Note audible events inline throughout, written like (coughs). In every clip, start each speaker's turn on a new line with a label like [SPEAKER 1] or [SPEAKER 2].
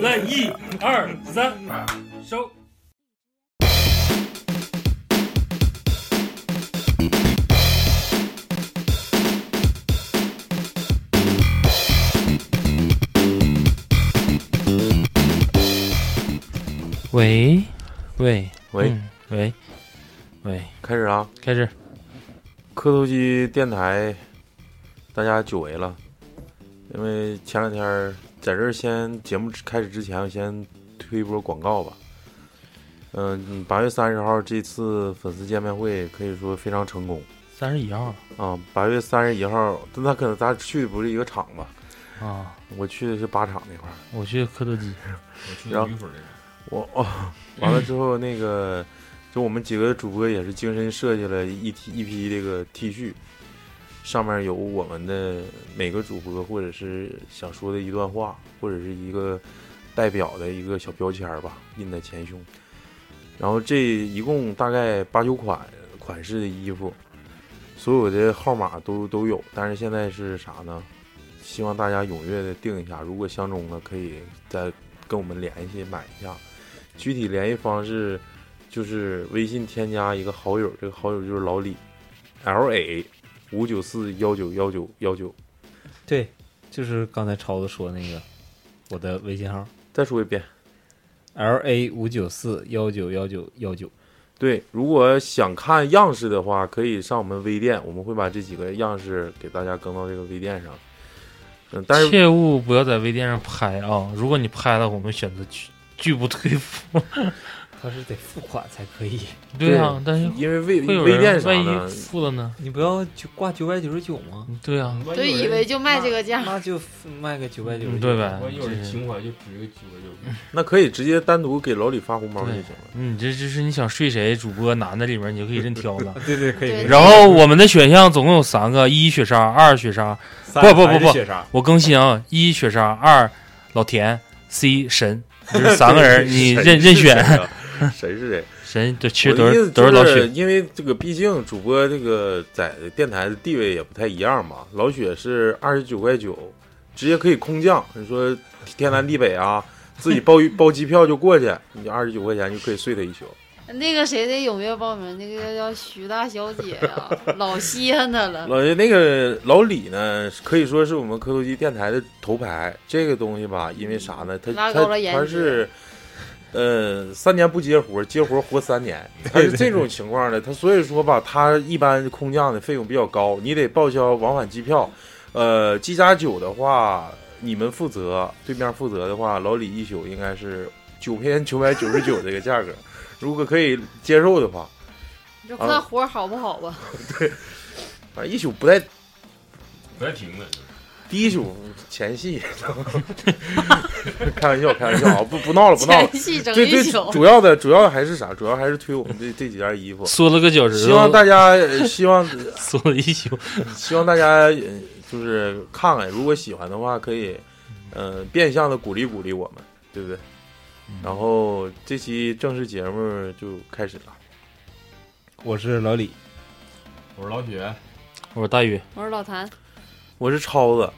[SPEAKER 1] 来一二三，收。
[SPEAKER 2] 喂，喂，
[SPEAKER 3] 喂
[SPEAKER 2] 嗯喂，喂，
[SPEAKER 3] 开始啊！
[SPEAKER 2] 开始。
[SPEAKER 3] 磕头机电台，大家久违了，因为前两天儿在这儿先节目开始之前，我先推一波广告吧。嗯，八月三十号这次粉丝见面会可以说非常成功
[SPEAKER 2] 三十一号
[SPEAKER 3] 啊！八月三十一号，但他可能咱去的不是一个场吧？
[SPEAKER 2] 啊，
[SPEAKER 3] 我去的是八厂那块儿，
[SPEAKER 2] 我去磕头机。
[SPEAKER 3] 然后我哦，完了之后那个，就我们几个主播也是精心设计了一批一批这个 T 恤，上面有我们的每个主播或者是想说的一段话，或者是一个代表的一个小标签儿吧，印在前胸。然后这一共大概八九款款式的衣服，所有的号码都都有，但是现在是啥呢？希望大家踊跃的订一下，如果相中了，可以再跟我们联系买一下。具体联系方式就是微信添加一个好友，这个好友就是老李，L A 五九四幺九幺九幺九。
[SPEAKER 2] 对，就是刚才超子说那个，我的微信号
[SPEAKER 3] 再说一遍，
[SPEAKER 2] L A 五九四幺九幺九幺九。
[SPEAKER 3] 对，如果想看样式的话，可以上我们微店，我们会把这几个样式给大家更到这个微店上。嗯，但是
[SPEAKER 2] 切勿不要在微店上拍啊！如果你拍了，我们选择拒拒不退付。
[SPEAKER 4] 他是得付款才可以， (laughs)
[SPEAKER 2] 对啊，但是
[SPEAKER 3] 因为微
[SPEAKER 2] 会有
[SPEAKER 3] 微店
[SPEAKER 2] 人
[SPEAKER 3] 啥
[SPEAKER 2] 万
[SPEAKER 3] 呢
[SPEAKER 2] 一，付了呢？
[SPEAKER 4] 你不要就挂九百九十九吗？
[SPEAKER 2] 对啊，
[SPEAKER 5] 就以为就卖这个 (laughs) 价，
[SPEAKER 4] 那就卖个九百九十
[SPEAKER 2] 嗯
[SPEAKER 4] 九，
[SPEAKER 2] 对呗？
[SPEAKER 1] 怀就值个九十九，
[SPEAKER 3] 那可以直接单独给老李发红包就
[SPEAKER 2] 对
[SPEAKER 3] 行了。
[SPEAKER 2] 你嗯这就是你想睡谁主播男的里面，你就可以任挑
[SPEAKER 3] (laughs)
[SPEAKER 2] 了。
[SPEAKER 4] 对对可以。
[SPEAKER 5] 对
[SPEAKER 2] 然后我们的选项总共有三个：一雪莎，二雪莎，
[SPEAKER 4] 三
[SPEAKER 2] 不不不
[SPEAKER 4] 还是
[SPEAKER 2] 不
[SPEAKER 4] 雪莎
[SPEAKER 2] 我更新啊，一雪莎，二老田，C 神，就是三个
[SPEAKER 3] (laughs)
[SPEAKER 2] 人，你任任选 (laughs)
[SPEAKER 3] 选，啊谁是谁？
[SPEAKER 2] 神，对，其实
[SPEAKER 3] 我
[SPEAKER 2] 都
[SPEAKER 3] 的意思
[SPEAKER 2] 是都是老
[SPEAKER 3] 就是
[SPEAKER 2] 雪，
[SPEAKER 3] 因为这个，毕竟主播这个在电台的地位也不太一样嘛。老雪是二十九块九，直接可以空降。你说天南地北啊，自己包包机票就过去，你二十九块钱就可以睡他一宿。
[SPEAKER 5] 那个谁谁有没有报名？那个叫徐大小姐呀、老稀罕她了。
[SPEAKER 3] 老那个老李呢，可以说是我们磕头机电台的头牌。这个东西吧，因为啥呢？他
[SPEAKER 5] 嗯拉
[SPEAKER 3] 他
[SPEAKER 5] 高了颜
[SPEAKER 3] 他
[SPEAKER 5] 值
[SPEAKER 3] 是，呃，三年不接活，接活活三年，他是这种情况的。他所以说吧，他一般空降的费用比较高，你得报销往返机票。呃，机加酒的话，你们负责，对面负责的话，老李一宿应该是九 (laughs) 千九百九十九这个价格，如果可以接受的话，
[SPEAKER 5] 就看他活好不好啊吧。
[SPEAKER 3] 反正一宿不带
[SPEAKER 1] 不要停了。
[SPEAKER 3] 第一宿前戏， (laughs) 开玩笑，开玩笑啊！不不闹了，不闹了
[SPEAKER 5] 前。戏整
[SPEAKER 3] 最
[SPEAKER 5] 一
[SPEAKER 3] 最
[SPEAKER 5] 宿，
[SPEAKER 3] 主要的，主要还是啥？主要还是推我们这这几件衣服。
[SPEAKER 2] 缩了个脚趾头，
[SPEAKER 3] 希望大家，呃希望 (laughs)
[SPEAKER 2] 缩了一 (laughs) 宿，
[SPEAKER 3] 希望大家呃就是看看，如果喜欢的话，可以，呃，变相的鼓励鼓励我们，对不对？然后这期正式节目就开始了。
[SPEAKER 4] 我是老李，
[SPEAKER 1] 我是老雪，
[SPEAKER 2] 我说大宇，
[SPEAKER 5] 我说老谭，
[SPEAKER 3] 我是超子，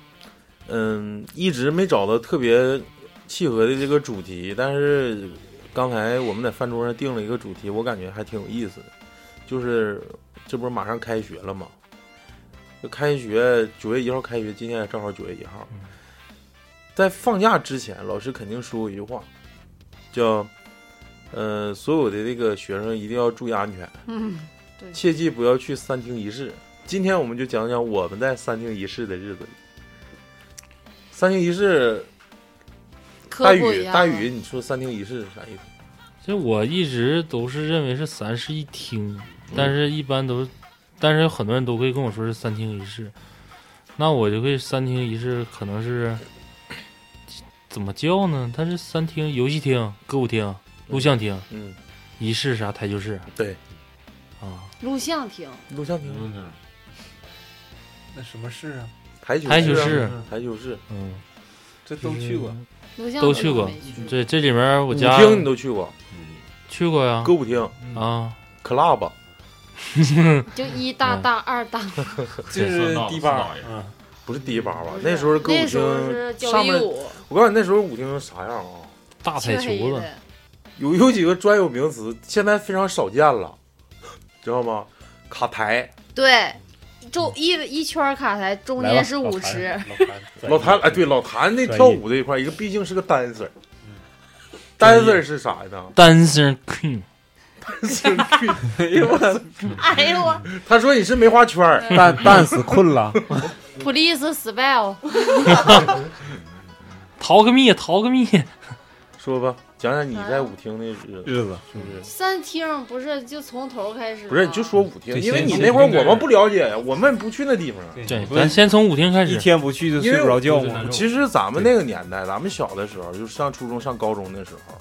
[SPEAKER 3] 嗯，一直没找到特别契合的这个主题，但是刚才我们在饭桌上定了一个主题，我感觉还挺有意思的，就是这不是马上开学了吗？这开学九月一号开学，今天正好九月一号，在放假之前，老师肯定说过一句话，叫“呃，所有的这个学生一定要注意安全”。
[SPEAKER 5] 嗯，
[SPEAKER 3] 切记不要去三厅一室。今天我们就讲讲我们在三厅一室的日子里。三厅一室，大
[SPEAKER 5] 科普一
[SPEAKER 3] 宇，
[SPEAKER 5] 下。
[SPEAKER 3] 大宇，你说三厅一室是啥意思？
[SPEAKER 2] 这我一直都是认为是三室一厅，
[SPEAKER 3] 嗯
[SPEAKER 2] 但是一般都，但是很多人都会跟我说是三厅一室，那我就会三厅一室可能是怎么叫呢？它是三厅游戏厅、歌舞厅、录像厅、
[SPEAKER 3] 嗯，
[SPEAKER 2] 仪式啥台球室
[SPEAKER 3] 对，
[SPEAKER 2] 啊，
[SPEAKER 5] 录像厅，
[SPEAKER 3] 录像厅、
[SPEAKER 1] 嗯呢，
[SPEAKER 4] 那什么事啊？
[SPEAKER 3] 台球、
[SPEAKER 2] 台球
[SPEAKER 3] 室
[SPEAKER 2] 室
[SPEAKER 3] 啊、台球室，
[SPEAKER 2] 嗯，
[SPEAKER 4] 这都去过，
[SPEAKER 5] 录像
[SPEAKER 2] 都
[SPEAKER 5] 厅
[SPEAKER 2] 去
[SPEAKER 5] 我
[SPEAKER 2] 过
[SPEAKER 5] 没去
[SPEAKER 2] 这这里面我
[SPEAKER 3] 舞
[SPEAKER 2] 家
[SPEAKER 3] 厅你都去过，
[SPEAKER 2] 去过呀
[SPEAKER 3] 歌舞厅、
[SPEAKER 2] 啊，
[SPEAKER 3] club，
[SPEAKER 5] 就一
[SPEAKER 2] 嗯
[SPEAKER 5] 大大二大，
[SPEAKER 4] 就
[SPEAKER 2] 对
[SPEAKER 4] 是
[SPEAKER 1] 算到
[SPEAKER 4] 迪吧
[SPEAKER 1] 了算到了，
[SPEAKER 4] 嗯，
[SPEAKER 3] 不是迪吧吧
[SPEAKER 5] 不？是
[SPEAKER 3] 那时候歌舞
[SPEAKER 5] 那时候是
[SPEAKER 3] 厅
[SPEAKER 5] 交
[SPEAKER 3] 上
[SPEAKER 5] 谊
[SPEAKER 3] 面，
[SPEAKER 5] 舞，
[SPEAKER 3] 我告诉你，那时候舞厅是啥样啊？
[SPEAKER 2] 大
[SPEAKER 5] 漆
[SPEAKER 2] 彩
[SPEAKER 5] 黑
[SPEAKER 2] 球子，
[SPEAKER 5] 的，
[SPEAKER 3] 有有几个专有名词，现在非常少见了，知道吗？卡台，
[SPEAKER 5] 对，中一一圈卡台，中间是舞池，
[SPEAKER 3] 老谭，哎，对，老谭那跳舞这一块，一个毕竟是个 dancer。dancer 是啥呢？
[SPEAKER 2] ，Dancer Queen，
[SPEAKER 5] (laughs) 哎呦我
[SPEAKER 3] 他说你是梅花圈儿，
[SPEAKER 4] 蛋蛋死困了，
[SPEAKER 5] ，Police Spell，
[SPEAKER 2] 逃个蜜，逃个蜜，
[SPEAKER 3] 说吧，讲讲你在舞厅的日子，
[SPEAKER 4] 日子
[SPEAKER 3] 是不是？
[SPEAKER 5] 三厅不是就从头开始吗，
[SPEAKER 3] 不是，你就说舞厅，
[SPEAKER 4] 对
[SPEAKER 3] 因为
[SPEAKER 4] 先
[SPEAKER 3] 你
[SPEAKER 4] 先
[SPEAKER 3] 那会儿
[SPEAKER 1] 听这
[SPEAKER 3] 我们
[SPEAKER 1] 人
[SPEAKER 3] 不了解呀，我们不去那地方。啊
[SPEAKER 2] 对，咱先从舞厅开
[SPEAKER 4] 一
[SPEAKER 2] 始，
[SPEAKER 4] 天不去就睡不着觉吗？
[SPEAKER 3] 其实咱们那个年代，咱们小的时候，就上初中、上高中的时候，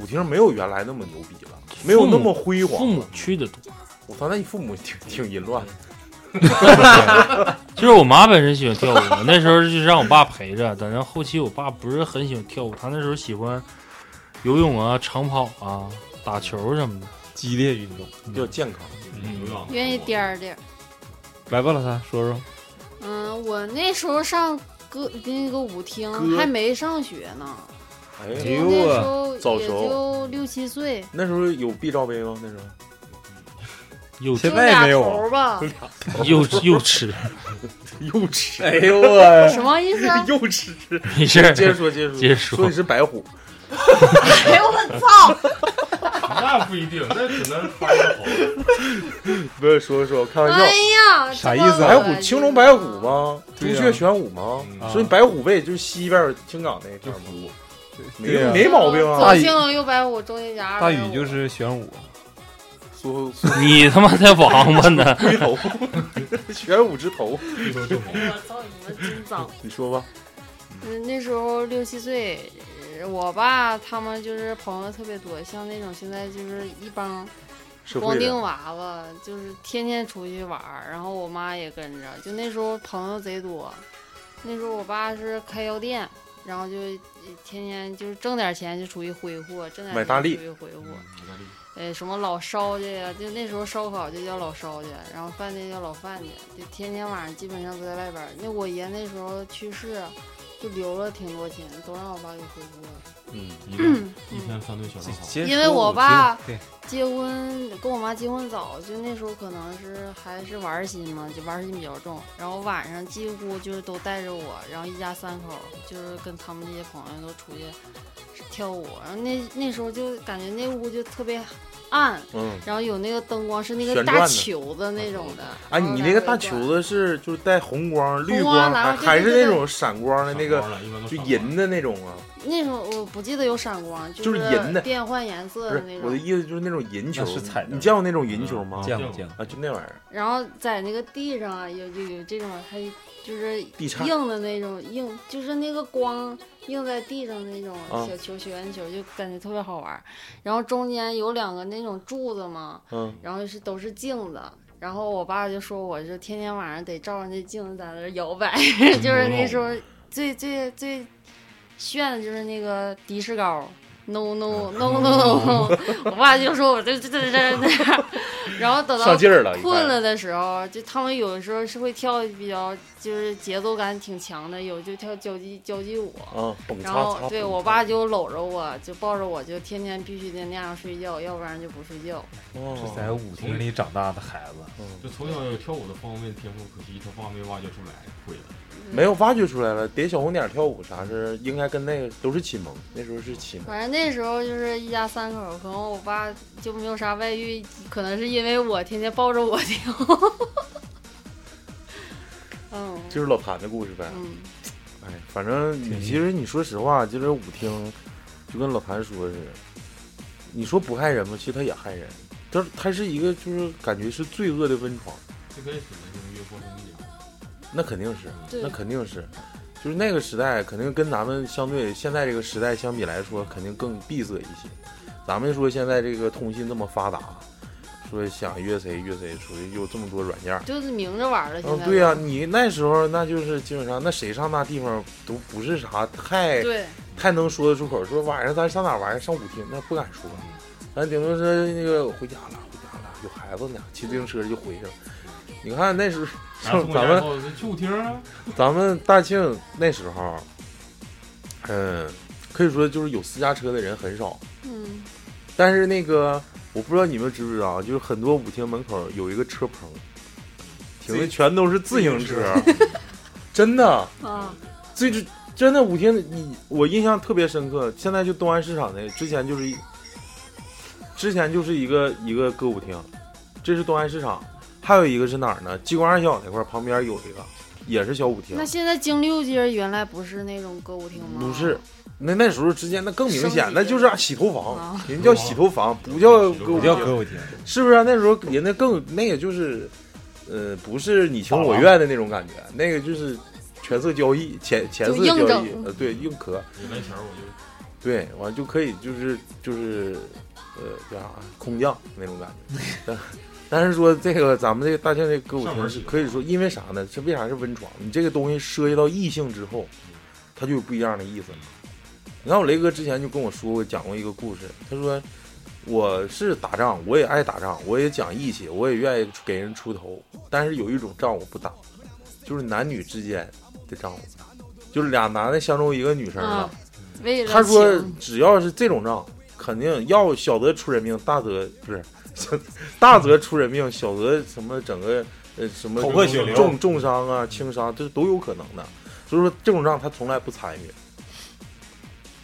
[SPEAKER 3] 舞厅没有原来那么牛逼了，没有那么辉
[SPEAKER 2] 父
[SPEAKER 3] 煌
[SPEAKER 2] 母
[SPEAKER 3] 了。
[SPEAKER 2] 去的多，
[SPEAKER 3] 我操，那你父母挺挺淫乱的，
[SPEAKER 2] 就是我妈本身喜欢跳舞，那时候就是让我爸陪着，但是后期我爸不是很喜欢跳舞，他那时候喜欢游泳啊、长跑啊、打球什么的。
[SPEAKER 4] 激烈运动，
[SPEAKER 3] 比较健康。
[SPEAKER 5] 愿意颠儿颠儿。
[SPEAKER 4] 来吧，老谭，说说
[SPEAKER 5] 嗯，我那时候上歌那个舞厅
[SPEAKER 3] 歌
[SPEAKER 5] 还没上学呢，
[SPEAKER 3] 哎
[SPEAKER 5] 就
[SPEAKER 3] 呀，
[SPEAKER 4] 呦
[SPEAKER 5] 那时候
[SPEAKER 3] 早
[SPEAKER 5] 也
[SPEAKER 3] 熟
[SPEAKER 5] 就六七岁，
[SPEAKER 3] 那时候有 B 罩杯吗？那时候
[SPEAKER 2] 又
[SPEAKER 4] 现
[SPEAKER 5] 就
[SPEAKER 4] 在
[SPEAKER 5] 俩
[SPEAKER 4] 没有
[SPEAKER 5] 头儿
[SPEAKER 3] 啊
[SPEAKER 5] 吧？
[SPEAKER 2] 又又吃，
[SPEAKER 3] 幼稚。
[SPEAKER 4] 哎呦我，
[SPEAKER 5] 什么意思啊？
[SPEAKER 3] 幼稚。
[SPEAKER 2] 没事 (laughs) 儿，
[SPEAKER 3] 接着说，接着说，
[SPEAKER 2] 接着说
[SPEAKER 3] 你是白虎，
[SPEAKER 5] (laughs) 哎呦我操！
[SPEAKER 1] 那不一定，那只能发一个头。
[SPEAKER 3] 不是说说，开玩笑。
[SPEAKER 5] 哎呀，
[SPEAKER 4] 啥
[SPEAKER 5] 这么
[SPEAKER 4] 意思啊
[SPEAKER 3] 白
[SPEAKER 5] 恶
[SPEAKER 3] 虎，
[SPEAKER 5] 心
[SPEAKER 3] 青龙白虎？吗？朱
[SPEAKER 4] 对呀
[SPEAKER 3] 雀玄武吗？
[SPEAKER 4] 啊
[SPEAKER 3] 所以白虎卫就是西边儿青港那一片
[SPEAKER 1] 就
[SPEAKER 3] 儿嘛，
[SPEAKER 1] 虎，
[SPEAKER 3] 没
[SPEAKER 4] 对呀
[SPEAKER 3] 没毛病啊。
[SPEAKER 4] 大
[SPEAKER 5] 左
[SPEAKER 4] 禹
[SPEAKER 5] 青龙右白虎，中间夹二
[SPEAKER 4] 大
[SPEAKER 5] 白虎
[SPEAKER 4] 宇就是啊玄武，
[SPEAKER 3] 苏
[SPEAKER 2] 你他妈才王八呢！
[SPEAKER 3] 龟 (laughs) 头，玄武之头，
[SPEAKER 1] 一
[SPEAKER 4] (laughs)
[SPEAKER 1] 头就红。
[SPEAKER 5] 我操你们真脏！
[SPEAKER 3] 你说吧。
[SPEAKER 5] 嗯，那时候六七岁，呃我爸他们就是朋友特别多，像那种现在就是一帮
[SPEAKER 3] 社
[SPEAKER 5] 光
[SPEAKER 3] 会
[SPEAKER 5] 腚
[SPEAKER 3] 人，
[SPEAKER 5] 娃娃，就是天天出去玩儿，然后我妈也跟着。就那时候朋友贼多，那时候我爸是开药店，然后就天天就是挣点钱就出去挥霍，挣点
[SPEAKER 3] 买
[SPEAKER 5] 钱
[SPEAKER 3] 大力嗯
[SPEAKER 5] 出去挥霍。呃，什么老烧去呀？就那时候烧烤就叫老烧去，然后饭店叫老饭去，就天天晚上基本上都在外边儿。那我爷那时候去世，啊就留了挺多钱，都让我爸给挥霍了。
[SPEAKER 3] 嗯，
[SPEAKER 1] 一天一天三顿小烧烤，
[SPEAKER 5] 因为我爸
[SPEAKER 4] 对
[SPEAKER 5] 结婚跟我妈结婚早，就那时候可能是还是玩儿心嘛，就玩儿心比较重。然后晚上几乎就是都带着我，然后一家三口就是跟他们这些朋友都出去跳舞。然后那那时候就感觉那屋就特别暗，
[SPEAKER 3] 嗯，
[SPEAKER 5] 然后有那个灯光是那个
[SPEAKER 3] 旋转
[SPEAKER 5] 大
[SPEAKER 3] 的
[SPEAKER 5] 球子那种的。
[SPEAKER 3] 啊，你那个大球
[SPEAKER 5] 子
[SPEAKER 3] 子是就是带红光、绿
[SPEAKER 5] 红光
[SPEAKER 3] 光，还
[SPEAKER 5] 蓝
[SPEAKER 3] 还
[SPEAKER 5] 对对
[SPEAKER 3] 是那
[SPEAKER 5] 对
[SPEAKER 3] 种闪光的那个，就银的那种啊？
[SPEAKER 5] 那时候我不记得有闪光，
[SPEAKER 3] 就是是银的
[SPEAKER 5] 变换颜色
[SPEAKER 3] 不
[SPEAKER 5] 的
[SPEAKER 3] 是
[SPEAKER 5] 那，
[SPEAKER 3] 我的
[SPEAKER 5] 种。
[SPEAKER 3] 意思就是那种银球
[SPEAKER 4] 那是彩，的
[SPEAKER 3] 你见过那种银球吗？
[SPEAKER 4] 见过见过，
[SPEAKER 3] 啊，就那玩意儿，
[SPEAKER 5] 然后在那个地上啊，有有有这种还就是
[SPEAKER 3] 地叉
[SPEAKER 5] 硬的那种硬，就是那个光映在地上那种
[SPEAKER 3] 啊
[SPEAKER 5] 小球、小圆球，就感觉特别好玩儿。然后中间有两个那种柱子嘛，
[SPEAKER 3] 嗯，
[SPEAKER 5] 然后是都是镜子。然后我爸就说我是天天晚上得照着那镜子在那儿摇摆， (laughs) 就是那时候最最最炫的就是那个迪士高。no no no no no，我爸就说我这这这这这，然后等到
[SPEAKER 3] 上劲儿了，一
[SPEAKER 5] 困
[SPEAKER 3] 看
[SPEAKER 5] 了的时候，就他们有的时候是会跳比较就是节奏感挺强的，有就跳交际交际舞。
[SPEAKER 3] 啊，蹦
[SPEAKER 5] 然
[SPEAKER 3] 擦
[SPEAKER 5] 后
[SPEAKER 3] 擦，
[SPEAKER 5] 对
[SPEAKER 3] 蹦
[SPEAKER 5] 我
[SPEAKER 3] 擦
[SPEAKER 5] 爸就搂着我，就抱着我，就天天必须得那样睡觉，要不然就不睡觉。
[SPEAKER 4] 是
[SPEAKER 3] 哦
[SPEAKER 4] 在舞厅里长大的孩子，
[SPEAKER 1] 就从小有跳舞的方面天赋，可惜他爸没挖掘出来，毁了。
[SPEAKER 3] 没有挖掘出来了，点小红点儿跳舞啥是应该跟那个都是启蒙，那时候是启蒙。
[SPEAKER 5] 反正那时候就是一家三口，可能我爸就没有啥外遇，可能是因为我天天抱着我跳。嗯
[SPEAKER 3] 这是老谭的故事呗，
[SPEAKER 5] 嗯，
[SPEAKER 3] 哎，反正你其实你说实话，就是舞厅，就跟老谭说的是，你说不害人吗？其实他也害人，但是它是一个就是感觉是罪恶的温床，
[SPEAKER 1] 这跟死的就是越过生一样。
[SPEAKER 3] 那肯定是，
[SPEAKER 5] 对
[SPEAKER 3] 那肯定是，就是那个时代肯定跟咱们相对现在这个时代相比来说，肯定更闭塞一些。咱们说现在这个通信这么发达，说想约谁约谁，属于有这么多软件儿。
[SPEAKER 5] 就是明着玩儿了。现
[SPEAKER 3] 嗯
[SPEAKER 5] 在，
[SPEAKER 3] 对呀、你那时候那就是基本上，那谁上那地方都不是啥太
[SPEAKER 5] 对，
[SPEAKER 3] 太能说得出口。说晚上咱上哪玩儿？上舞厅那不敢说，
[SPEAKER 1] 嗯
[SPEAKER 3] 咱顶多是那个回家了，回家了，有孩子呢，骑自行车就回去了。你看那时候，
[SPEAKER 1] (laughs) 拿送
[SPEAKER 3] 咱们
[SPEAKER 1] 去舞厅啊，
[SPEAKER 3] 咱们大庆那时候，嗯，可以说就是有私家车的人很少。
[SPEAKER 5] 嗯，
[SPEAKER 3] 但是那个我不知道你们知不知道，就是很多舞厅门口有一个车棚，停的全都是自行车，
[SPEAKER 1] (laughs)
[SPEAKER 3] 真的，
[SPEAKER 5] 啊，
[SPEAKER 3] 最这真的舞厅，你我印象特别深刻。现在就东安市场那，之前就是一，之前就是一个一个歌舞厅，这是东安市场，还有一个是哪儿呢？激光二小那块儿旁边有一个，也是小舞厅
[SPEAKER 5] 那，现在京六街原来不是那种歌舞厅吗？
[SPEAKER 3] 不是。那那时候之间那更明
[SPEAKER 5] 生
[SPEAKER 3] 显
[SPEAKER 5] 理，
[SPEAKER 3] 那就是洗头房
[SPEAKER 5] 啊，
[SPEAKER 3] 人叫洗头房，不叫歌舞
[SPEAKER 4] 不
[SPEAKER 3] 厅
[SPEAKER 4] 叫。歌舞厅，
[SPEAKER 3] 是不是、啊？那时候人家更那个就是，呃，不是你情
[SPEAKER 1] 啊
[SPEAKER 3] 我愿的那种感觉，那个就是权色交易，前前色
[SPEAKER 5] 就硬
[SPEAKER 3] 交易
[SPEAKER 5] 整，
[SPEAKER 3] 呃，对，硬壳，
[SPEAKER 1] 你来前儿我
[SPEAKER 3] 对，完就可以就是就是，呃，叫啥空降那种感觉。但 (laughs) 但是说这个咱们这个大庆这歌舞
[SPEAKER 1] 上门
[SPEAKER 3] 厅
[SPEAKER 1] 儿
[SPEAKER 3] 是
[SPEAKER 1] 学
[SPEAKER 3] 可以说，因为啥呢？是为啥是温床？你这个东西涉及到异性之后，它就有不一样的意思了。你看我雷哥之前就跟我说过讲过一个故事，他说我是打仗，我也爱打仗，我也讲义气，我也愿意给人出头，但是有一种仗我不打，就是男女之间的仗我不打，就是俩男的相中一个女生了。
[SPEAKER 5] 啊，为了
[SPEAKER 3] 他说
[SPEAKER 5] 情，
[SPEAKER 3] 只要是这种仗，肯定要小则出人命，大则不是，小大则出人命，小则什么整个呃什么
[SPEAKER 4] 头破血流
[SPEAKER 3] 重重伤啊、轻伤，这都有可能的。所以说这种仗他从来不参与。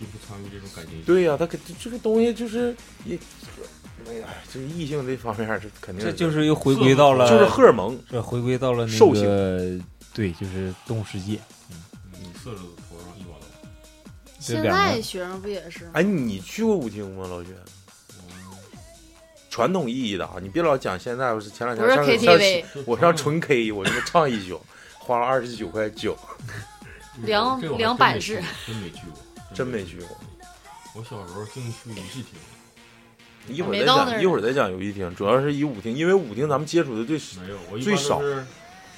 [SPEAKER 1] 就不参与这种感情。
[SPEAKER 3] 对呀、他肯这个东西就是一，哎呀，这异性这方面是肯定
[SPEAKER 4] 这就是是又回归到了，
[SPEAKER 3] 就是荷尔蒙。
[SPEAKER 4] 这回归到了
[SPEAKER 3] 兽
[SPEAKER 4] 那个对，就是动物世界。
[SPEAKER 1] 你射着头上一把刀，
[SPEAKER 4] 这
[SPEAKER 5] 现
[SPEAKER 4] 两
[SPEAKER 5] 在
[SPEAKER 4] 个
[SPEAKER 5] 学生不也是吗？
[SPEAKER 3] 哎，你去过舞厅吗，老薛？传统意义的啊，你别老讲现在，我是前两
[SPEAKER 5] 不
[SPEAKER 3] 天
[SPEAKER 5] 是
[SPEAKER 3] 上个上
[SPEAKER 5] KTV，
[SPEAKER 3] 我上纯 K，我他妈唱一宿，花了二十九块九，
[SPEAKER 5] 凉
[SPEAKER 1] 这我还
[SPEAKER 5] 凉板式
[SPEAKER 1] 真没去过，
[SPEAKER 3] 真
[SPEAKER 1] 真
[SPEAKER 3] 没
[SPEAKER 1] 没
[SPEAKER 3] 去
[SPEAKER 1] 过。
[SPEAKER 3] 过。
[SPEAKER 1] 我小时候净去游戏厅，
[SPEAKER 3] 一会儿
[SPEAKER 5] 没
[SPEAKER 3] 再
[SPEAKER 5] 到那
[SPEAKER 3] 讲，
[SPEAKER 5] 儿
[SPEAKER 3] 一会儿再讲游戏厅，主要是以舞厅，因为舞厅咱们接触的最少
[SPEAKER 1] 没有，我一
[SPEAKER 3] 最
[SPEAKER 1] 般
[SPEAKER 3] 少
[SPEAKER 1] 都是。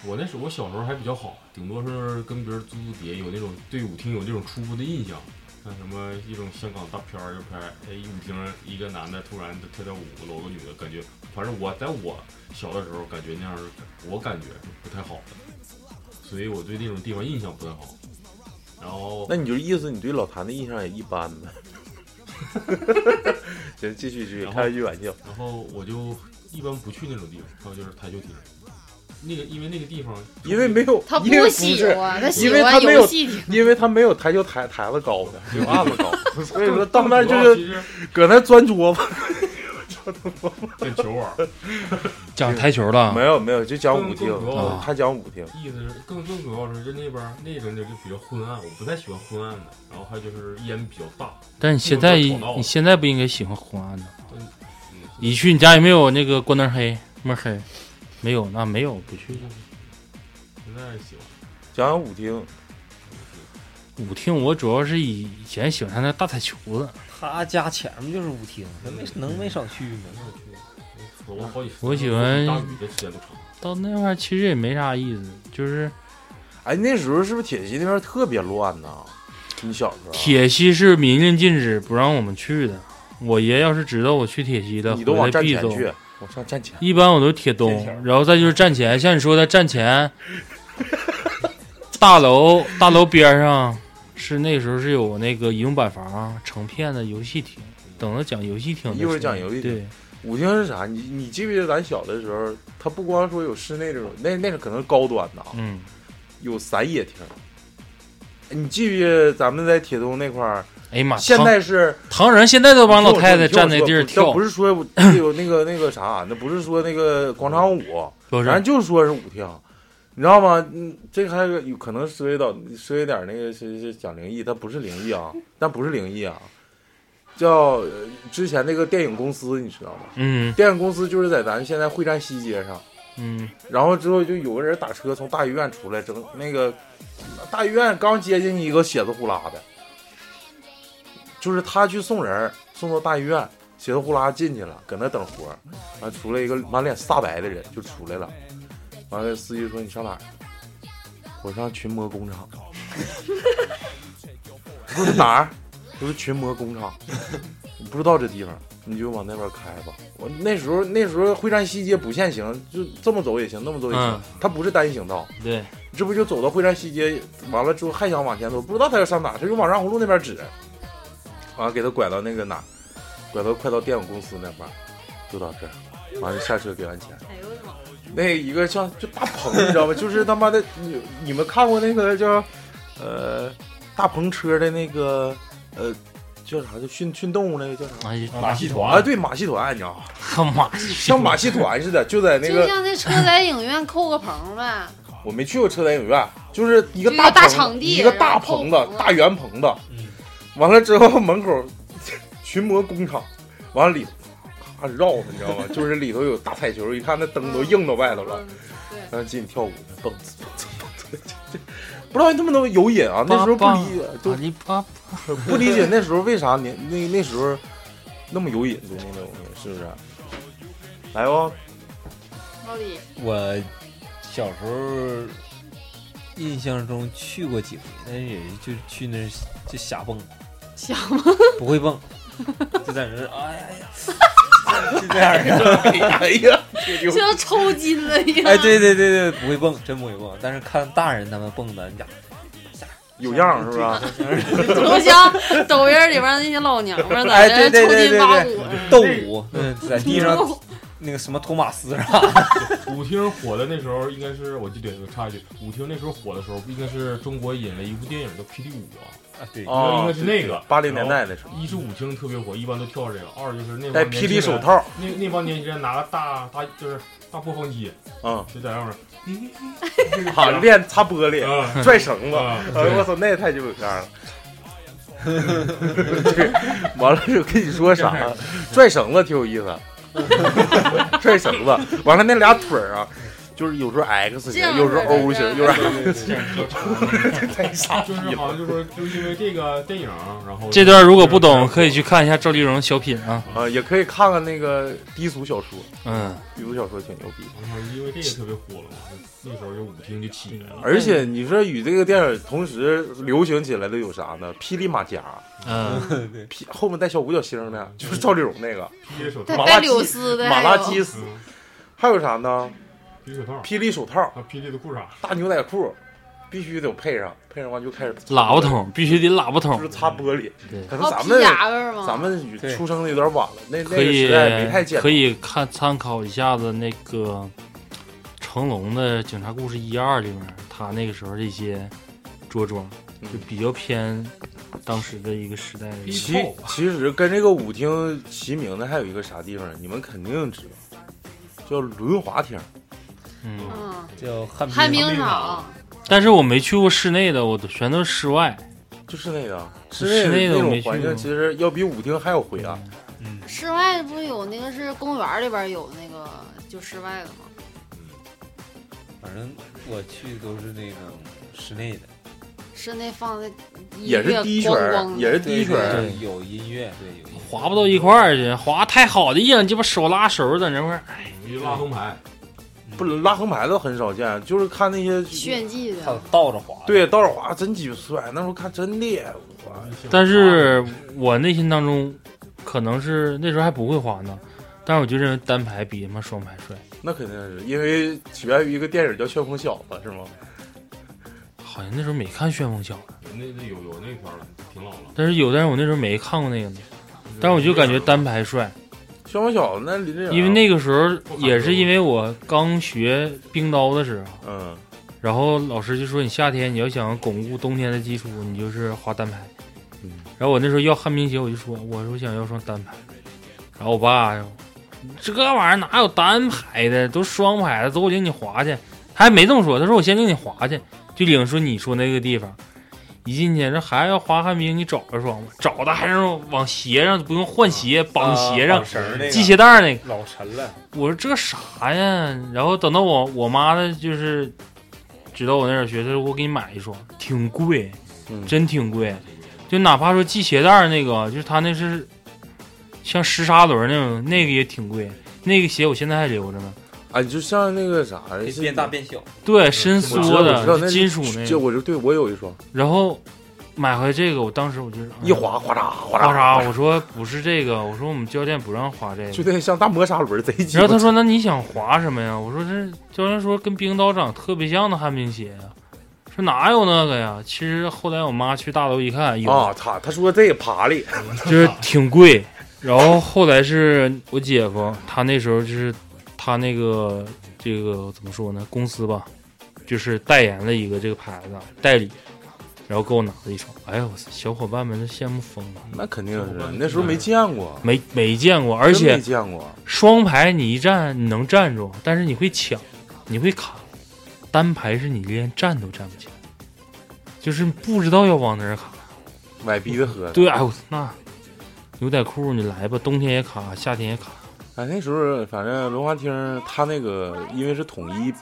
[SPEAKER 1] 我那时候我小时候还比较好，顶多是跟别人租租碟，有那种对舞厅有那种初步的印象，像什么一种香港大片儿，就拍哎一舞厅一个男的突然就跳跳舞，搂个女的，感觉反正我在我小的时候感觉那样是，我感觉是不太好的，所以我对那种地方印象不太好。然后
[SPEAKER 3] 那你就意思你对老谭的印象也一般呗。行，继续继续，
[SPEAKER 1] 然后
[SPEAKER 3] 开玩笑玩笑。
[SPEAKER 1] 然后我就一般不去那种地方，还有就是台球厅，那个因为那个地方
[SPEAKER 3] 因为没有，
[SPEAKER 5] 他
[SPEAKER 3] 因为
[SPEAKER 5] 喜
[SPEAKER 3] 是，
[SPEAKER 5] 欢，他喜
[SPEAKER 3] 因为他
[SPEAKER 5] 欢
[SPEAKER 3] 没有
[SPEAKER 5] 游戏厅。
[SPEAKER 3] 因为他没有台球台台子高的，没有案子高，所以说到那儿
[SPEAKER 1] (laughs) 主要
[SPEAKER 3] 就是
[SPEAKER 1] 其实
[SPEAKER 3] 搁那钻桌子。
[SPEAKER 1] 跟球玩儿，
[SPEAKER 3] 讲
[SPEAKER 2] 讲台球了
[SPEAKER 3] 没，有没有，就讲
[SPEAKER 1] 更
[SPEAKER 3] 舞厅嗯
[SPEAKER 1] 更主要，
[SPEAKER 3] 他讲舞厅。
[SPEAKER 1] 意思是更更主要是就那边儿那种就比较昏暗，我不太喜欢昏暗的，然后还有就是烟比较大，
[SPEAKER 2] 但你现在
[SPEAKER 1] 我就吵闹了
[SPEAKER 2] 你现在不应该喜欢昏暗的。
[SPEAKER 1] 嗯，
[SPEAKER 2] 你去你家有没有那个关灯黑摸黑？没有，那没有不去。
[SPEAKER 1] 现在喜欢
[SPEAKER 3] 讲讲舞厅，
[SPEAKER 2] 舞厅我主要是以以前喜欢上那大彩球子，
[SPEAKER 6] 他家前面就是舞厅，那没能没少去
[SPEAKER 1] 没
[SPEAKER 6] 吗？
[SPEAKER 1] 事去，我好几次
[SPEAKER 2] 我喜欢
[SPEAKER 1] 大雨的时间都长，
[SPEAKER 2] 到那块儿其实也没啥意思，就是
[SPEAKER 3] 哎，那时候是不是铁西那边特别乱呐？你小时候，
[SPEAKER 2] 铁西是明令禁止不让我们去的。我爷要是知道我去铁西的，
[SPEAKER 3] 你都往
[SPEAKER 2] 回来
[SPEAKER 3] 站
[SPEAKER 2] 必
[SPEAKER 3] 前
[SPEAKER 2] 揍。
[SPEAKER 3] 去，往上站前。
[SPEAKER 2] 一般我都是铁东，然后再就是站前，像你说的站前，大楼大楼边上是那时候是有那个移动板房成片的游戏厅，等着讲游戏厅的时候。
[SPEAKER 3] 一会儿讲游戏厅
[SPEAKER 2] 对，
[SPEAKER 3] 舞厅是啥？你你记不记得咱小的时候，它不光说有室内这种，那那是可能是高端的啊，
[SPEAKER 2] 嗯，
[SPEAKER 3] 有散野厅。你记不记得咱们在铁东那块儿，
[SPEAKER 2] 哎呀妈，
[SPEAKER 3] 现
[SPEAKER 2] 唐
[SPEAKER 3] 在是
[SPEAKER 2] 唐人现在都帮老太太站
[SPEAKER 3] 在
[SPEAKER 2] 那地儿跳
[SPEAKER 3] 不，是说有那个那个啥，那不是说那个广场舞，
[SPEAKER 2] 不
[SPEAKER 3] 咱
[SPEAKER 2] 是
[SPEAKER 3] 就说是舞厅，你知道吗？嗯，这还有有可能涉及到涉及点那个是是讲灵异，但不是灵异啊，
[SPEAKER 2] (laughs)
[SPEAKER 3] 但不是灵异啊，叫呃之前那个电影公司，你知道吗？
[SPEAKER 2] 嗯
[SPEAKER 3] 电影公司就是在咱现在会战西街上，
[SPEAKER 2] 嗯，
[SPEAKER 3] 然后之后就有个人打车从大医院出来，整那个大医院刚接进一个血子呼啦的，就是他去送人儿，送到大医院，稀里呼啦进去了，搁那等活儿，完出来一个满脸煞白的人就出来了，完了司机说你上哪儿？我上群魔工厂。 (laughs) 我说哪儿？我说群魔工厂，我不知道这地方，你就往那边开吧。我那时候那时候会山西街不限行，就这么走也行，那么走也行，
[SPEAKER 2] 嗯
[SPEAKER 3] 它不是单行道。
[SPEAKER 2] 对，
[SPEAKER 3] 这不就走到会山西街，完了之后还想往前走，不知道他要上哪儿，他就往让胡路那边指，完了给他拐到那个哪儿，拐到快到电影公司那块儿，就到这儿，完了下车给完钱。
[SPEAKER 5] 哎呦我的妈！
[SPEAKER 3] 那一个像就大棚，你知道吗？就是他妈的，你你们看过那个叫呃大篷车的那个呃叫啥？就训训动物那个叫啥？
[SPEAKER 2] 哎呀，
[SPEAKER 1] 马戏
[SPEAKER 3] 啊，
[SPEAKER 1] 团，
[SPEAKER 3] 对，马戏团，你知道吗？
[SPEAKER 2] 他妈
[SPEAKER 3] 像马戏团似的，就在那
[SPEAKER 5] 就
[SPEAKER 3] 个
[SPEAKER 5] 像那车载影院扣个棚呗，
[SPEAKER 3] 我没去过车载影院，就是一个
[SPEAKER 5] 就一个
[SPEAKER 3] 大
[SPEAKER 5] 大
[SPEAKER 3] 棚
[SPEAKER 5] 场地
[SPEAKER 3] 一个
[SPEAKER 5] 然
[SPEAKER 3] 大
[SPEAKER 5] 后啊
[SPEAKER 3] 棚
[SPEAKER 5] 后
[SPEAKER 3] 子
[SPEAKER 5] 棚，
[SPEAKER 3] 大圆棚子。完了之后门口群魔工厂，完了里咔绕的，你知道吗？就是里头有大彩球，一看那灯都映到外头了，
[SPEAKER 5] 嗯，对，
[SPEAKER 3] 然后进去跳舞，蹦子蹦子蹦子，这这不知道他们都有瘾啊。那时候不理解，
[SPEAKER 2] 阿里巴
[SPEAKER 3] 都不理解那时候为啥年那那时候那么有瘾对那东西，是不是？来哦，
[SPEAKER 5] 老李，
[SPEAKER 4] 我小时候印象中去过几回，但是也就去那儿就瞎蹦，
[SPEAKER 5] 瞎
[SPEAKER 4] 蹦不会蹦，就在那儿哎呀哎呀，就这样儿的。
[SPEAKER 3] (laughs)
[SPEAKER 4] (laughs)
[SPEAKER 3] 哎呀，
[SPEAKER 5] 就像抽筋了一样。
[SPEAKER 4] 哎，对对对对，不会蹦，真不会蹦。但是看大人他们蹦的，你呀，
[SPEAKER 3] 有样儿是
[SPEAKER 4] (laughs)
[SPEAKER 3] 吧？
[SPEAKER 5] (laughs) 就像抖音里边那些老娘们儿在
[SPEAKER 4] 哎
[SPEAKER 5] 那
[SPEAKER 4] 对对对
[SPEAKER 5] 抽筋
[SPEAKER 4] 对
[SPEAKER 5] 扒
[SPEAKER 4] 对
[SPEAKER 5] 骨，
[SPEAKER 4] 斗舞，嗯，在地上那个什么托马斯啊啥的，
[SPEAKER 1] 舞厅火的那时候应该是，我记得我插一句，舞厅那时候火的时候，应该是中国引了一部电影叫《霹雳舞》啊，
[SPEAKER 4] 对，
[SPEAKER 3] 哦
[SPEAKER 1] 应该是那个
[SPEAKER 3] 八零年代的时候，
[SPEAKER 1] 一是舞厅特别火，一般都跳这个；二就是那帮
[SPEAKER 3] 戴
[SPEAKER 1] 年
[SPEAKER 3] 霹雳
[SPEAKER 1] 轻
[SPEAKER 3] 手
[SPEAKER 1] 人，
[SPEAKER 3] 套，
[SPEAKER 1] 那那帮年轻人拿个大大就是大播放机，
[SPEAKER 3] 嗯，
[SPEAKER 1] 就在外面，
[SPEAKER 3] 好啊练擦玻璃。
[SPEAKER 1] 啊
[SPEAKER 3] 拽绳子，
[SPEAKER 1] 啊，
[SPEAKER 3] 哎呦我操，那也太久有样了。 (laughs) 对，完了就跟你说啥，拽绳子挺有意思，拽绳子，完了那俩腿儿啊，就是有时候
[SPEAKER 5] 这
[SPEAKER 3] X 型，
[SPEAKER 5] 样
[SPEAKER 3] 有时候 O
[SPEAKER 5] 式的
[SPEAKER 3] 型，有时候
[SPEAKER 1] 太傻就是好像就说，就是因为这个电影，然后
[SPEAKER 2] 这段如果不懂，可以去看一下赵丽蓉小品啊。
[SPEAKER 3] 啊，也可以看看那个低俗小说，
[SPEAKER 2] 嗯，
[SPEAKER 3] 低俗小说挺牛逼的。
[SPEAKER 1] 因为这个特别火了嘛，那时候就舞厅就起来了。
[SPEAKER 3] 而且
[SPEAKER 5] 嗯
[SPEAKER 3] 你说与这个电影同时流行起来的有啥呢？霹雳马甲，
[SPEAKER 2] 嗯，
[SPEAKER 3] 霹后面带小五角星的，就是赵丽蓉那个
[SPEAKER 1] 霹雳手
[SPEAKER 5] 带
[SPEAKER 1] (laughs) 套，
[SPEAKER 3] 马
[SPEAKER 5] 带
[SPEAKER 3] 拉基
[SPEAKER 5] 柳丝的，
[SPEAKER 3] 马拉基斯，
[SPEAKER 1] 嗯，
[SPEAKER 3] 还有啥呢？
[SPEAKER 1] 霹雳手
[SPEAKER 3] 霹雳手
[SPEAKER 1] 套，
[SPEAKER 3] 套。
[SPEAKER 1] 还有霹雳的裤啊衩，
[SPEAKER 3] 大牛仔裤必须得配上，配上完就开始
[SPEAKER 2] 喇叭，筒必须得喇叭
[SPEAKER 3] 就是
[SPEAKER 2] 筒，
[SPEAKER 3] 擦玻璃。
[SPEAKER 2] 对
[SPEAKER 3] 可
[SPEAKER 5] 还有
[SPEAKER 3] 能咱
[SPEAKER 5] 哦皮
[SPEAKER 3] 们
[SPEAKER 5] 夹克嘛，
[SPEAKER 3] 咱们与
[SPEAKER 4] 对
[SPEAKER 3] 出生的有点晚了，那那
[SPEAKER 2] 可
[SPEAKER 3] 个
[SPEAKER 2] 以
[SPEAKER 3] 时代没太见
[SPEAKER 2] 可以看参考一下子那个成龙的《警察故事一二》里面，他那个时候这些着装
[SPEAKER 3] 嗯
[SPEAKER 2] 就比较偏当时的一个时代的一个。
[SPEAKER 3] 其其实跟这个舞厅齐名的还有一个啥地方，你们肯定知道，叫轮滑厅。
[SPEAKER 2] 嗯，
[SPEAKER 5] 嗯，
[SPEAKER 4] 叫旱
[SPEAKER 5] 旱
[SPEAKER 4] 冰
[SPEAKER 5] 冰场，
[SPEAKER 2] 但是我没去过室内的，我都全都是室外。
[SPEAKER 3] 就是那个，
[SPEAKER 2] 室
[SPEAKER 3] 是
[SPEAKER 2] 内的
[SPEAKER 3] 那
[SPEAKER 2] 我
[SPEAKER 3] 种
[SPEAKER 2] 没去
[SPEAKER 3] 环
[SPEAKER 2] 过
[SPEAKER 3] 境，其实要比舞厅还要灰啊暗。
[SPEAKER 5] 室外不有那个是公园里边有那个就室外的吗？
[SPEAKER 4] 反正我去都是那个室内的，
[SPEAKER 5] 室内放的音
[SPEAKER 3] 也是
[SPEAKER 5] 乐
[SPEAKER 3] 低曲儿
[SPEAKER 5] 咣咣的
[SPEAKER 3] 也是低
[SPEAKER 4] 对
[SPEAKER 3] 曲儿
[SPEAKER 4] 对对有音乐，对，有音乐
[SPEAKER 2] 滑不到一块儿去，滑太好的硬，鸡巴手拉手在那块儿。
[SPEAKER 1] 一拉红牌，
[SPEAKER 3] 不，拉横排都很少见，就是看那些
[SPEAKER 5] 炫技
[SPEAKER 4] 他
[SPEAKER 5] 的，
[SPEAKER 4] 倒着滑，，
[SPEAKER 3] 对道尔滑真鸡巴帅，那时候看真烈，我
[SPEAKER 2] 但是我内心当中，可能是那时候还不会滑呢，但是我就认为单排比他妈双排帅，
[SPEAKER 3] 那肯定是因为起源于一个电影叫《旋风小子》，是吗？
[SPEAKER 2] 好像那时候没看《旋风小子》，
[SPEAKER 1] 那那有有那片了，挺老了。
[SPEAKER 2] 但是有，但是我那时候没看过那个呢，但是我就感觉单排帅，
[SPEAKER 3] 旋风小子那林志颖，啊
[SPEAKER 2] 因为那个时候也是因为我刚学冰刀的时候，
[SPEAKER 3] 嗯，
[SPEAKER 2] 然后老师就说你夏天你要想巩固冬天的基础，你就是滑单排。然后我那时候要旱冰鞋，我就说我说想要双单排，然后我爸这玩意儿哪有单排的，都双排的，走我领你滑去。他还没这么说，他说我先领你滑去，就领说你说那个地方。一进去，这孩子要滑旱冰，你找着双吧，找的还是往鞋上不用换系鞋，绑鞋上
[SPEAKER 4] 啊、绳儿那个
[SPEAKER 2] 系鞋带儿那个。
[SPEAKER 4] 老沉了，
[SPEAKER 2] 我说这啥呀？然后等到我我妈呢，就是知道我那点儿学，她说我给你买一双，挺贵，
[SPEAKER 3] 嗯
[SPEAKER 2] 真挺贵。就哪怕说系鞋带儿那个，就是她那是像石砂轮那种，那个也挺贵，那个鞋我现在还留着呢。
[SPEAKER 3] 啊，就像那个啥，
[SPEAKER 4] 可以
[SPEAKER 3] 是
[SPEAKER 4] 变大变小，
[SPEAKER 2] 对，伸
[SPEAKER 3] 我知道
[SPEAKER 2] 缩
[SPEAKER 3] 我知道那
[SPEAKER 2] 的，
[SPEAKER 3] 是
[SPEAKER 2] 金属那
[SPEAKER 3] 就
[SPEAKER 2] 个。
[SPEAKER 3] 我就对我有一双，
[SPEAKER 2] 然后买回来这个，我当时我就是
[SPEAKER 3] 一划哗嚓哗
[SPEAKER 2] 划
[SPEAKER 3] 嚓，
[SPEAKER 2] 啥？我说不是这个，我说我们教练不让划这
[SPEAKER 3] 就
[SPEAKER 2] 个。
[SPEAKER 3] 那像大磨砂轮儿贼鸡
[SPEAKER 2] 然后他
[SPEAKER 3] 巴长。
[SPEAKER 2] 说：“那你想划什么呀？”我说：“这教练说跟冰岛长特别像的旱冰鞋呀。”说哪有那个呀？其实后来我妈去大楼一看，有，
[SPEAKER 3] 啊，他他说这爬里，
[SPEAKER 2] (laughs) 就是挺贵。然后后来是我姐夫，他那时候就是他那个这个怎么说呢？公司吧，就是代言了一个这个牌子代理，然后给我拿了一双。哎呦，我操小伙伴们都羡慕疯了，
[SPEAKER 3] 那肯定是那时候没见过，
[SPEAKER 2] 没没见嗯过，而
[SPEAKER 3] 真
[SPEAKER 2] 且
[SPEAKER 3] 没见过。
[SPEAKER 2] 双排你一站你能站住，但是你会抢，你会卡；单排是你连站都站不起来，就是不知道要往哪儿卡。
[SPEAKER 3] 买逼的喝的。
[SPEAKER 2] 对，哎呦那牛仔裤你来吧，冬天也卡，夏天也卡。
[SPEAKER 3] 哎，那时候反正轮滑厅它那个因为是统一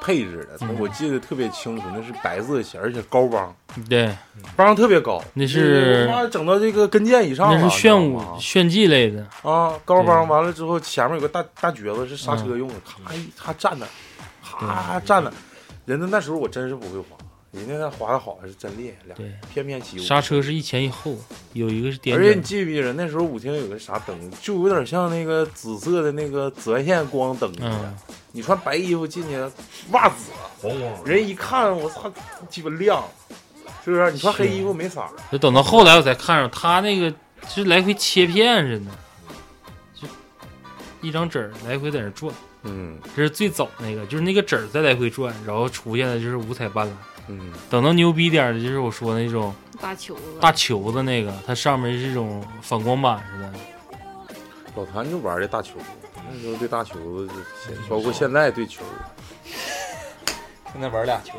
[SPEAKER 3] 配置的，
[SPEAKER 2] 嗯
[SPEAKER 3] 我记得特别清楚，那是白色鞋，而且高帮，
[SPEAKER 2] 对，
[SPEAKER 3] 帮特别高，
[SPEAKER 2] 那是
[SPEAKER 3] 他妈整到这个跟腱以上了，
[SPEAKER 2] 那是炫
[SPEAKER 3] 你
[SPEAKER 2] 舞
[SPEAKER 3] 知道吗
[SPEAKER 2] 炫技类的，
[SPEAKER 3] 啊，高帮
[SPEAKER 2] 对
[SPEAKER 3] 完了之后前面有个大大撅子是刹车用的，
[SPEAKER 2] 嗯
[SPEAKER 3] 咔一咔站那儿，咔站那儿，人家那时候我真是不会滑，人家那滑的好还是真厉害，俩
[SPEAKER 2] 对
[SPEAKER 3] 翩翩起舞。
[SPEAKER 2] 刹车是一前一后，有一个是点
[SPEAKER 3] 而且你
[SPEAKER 2] 点。
[SPEAKER 3] 记不记得那时候舞厅有个啥灯，就有点像那个紫色的那个紫外线光灯似的
[SPEAKER 2] 嗯。
[SPEAKER 3] 你穿白衣服进去，袜子，
[SPEAKER 1] 黄光
[SPEAKER 3] 人一看，我操，鸡巴亮，是不是？你穿
[SPEAKER 2] 是
[SPEAKER 3] 黑衣服没色儿。
[SPEAKER 2] 就等到后来我才看上他那个，就是来回切片似的，就一张纸儿来回在那转。
[SPEAKER 3] 嗯
[SPEAKER 2] 这是最早那个，就是那个纸儿在来回转，然后出现的就是五彩斑斓。
[SPEAKER 3] 嗯，
[SPEAKER 2] 等到牛逼点儿的，就是我说那种
[SPEAKER 5] 大球子，
[SPEAKER 2] 大球子那个，它上面是一种反光板似的。
[SPEAKER 3] 老谭就玩的大球，那时候对大球，包括现在对球，
[SPEAKER 4] 现在玩俩球，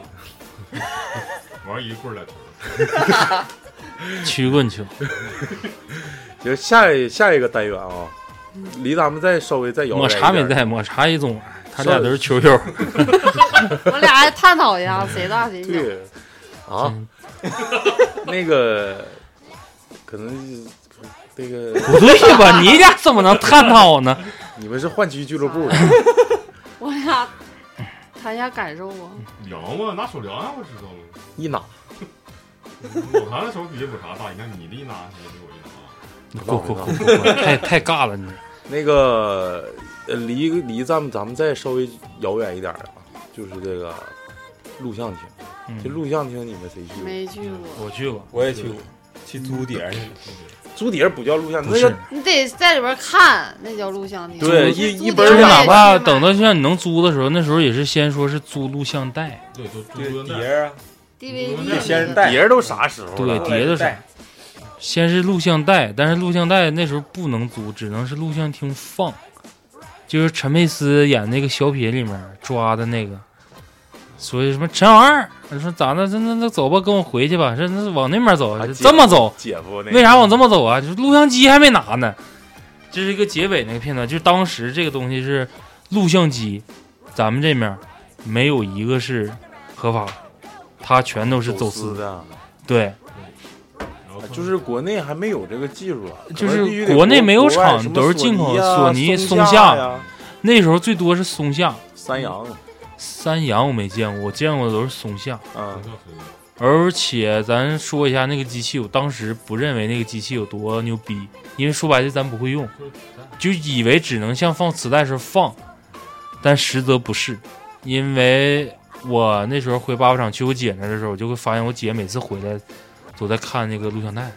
[SPEAKER 1] 玩一棍儿俩球，
[SPEAKER 2] 曲棍球，
[SPEAKER 3] 行，下一下一个单元啊，离咱们再稍微再遥
[SPEAKER 2] 抹
[SPEAKER 3] 远一
[SPEAKER 2] 茶没
[SPEAKER 3] 点
[SPEAKER 2] 在，抹茶也总玩，他俩都是球友。
[SPEAKER 5] 我俩还探讨一下谁大谁小。
[SPEAKER 3] 对啊，那个可能那个
[SPEAKER 2] 不对吧？你俩怎么能探讨呢？
[SPEAKER 3] 你们是换区俱乐部的，
[SPEAKER 5] 我俩谈一下感受吧。
[SPEAKER 1] 量啊，拿手量啊，我知道了。
[SPEAKER 3] 一拿
[SPEAKER 1] 我看的手比抹茶大，你看你的一拿起来比我一拿，
[SPEAKER 2] 滚滚滚滚滚！太太尬了你。
[SPEAKER 3] 那个呃离离咱们咱们再稍微遥远一点的啊，就是这个录像厅。这
[SPEAKER 2] 嗯，
[SPEAKER 3] 录像厅你们谁去过？
[SPEAKER 5] 没去过，
[SPEAKER 2] 我去过，
[SPEAKER 4] 我也去过，去租
[SPEAKER 1] (laughs)
[SPEAKER 4] 碟儿去了，
[SPEAKER 3] 租碟儿不叫录像，
[SPEAKER 2] 不
[SPEAKER 3] 那
[SPEAKER 2] 是
[SPEAKER 3] 叫，
[SPEAKER 5] 你得在里边看，那叫录像厅。
[SPEAKER 3] 对
[SPEAKER 5] 租租
[SPEAKER 3] 一一
[SPEAKER 5] 碟
[SPEAKER 3] 本
[SPEAKER 5] 儿
[SPEAKER 2] 就是
[SPEAKER 5] 也
[SPEAKER 2] 哪
[SPEAKER 5] 得
[SPEAKER 2] 怕
[SPEAKER 5] 买
[SPEAKER 2] 等到像你能租的时候，那时候也是先说是租录像带，
[SPEAKER 1] 对，就就
[SPEAKER 4] 对
[SPEAKER 1] 就
[SPEAKER 4] 碟
[SPEAKER 1] 那
[SPEAKER 4] 儿啊，
[SPEAKER 5] DVD，
[SPEAKER 1] 得
[SPEAKER 4] 先是
[SPEAKER 5] 带
[SPEAKER 4] 带
[SPEAKER 3] 碟儿都啥时候
[SPEAKER 2] 对
[SPEAKER 3] 了？
[SPEAKER 2] 碟子上
[SPEAKER 4] 带，
[SPEAKER 2] 先是录像带，但是录像带那时候不能租，只能是录像厅放。就是陈佩斯演那个小品里面抓的那个，所以什么陈老二，说咋的？那那那走吧，跟我回去吧。这那往那边走，
[SPEAKER 3] 啊
[SPEAKER 2] 这么走，
[SPEAKER 3] 姐夫那个
[SPEAKER 2] 为啥往这么走啊？就是录像机还没拿呢。这是一个结尾那个片段，就是当时这个东西是录像机，咱们这面儿没有一个是合法的，它全都是走
[SPEAKER 3] 走
[SPEAKER 2] 私。啊
[SPEAKER 3] 的？
[SPEAKER 2] 对，
[SPEAKER 1] 然后看
[SPEAKER 3] 就是国内还没有这个技术啊，
[SPEAKER 2] 就
[SPEAKER 3] 可
[SPEAKER 2] 是
[SPEAKER 3] 能必须得
[SPEAKER 2] 国内没有
[SPEAKER 3] 国外
[SPEAKER 2] 厂
[SPEAKER 3] 什么
[SPEAKER 2] 都是进口
[SPEAKER 3] 呀
[SPEAKER 2] 索尼
[SPEAKER 3] 松
[SPEAKER 2] 松
[SPEAKER 3] 下
[SPEAKER 2] 下
[SPEAKER 3] 呀、
[SPEAKER 2] 那时候最多是松下、
[SPEAKER 3] 三洋
[SPEAKER 2] 三洋，我没见过，我见过的都是松下。
[SPEAKER 3] 啊
[SPEAKER 1] 不，像谁的
[SPEAKER 2] 而且咱说一下那个机器，我当时不认为那个机器有多牛逼，因为说白了咱不会用，就以为只能像放磁带时候放，但实则不是，因为我那时候回八宝厂去我姐那儿的时候，我就会发现我姐每次回来都在看那个录像带。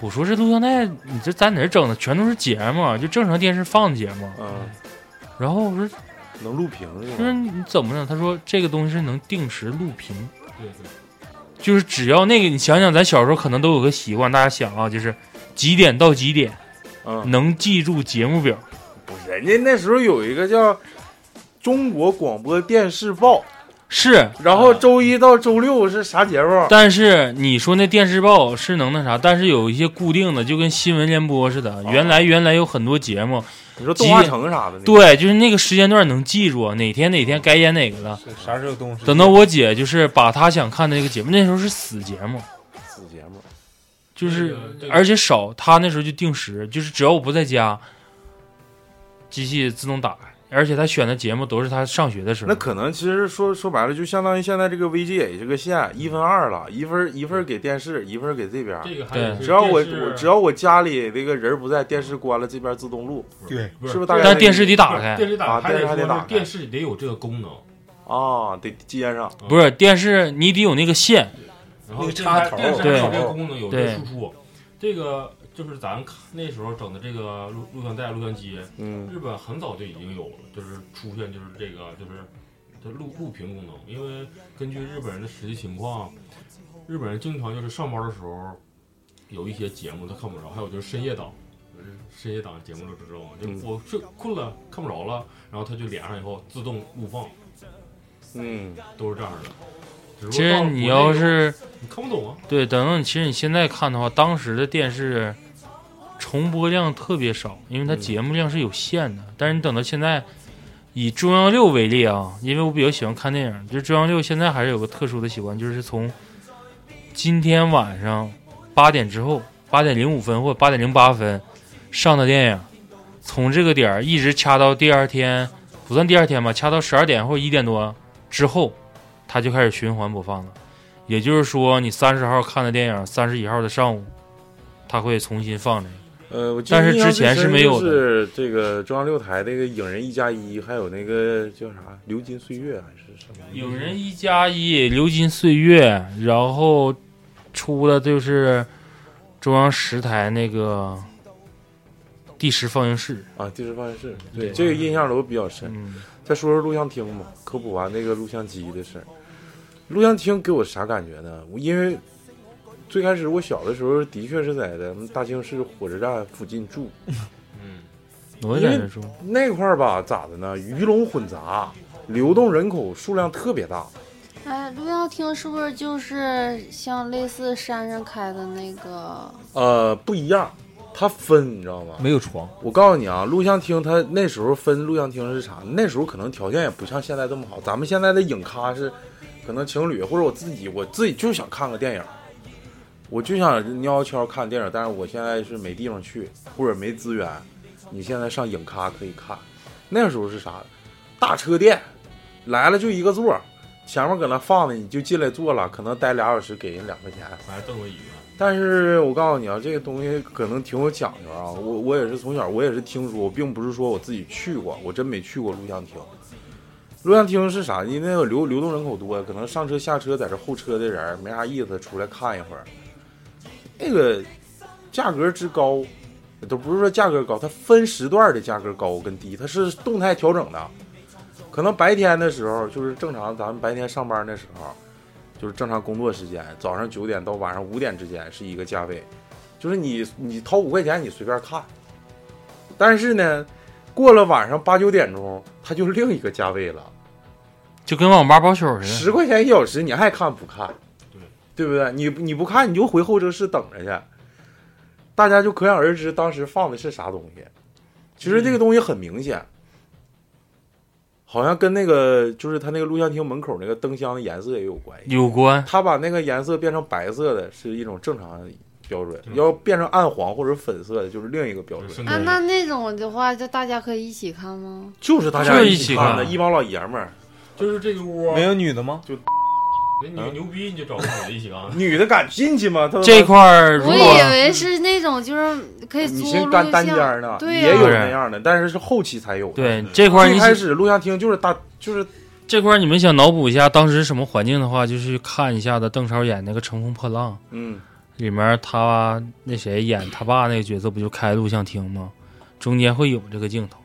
[SPEAKER 2] 我说这录像带你这在哪儿整的？全都是节目啊，就正常电视放的节目。啊
[SPEAKER 3] 嗯，
[SPEAKER 2] 然后我说，
[SPEAKER 3] 能录屏
[SPEAKER 2] 我
[SPEAKER 3] 是
[SPEAKER 2] 说
[SPEAKER 3] 吧？
[SPEAKER 2] 你怎么了？他说这个东西是能定时录屏。
[SPEAKER 1] 对对，
[SPEAKER 2] 就是只要那个，你想想，咱小时候可能都有个习惯，大家想啊，就是几点到几点
[SPEAKER 3] 嗯，
[SPEAKER 2] 能记住节目表。
[SPEAKER 3] 不是人家那时候有一个叫《中国广播电视报》，
[SPEAKER 2] 是，
[SPEAKER 3] 然后周一到周六是啥节目？
[SPEAKER 2] 但是你说那电视报是能那啥，但是有一些固定的，就跟新闻联播似的。原来原来有很多节目，
[SPEAKER 3] 你说动画城啥的，，
[SPEAKER 2] 对，就是那个时间段能记住啊哪天哪天该演哪个了。
[SPEAKER 4] 是啥时候有东西？
[SPEAKER 2] 等到我姐就是把她想看的那个节目，那时候是死节目，
[SPEAKER 3] 死节目，
[SPEAKER 2] 就是
[SPEAKER 1] 那个对
[SPEAKER 2] 而且少，他那时候就定时，就是只要我不在家，机器自动打开，而且他选的节目都是他上学的时候。
[SPEAKER 3] 那可能其实说说白了，就相当于现在这个 VGA 这个线一分二了，一分一分给电视，一分给这边。
[SPEAKER 1] 这个还
[SPEAKER 2] 对
[SPEAKER 1] 得是
[SPEAKER 3] 只要我
[SPEAKER 1] 电视
[SPEAKER 3] 我只要我家里那个人不在，电视关了，这边自动录，
[SPEAKER 6] 对，
[SPEAKER 1] 不
[SPEAKER 3] 是
[SPEAKER 1] 是
[SPEAKER 3] 不是大概
[SPEAKER 2] 但电视得打
[SPEAKER 1] 不是
[SPEAKER 2] 开，
[SPEAKER 1] 电视打
[SPEAKER 3] 啊
[SPEAKER 1] 开，还
[SPEAKER 3] 电视还得
[SPEAKER 1] 得
[SPEAKER 3] 打开
[SPEAKER 1] 说是电视得有这个功能，
[SPEAKER 3] 啊，得接上。
[SPEAKER 2] 不是电视，你得有那个线。
[SPEAKER 1] 然后
[SPEAKER 6] 那个
[SPEAKER 1] 这
[SPEAKER 6] 插
[SPEAKER 1] 台
[SPEAKER 6] 头
[SPEAKER 1] 电视还
[SPEAKER 2] 对
[SPEAKER 1] 有这个功能，有这
[SPEAKER 2] 对
[SPEAKER 1] 个输出。这个就是咱看那时候整的这个录录像带、录像机，
[SPEAKER 3] 嗯，
[SPEAKER 1] 日本很早就已经有了，就是出现就是这个就是它录录屏功能，因为根据日本人的实际情况，日本人经常就是上班的时候有一些节目他看不着，还有就是深夜档，就是深夜档节目都知道吗？
[SPEAKER 3] 嗯
[SPEAKER 1] 就是我睡困了看不着了，然后他就连上以后自动录放，
[SPEAKER 3] 嗯，
[SPEAKER 1] 都是这样的。只
[SPEAKER 2] 其
[SPEAKER 1] 不过
[SPEAKER 2] 实
[SPEAKER 1] 到了
[SPEAKER 2] 你
[SPEAKER 1] 国内
[SPEAKER 2] 要是
[SPEAKER 1] 你看不懂啊，
[SPEAKER 2] 对，等等，其实你现在看的话，当时的电视重播量特别少，因为它节目量是有限的。但是你等到现在，以中央六为例啊，因为我比较喜欢看电影，就是中央六现在还是有个特殊的习惯，就是从今天晚上八点之后，八点零五分或八点零八分上的电影，从这个点儿一直掐到第二天，不算第二天吧，掐到十二点或者一点多之后，它就开始循环播放了。也就是说，你三十号看的电影，三十一号的上午，它会重新放着。
[SPEAKER 3] 呃，我记
[SPEAKER 2] 但
[SPEAKER 3] 得
[SPEAKER 2] 是
[SPEAKER 3] 印象
[SPEAKER 2] 之前
[SPEAKER 3] 最
[SPEAKER 2] 是
[SPEAKER 3] 深
[SPEAKER 2] 没有
[SPEAKER 3] 就
[SPEAKER 2] 的
[SPEAKER 3] 是这个中央六台那个影人一加一，还有那个叫啥《流金岁月》还是什么？
[SPEAKER 2] 有人一加一，流金岁月，然后出的就是中央十台那个第十放映室。
[SPEAKER 3] 啊，第十放映室。
[SPEAKER 2] 对
[SPEAKER 3] 这个印象我比较深。
[SPEAKER 2] 嗯，
[SPEAKER 3] 再说说录像厅吧，科普完那个录像机的事儿。录像厅给我啥感觉呢？我因为最开始我小的时候的确是在咱们大庆市火车站附近住，
[SPEAKER 1] 嗯，
[SPEAKER 2] 我也在这说，
[SPEAKER 3] 那块儿吧咋的呢？鱼龙混杂，流动人口数量特别大。
[SPEAKER 5] 哎，录像厅是不是就是像类似山上开的那个？
[SPEAKER 3] 呃，不一样，它分你知道吗？
[SPEAKER 4] 没有床，
[SPEAKER 3] 我告诉你啊，录像厅它那时候分录像厅是啥？那时候可能条件也不像现在这么好。咱们现在的影咖是，可能情侣或者我自己，我自己就想看个电影，我就想悄悄悄看电影，但是我现在是没地方去，或者没资源。你现在上影咖可以看，那时候是啥？大车店来了就一个座儿，前面搁那放着，你就进来坐了，可能待俩小时给人两块钱。
[SPEAKER 1] 反正瞪我一眼。
[SPEAKER 3] 但是我告诉你啊，这个东西可能挺有讲究啊。我我也是从小我也是听说，我并不是说我自己去过，我真没去过录像厅。录像厅是啥？因为有流流动人口多，可能上车下车在这候车的人儿没啥意思，出来看一会儿。那个价格之高，呃都不是说价格高，它分时段的价格高跟低，它是动态调整的。可能白天的时候就是正常，咱们白天上班的时候，就是正常工作时间，早上九点到晚上五点之间是一个价位，就是你你掏五块钱你随便看，但是呢，过了晚上八九点钟，它就是另一个价位了，
[SPEAKER 2] 就跟网吧包宿似
[SPEAKER 3] 十
[SPEAKER 2] 的。
[SPEAKER 3] 块钱一小时，你爱看不看？
[SPEAKER 1] 对
[SPEAKER 3] 对不对？你你不看你就回候车室等着去，大家就可想而知当时放的是啥东西。其实这个东西很明显，好像跟那个就是他那个录像厅门口那个灯箱的颜色也有关系。
[SPEAKER 2] 有关，
[SPEAKER 3] 他把那个颜色变成白色的是一种正常标准，
[SPEAKER 1] 嗯
[SPEAKER 3] 要变成暗黄或者粉色的就是另一个标准。
[SPEAKER 1] 深
[SPEAKER 5] 啊，
[SPEAKER 1] 圳
[SPEAKER 5] 那那种的话，就大家可以一起看吗？
[SPEAKER 3] 就是大
[SPEAKER 2] 就
[SPEAKER 3] 家
[SPEAKER 2] 是一
[SPEAKER 3] 起
[SPEAKER 2] 起
[SPEAKER 3] 看的，
[SPEAKER 2] 看
[SPEAKER 3] 一帮老爷们儿，。
[SPEAKER 1] 就是这个屋，
[SPEAKER 4] 没有女的吗？
[SPEAKER 1] 那女牛逼你就找个女的一起啊
[SPEAKER 3] 女的敢进去吗？他
[SPEAKER 2] 这块儿如
[SPEAKER 5] 我
[SPEAKER 2] 果
[SPEAKER 5] 以为是那种就是可以
[SPEAKER 3] 你
[SPEAKER 5] 租
[SPEAKER 3] 先
[SPEAKER 5] 录
[SPEAKER 3] 干单间
[SPEAKER 5] 像，
[SPEAKER 3] 儿呢，
[SPEAKER 5] 对呀啊
[SPEAKER 3] 也有那样的，但是是后期才有的。
[SPEAKER 2] 对这块儿
[SPEAKER 3] 最
[SPEAKER 2] 你
[SPEAKER 3] 开始录像厅就是大，就是
[SPEAKER 2] 这块儿你们想脑补一下当时什么环境的话，就去看一下子邓超演那个《乘风破浪》。
[SPEAKER 3] 嗯，
[SPEAKER 2] 里面他那谁演他爸那个角色不就开录像厅吗？中间会有这个镜头。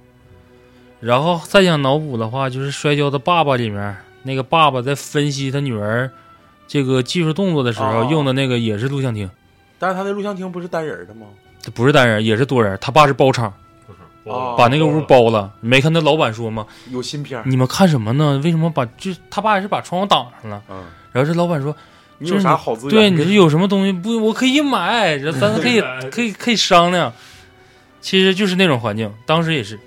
[SPEAKER 2] 然后再想脑补的话，就是《摔跤的爸爸》里面那个爸爸在分析他女儿这个技术动作的时候
[SPEAKER 3] 哦
[SPEAKER 2] 用的那个也是录像厅，
[SPEAKER 3] 但是他那录像厅不是单人儿的吗？
[SPEAKER 2] 这不是单人也是多人，他爸是包场，
[SPEAKER 1] 不是，
[SPEAKER 3] 哦
[SPEAKER 2] 把那个屋包了。你没看他老板说吗？
[SPEAKER 3] 有新片儿，
[SPEAKER 2] 你们看什么呢？为什么把这他爸也是把窗户挡上了？
[SPEAKER 3] 嗯，
[SPEAKER 2] 然后这老板说
[SPEAKER 3] 你有啥好资：“源？
[SPEAKER 2] 对，你是有什么东西不？我可以买，然后咱可以可以可以商量。其实就是那种环境，当时也是，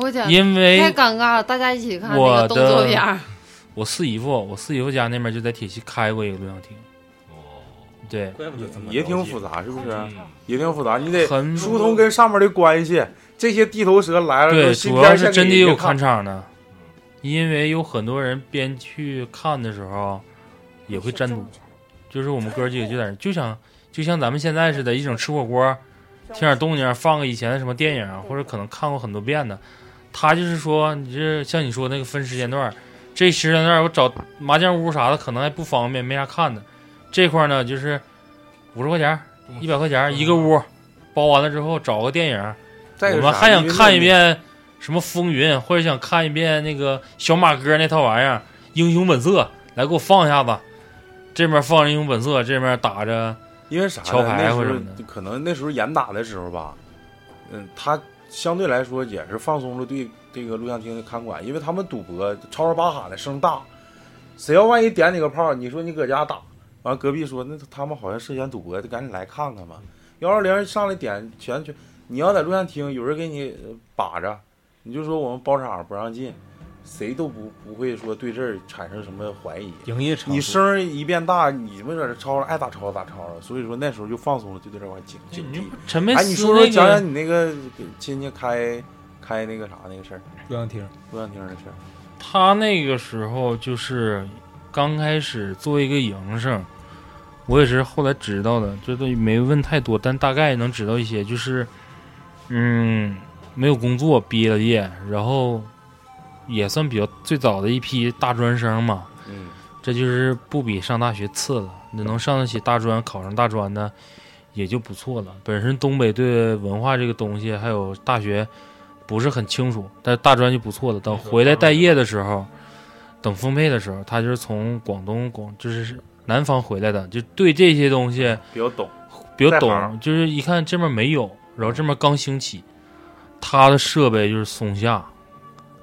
[SPEAKER 5] 我天，
[SPEAKER 2] 因
[SPEAKER 5] 太
[SPEAKER 2] 为
[SPEAKER 5] 尴尬了，大家一起看那
[SPEAKER 2] 我
[SPEAKER 5] 个动作
[SPEAKER 2] 的
[SPEAKER 5] 片儿。
[SPEAKER 2] 我四姨夫，我四姨夫家那边就在铁西开过一个录像厅，
[SPEAKER 1] 哦，
[SPEAKER 2] 对，
[SPEAKER 6] 怪不得这么
[SPEAKER 3] 也
[SPEAKER 6] 了
[SPEAKER 3] 挺
[SPEAKER 6] 解
[SPEAKER 3] 复杂，是不是？
[SPEAKER 1] 嗯，
[SPEAKER 3] 也挺复杂，你得
[SPEAKER 2] 很
[SPEAKER 3] 疏通跟上面的关系。这些地头蛇来了，
[SPEAKER 2] 对，
[SPEAKER 3] 都新
[SPEAKER 2] 主
[SPEAKER 3] 片
[SPEAKER 2] 要
[SPEAKER 3] 儿
[SPEAKER 2] 是
[SPEAKER 3] 先
[SPEAKER 2] 真的
[SPEAKER 3] 给人
[SPEAKER 2] 有
[SPEAKER 3] 家看
[SPEAKER 2] 看场的，因为有很多人边去看的时候也会占赌，就是我们哥几个就在那儿就想就像咱们现在似的，一整吃火锅，听点动静，放个以前的什么电影啊，或者可能看过很多遍的。他就是说，你这像你说那个分时间段儿，这时间段儿我找麻将屋啥的可能还不方便，没啥看的。这块儿呢，就是五十块钱儿、一百块钱儿一个屋，包完了之后找个电影，
[SPEAKER 3] 再一
[SPEAKER 2] 我
[SPEAKER 3] 个
[SPEAKER 2] 们
[SPEAKER 3] 啥
[SPEAKER 2] 还想看一，
[SPEAKER 3] 因为
[SPEAKER 2] 遍什么《风云》，或者想看一遍那个小马哥那套玩意儿《英雄本色》，来给我放一下子。这面放《英雄本色》，这面打着
[SPEAKER 3] 那因为啥呢？
[SPEAKER 2] 桥牌
[SPEAKER 3] 那时
[SPEAKER 2] 或者
[SPEAKER 3] 候
[SPEAKER 2] 什么的
[SPEAKER 3] 可能那时候严打的时候吧，嗯，他相对来说也是放松了对这个录像厅的看管，因为他们赌博吵吵巴喊的声大，谁要万一点你个炮，你说你搁家打，完隔壁说那他们好像涉嫌赌博，赶紧来看看吧。幺二零上来点全全，你要在录像厅有人给你呃把着，你就说我们包场不让进，谁都不不会说对这儿产生什么怀疑。
[SPEAKER 6] 营业场
[SPEAKER 3] 你
[SPEAKER 6] 所
[SPEAKER 3] 声儿一变大，你们在这吵吵，爱咋吵咋吵了。所以说那时候就放松了，就对这块警警惕。
[SPEAKER 2] 陈佩
[SPEAKER 3] 哎，
[SPEAKER 2] 斯
[SPEAKER 3] 你
[SPEAKER 2] 那
[SPEAKER 3] 说说
[SPEAKER 2] 个，
[SPEAKER 3] 讲讲你那个给亲戚开开那个啥那个事儿，
[SPEAKER 4] 录像厅，
[SPEAKER 3] 录像厅的事儿。
[SPEAKER 2] 他那个时候就是刚开始做一个营生，我也是后来知道的，这都没问太多，但大概能知道一些，就是嗯，没有工作憋了憋，然后也算比较最早的一批大专生嘛，
[SPEAKER 3] 嗯，
[SPEAKER 2] 这就是不比上大学次了。你能上得起大专，考上大专呢，也就不错了。本身东北对文化这个东西，还有大学不是很清楚，但大专就不错了。等回来待业的时候，等丰沛的时候，他就是从广东广就是南方回来的，就对这些东西
[SPEAKER 3] 比较懂。
[SPEAKER 2] 比较
[SPEAKER 3] 在
[SPEAKER 2] 懂
[SPEAKER 3] 行，
[SPEAKER 2] 就是一看这面没有，然后这面刚兴起，它的设备就是松下，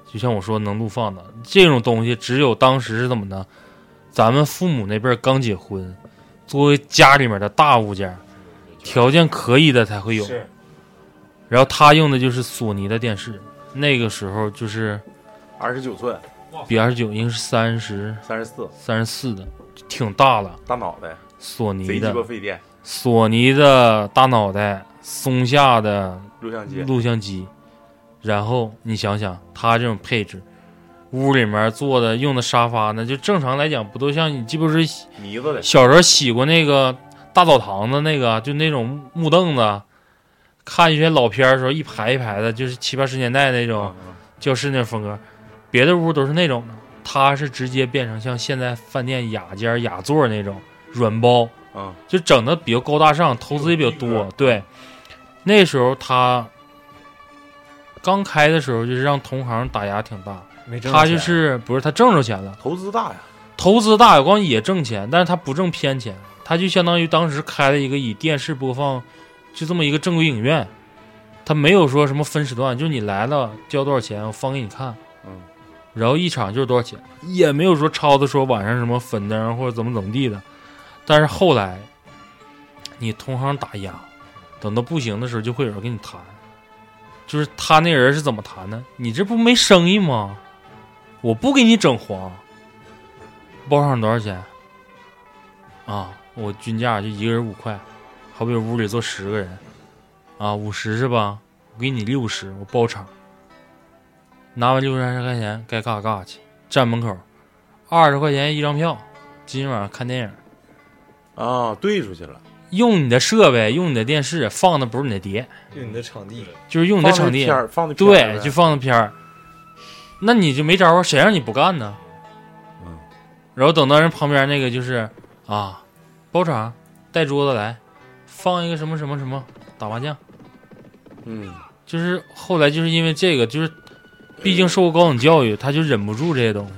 [SPEAKER 2] 就像我说能录放的这种东西，只有当时是怎么呢？咱们父母那辈儿刚结婚，作为家里面的大物件，条件可以的才会有。然后他用的就是索尼的电视，那个时候就是
[SPEAKER 3] 二十九寸，
[SPEAKER 2] 比二十九应是三十
[SPEAKER 3] 三十四，
[SPEAKER 2] 三十四的，挺大了。
[SPEAKER 3] 大脑袋，
[SPEAKER 2] 索尼
[SPEAKER 3] 贼鸡巴
[SPEAKER 2] 的
[SPEAKER 3] 费电，
[SPEAKER 2] 索尼的大脑袋，松下的
[SPEAKER 3] 录像机。
[SPEAKER 2] 录像机，然后你想想它这种配置，屋里面坐的用的沙发呢，就正常来讲不都像你记不是
[SPEAKER 3] 泥子的，
[SPEAKER 2] 小时候洗过那个大澡堂子那个，就那种木凳子，看一些老片儿的时候一排一排的，就是七八十年代那种
[SPEAKER 3] 嗯
[SPEAKER 2] 教室那种风格，别的屋都是那种的，它是直接变成像现在饭店雅间雅座那种软包，
[SPEAKER 3] 嗯，
[SPEAKER 2] 就整的比较高大上，投资也比较多。对，那时候他刚开的时候，就是让同行打压挺大。
[SPEAKER 4] 没挣着
[SPEAKER 2] 他就
[SPEAKER 4] 钱
[SPEAKER 2] 是不是他挣着钱了，
[SPEAKER 3] 投资大呀，
[SPEAKER 2] 投资大有光也挣钱，但是他不挣偏钱，他就相当于当时开了一个以电视播放就这么一个正规影院，他没有说什么分时段，就是你来了交多少钱，我放给你看，
[SPEAKER 3] 嗯，
[SPEAKER 2] 然后一场就是多少钱，也没有说超的说晚上什么粉灯或者怎么怎么地的，但是后来你同行打压，等到不行的时候就会有人跟你谈，就是他那人是怎么谈呢？你这不没生意吗？我不给你整黄。包场多少钱？啊，我均价就一个人五块，好比屋里坐十个人，啊，五十是吧？我给你六十，我包场。拿完六十三十块钱，该干啥干啥去，站门口，二十块钱一张票，今天晚上看电影，
[SPEAKER 3] 啊，兑出去了，
[SPEAKER 2] 用你的设备，用你的电视，放的不是你的碟，
[SPEAKER 4] 就你的场地，
[SPEAKER 2] 就是用你
[SPEAKER 3] 放
[SPEAKER 2] 的
[SPEAKER 3] 的
[SPEAKER 2] 场地，啊
[SPEAKER 3] 片儿放的片儿
[SPEAKER 2] 对，
[SPEAKER 3] 呗
[SPEAKER 2] 就放的片儿。那你就没招啊，谁让你不干呢？
[SPEAKER 3] 嗯。
[SPEAKER 2] 然后等到人旁边那个就是啊，包场带桌子来，放一个什么什么什么打麻将，
[SPEAKER 3] 嗯，
[SPEAKER 2] 就是后来就是因为这个，就是毕竟受过高等教育，他就忍不住这些东西，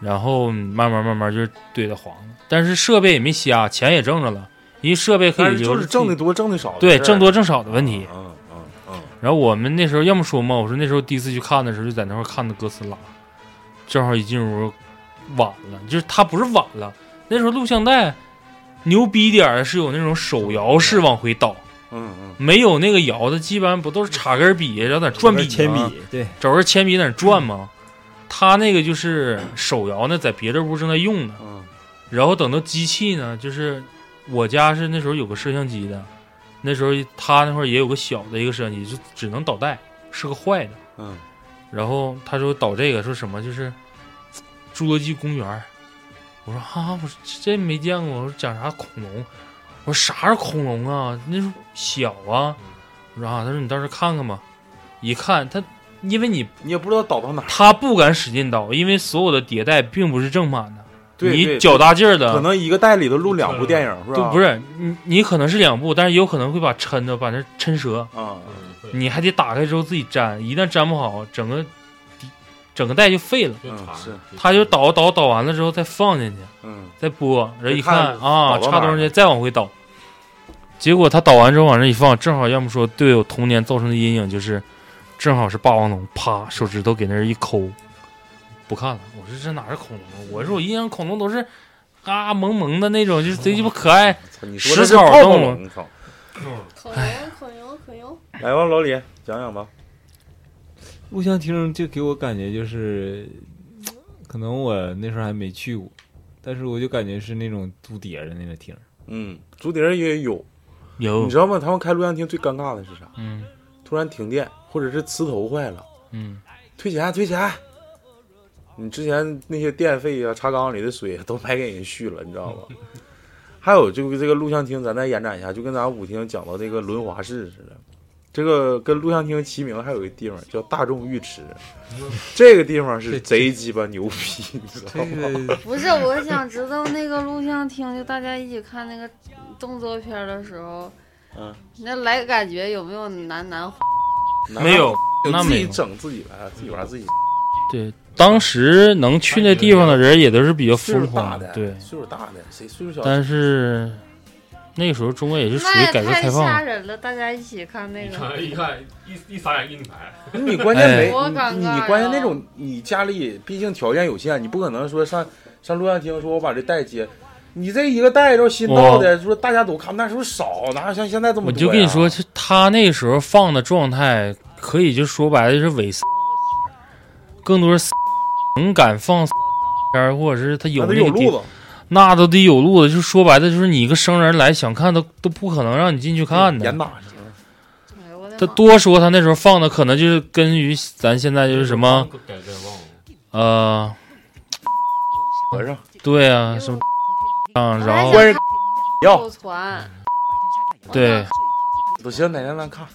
[SPEAKER 2] 然后慢慢慢慢就堆的黄了。但是设备也没瞎，钱也挣着了，因为设备可
[SPEAKER 3] 但
[SPEAKER 2] 以
[SPEAKER 3] 是
[SPEAKER 2] 留
[SPEAKER 3] 就
[SPEAKER 2] 着
[SPEAKER 3] 是
[SPEAKER 2] 自己
[SPEAKER 3] 挣的多挣的少的
[SPEAKER 2] 对
[SPEAKER 3] 事儿
[SPEAKER 2] 挣多挣少的问题。
[SPEAKER 3] 嗯嗯嗯
[SPEAKER 2] 然后我们那时候要么说嘛，我说那时候第一次去看的时候就在那块儿看的哥斯拉，正好一进屋晚了，就是它不是晚了，那时候录像带牛逼点儿的是有那种手摇式往回倒，
[SPEAKER 3] 嗯嗯，
[SPEAKER 2] 没有那个摇的，基本上不都是插根笔，然后在那转笔、
[SPEAKER 4] 铅，笔，对，
[SPEAKER 2] 找根铅笔在那转吗？他那个就是手摇呢，在别的屋正在用呢，
[SPEAKER 3] 嗯
[SPEAKER 2] 然后等到机器呢，就是我家是那时候有个摄像机的，那时候他那块儿也有个小的一个摄像机，就只能导带，是个坏的。
[SPEAKER 3] 嗯，
[SPEAKER 2] 然后他说导这个说什么就是《侏罗纪公园》，我说啊，我说这没见过，我说讲啥恐龙？我说啥是恐龙啊？那时候小啊，我
[SPEAKER 3] 嗯
[SPEAKER 2] 说啊，他说你到时候看看吧。一看他，因为你
[SPEAKER 3] 你也不知道倒到哪儿，
[SPEAKER 2] 他不敢使劲导，因为所有的迭代并不是正版的，
[SPEAKER 3] 对
[SPEAKER 2] 你
[SPEAKER 3] 对
[SPEAKER 2] 较大劲儿的
[SPEAKER 3] 可能一个袋里头录两部电影是
[SPEAKER 2] 呃都
[SPEAKER 3] 吧？
[SPEAKER 2] 不是你，你可能是两步，但是有可能会把抻着，把那抻折，
[SPEAKER 3] 啊，
[SPEAKER 1] 嗯，会
[SPEAKER 2] 你还得打开之后自己粘，一旦粘不好，整个整个带就废了。
[SPEAKER 1] 就查
[SPEAKER 3] 嗯是
[SPEAKER 2] 他就倒倒倒完了之后再放进去，
[SPEAKER 3] 嗯，
[SPEAKER 2] 再拨，然后一
[SPEAKER 3] 看
[SPEAKER 2] 啊，
[SPEAKER 3] 倒到
[SPEAKER 2] 差
[SPEAKER 3] 哪
[SPEAKER 2] 多
[SPEAKER 3] 儿
[SPEAKER 2] 少时
[SPEAKER 3] 了
[SPEAKER 2] 间再往回倒，结果他倒完之后往那一放，正好要么说对我童年造成的阴影就是，正好是霸王龙，啪手指头给那儿一抠，不看了。我说这哪是恐龙啊？我说我印象恐龙都是啊萌萌的那种，就是贼鸡巴可爱。
[SPEAKER 3] 操你说的是
[SPEAKER 2] 食草
[SPEAKER 3] 泡泡
[SPEAKER 2] 动物
[SPEAKER 3] 龙操
[SPEAKER 5] 恐龙，恐龙，恐龙，
[SPEAKER 3] 来吧，老李讲讲吧，
[SPEAKER 4] 录像厅就给我感觉就是，可能我那时候还没去过，但是我就感觉是那种租碟的那个厅。
[SPEAKER 3] 嗯，竹笛儿也 (laughs) 有，
[SPEAKER 2] 有
[SPEAKER 3] 你知道吗？他们开录像厅最尴尬的是啥？
[SPEAKER 2] 嗯
[SPEAKER 3] 突然停电，或者是磁头坏了，
[SPEAKER 2] 嗯，
[SPEAKER 3] 退钱退钱。你之前那些电费啊、茶缸里的水啊都白给人续了，你知道
[SPEAKER 2] (laughs)
[SPEAKER 3] 吗？还有就是这个录像厅，咱再延展一下，就跟咱舞厅讲到这个轮滑室似的。这个跟录像厅齐名，还有一个地方叫大众浴池，这个地方是贼鸡巴牛逼，你知道
[SPEAKER 4] 这
[SPEAKER 3] 吗？
[SPEAKER 4] 个
[SPEAKER 5] (laughs) 不是，我想知道那个录像厅，就大家一起看那个动作片儿的时候，
[SPEAKER 3] 嗯，
[SPEAKER 5] 那来感觉有没有男男
[SPEAKER 2] 没有，那
[SPEAKER 3] 自
[SPEAKER 2] 没
[SPEAKER 3] 己
[SPEAKER 2] 有。
[SPEAKER 3] 整自己来，自己玩自己，
[SPEAKER 2] 对，当时能去那地方的人也都是比较
[SPEAKER 3] 岁数
[SPEAKER 2] 疯
[SPEAKER 3] 大
[SPEAKER 2] 狂的
[SPEAKER 3] 的，，
[SPEAKER 2] 对。
[SPEAKER 3] 岁数大的谁岁数小？
[SPEAKER 2] 但是那个时候中国也是属
[SPEAKER 5] 那
[SPEAKER 2] 于
[SPEAKER 5] 也
[SPEAKER 2] 改革
[SPEAKER 5] 太
[SPEAKER 2] 开
[SPEAKER 5] 吓
[SPEAKER 2] 放，
[SPEAKER 5] 人了，大家一起看哎那
[SPEAKER 1] 一
[SPEAKER 5] 个。
[SPEAKER 1] 看一看一一撒眼给你排，
[SPEAKER 3] 你关键没、
[SPEAKER 5] 哎多尴尬
[SPEAKER 3] 你你
[SPEAKER 5] 呀
[SPEAKER 3] 关键那种你家里毕竟条件有限，你不可能说上上录像厅说我把这带接，你这一个带着新到的说大家都看，那时候少，哪有像现在这么啊
[SPEAKER 2] 我
[SPEAKER 3] 多呀
[SPEAKER 2] 就跟你说，就他那时候放的状态，可以就说白了就是伪，更多是能敢放片儿，或者是他有
[SPEAKER 3] 那得
[SPEAKER 2] 那个
[SPEAKER 3] 有路
[SPEAKER 2] 地，
[SPEAKER 3] 子，
[SPEAKER 2] 那都得有路子。就说白了，就是你一个生人来想看都都不可能让你进去看的
[SPEAKER 3] 严。打是吧
[SPEAKER 5] 哎呦我的
[SPEAKER 2] 他
[SPEAKER 5] 妈！
[SPEAKER 2] 多说他那时候放的可能就是跟于咱现在就是什么
[SPEAKER 1] 改革开放了，
[SPEAKER 2] 呃，
[SPEAKER 3] 和尚
[SPEAKER 2] 对啊，什么啊，
[SPEAKER 5] 我
[SPEAKER 2] 然
[SPEAKER 5] 还
[SPEAKER 2] 后
[SPEAKER 3] 关
[SPEAKER 5] 想哎
[SPEAKER 3] 人
[SPEAKER 5] 看
[SPEAKER 3] 要
[SPEAKER 5] 肉团，
[SPEAKER 2] 对，
[SPEAKER 3] 都行，哪天咱看。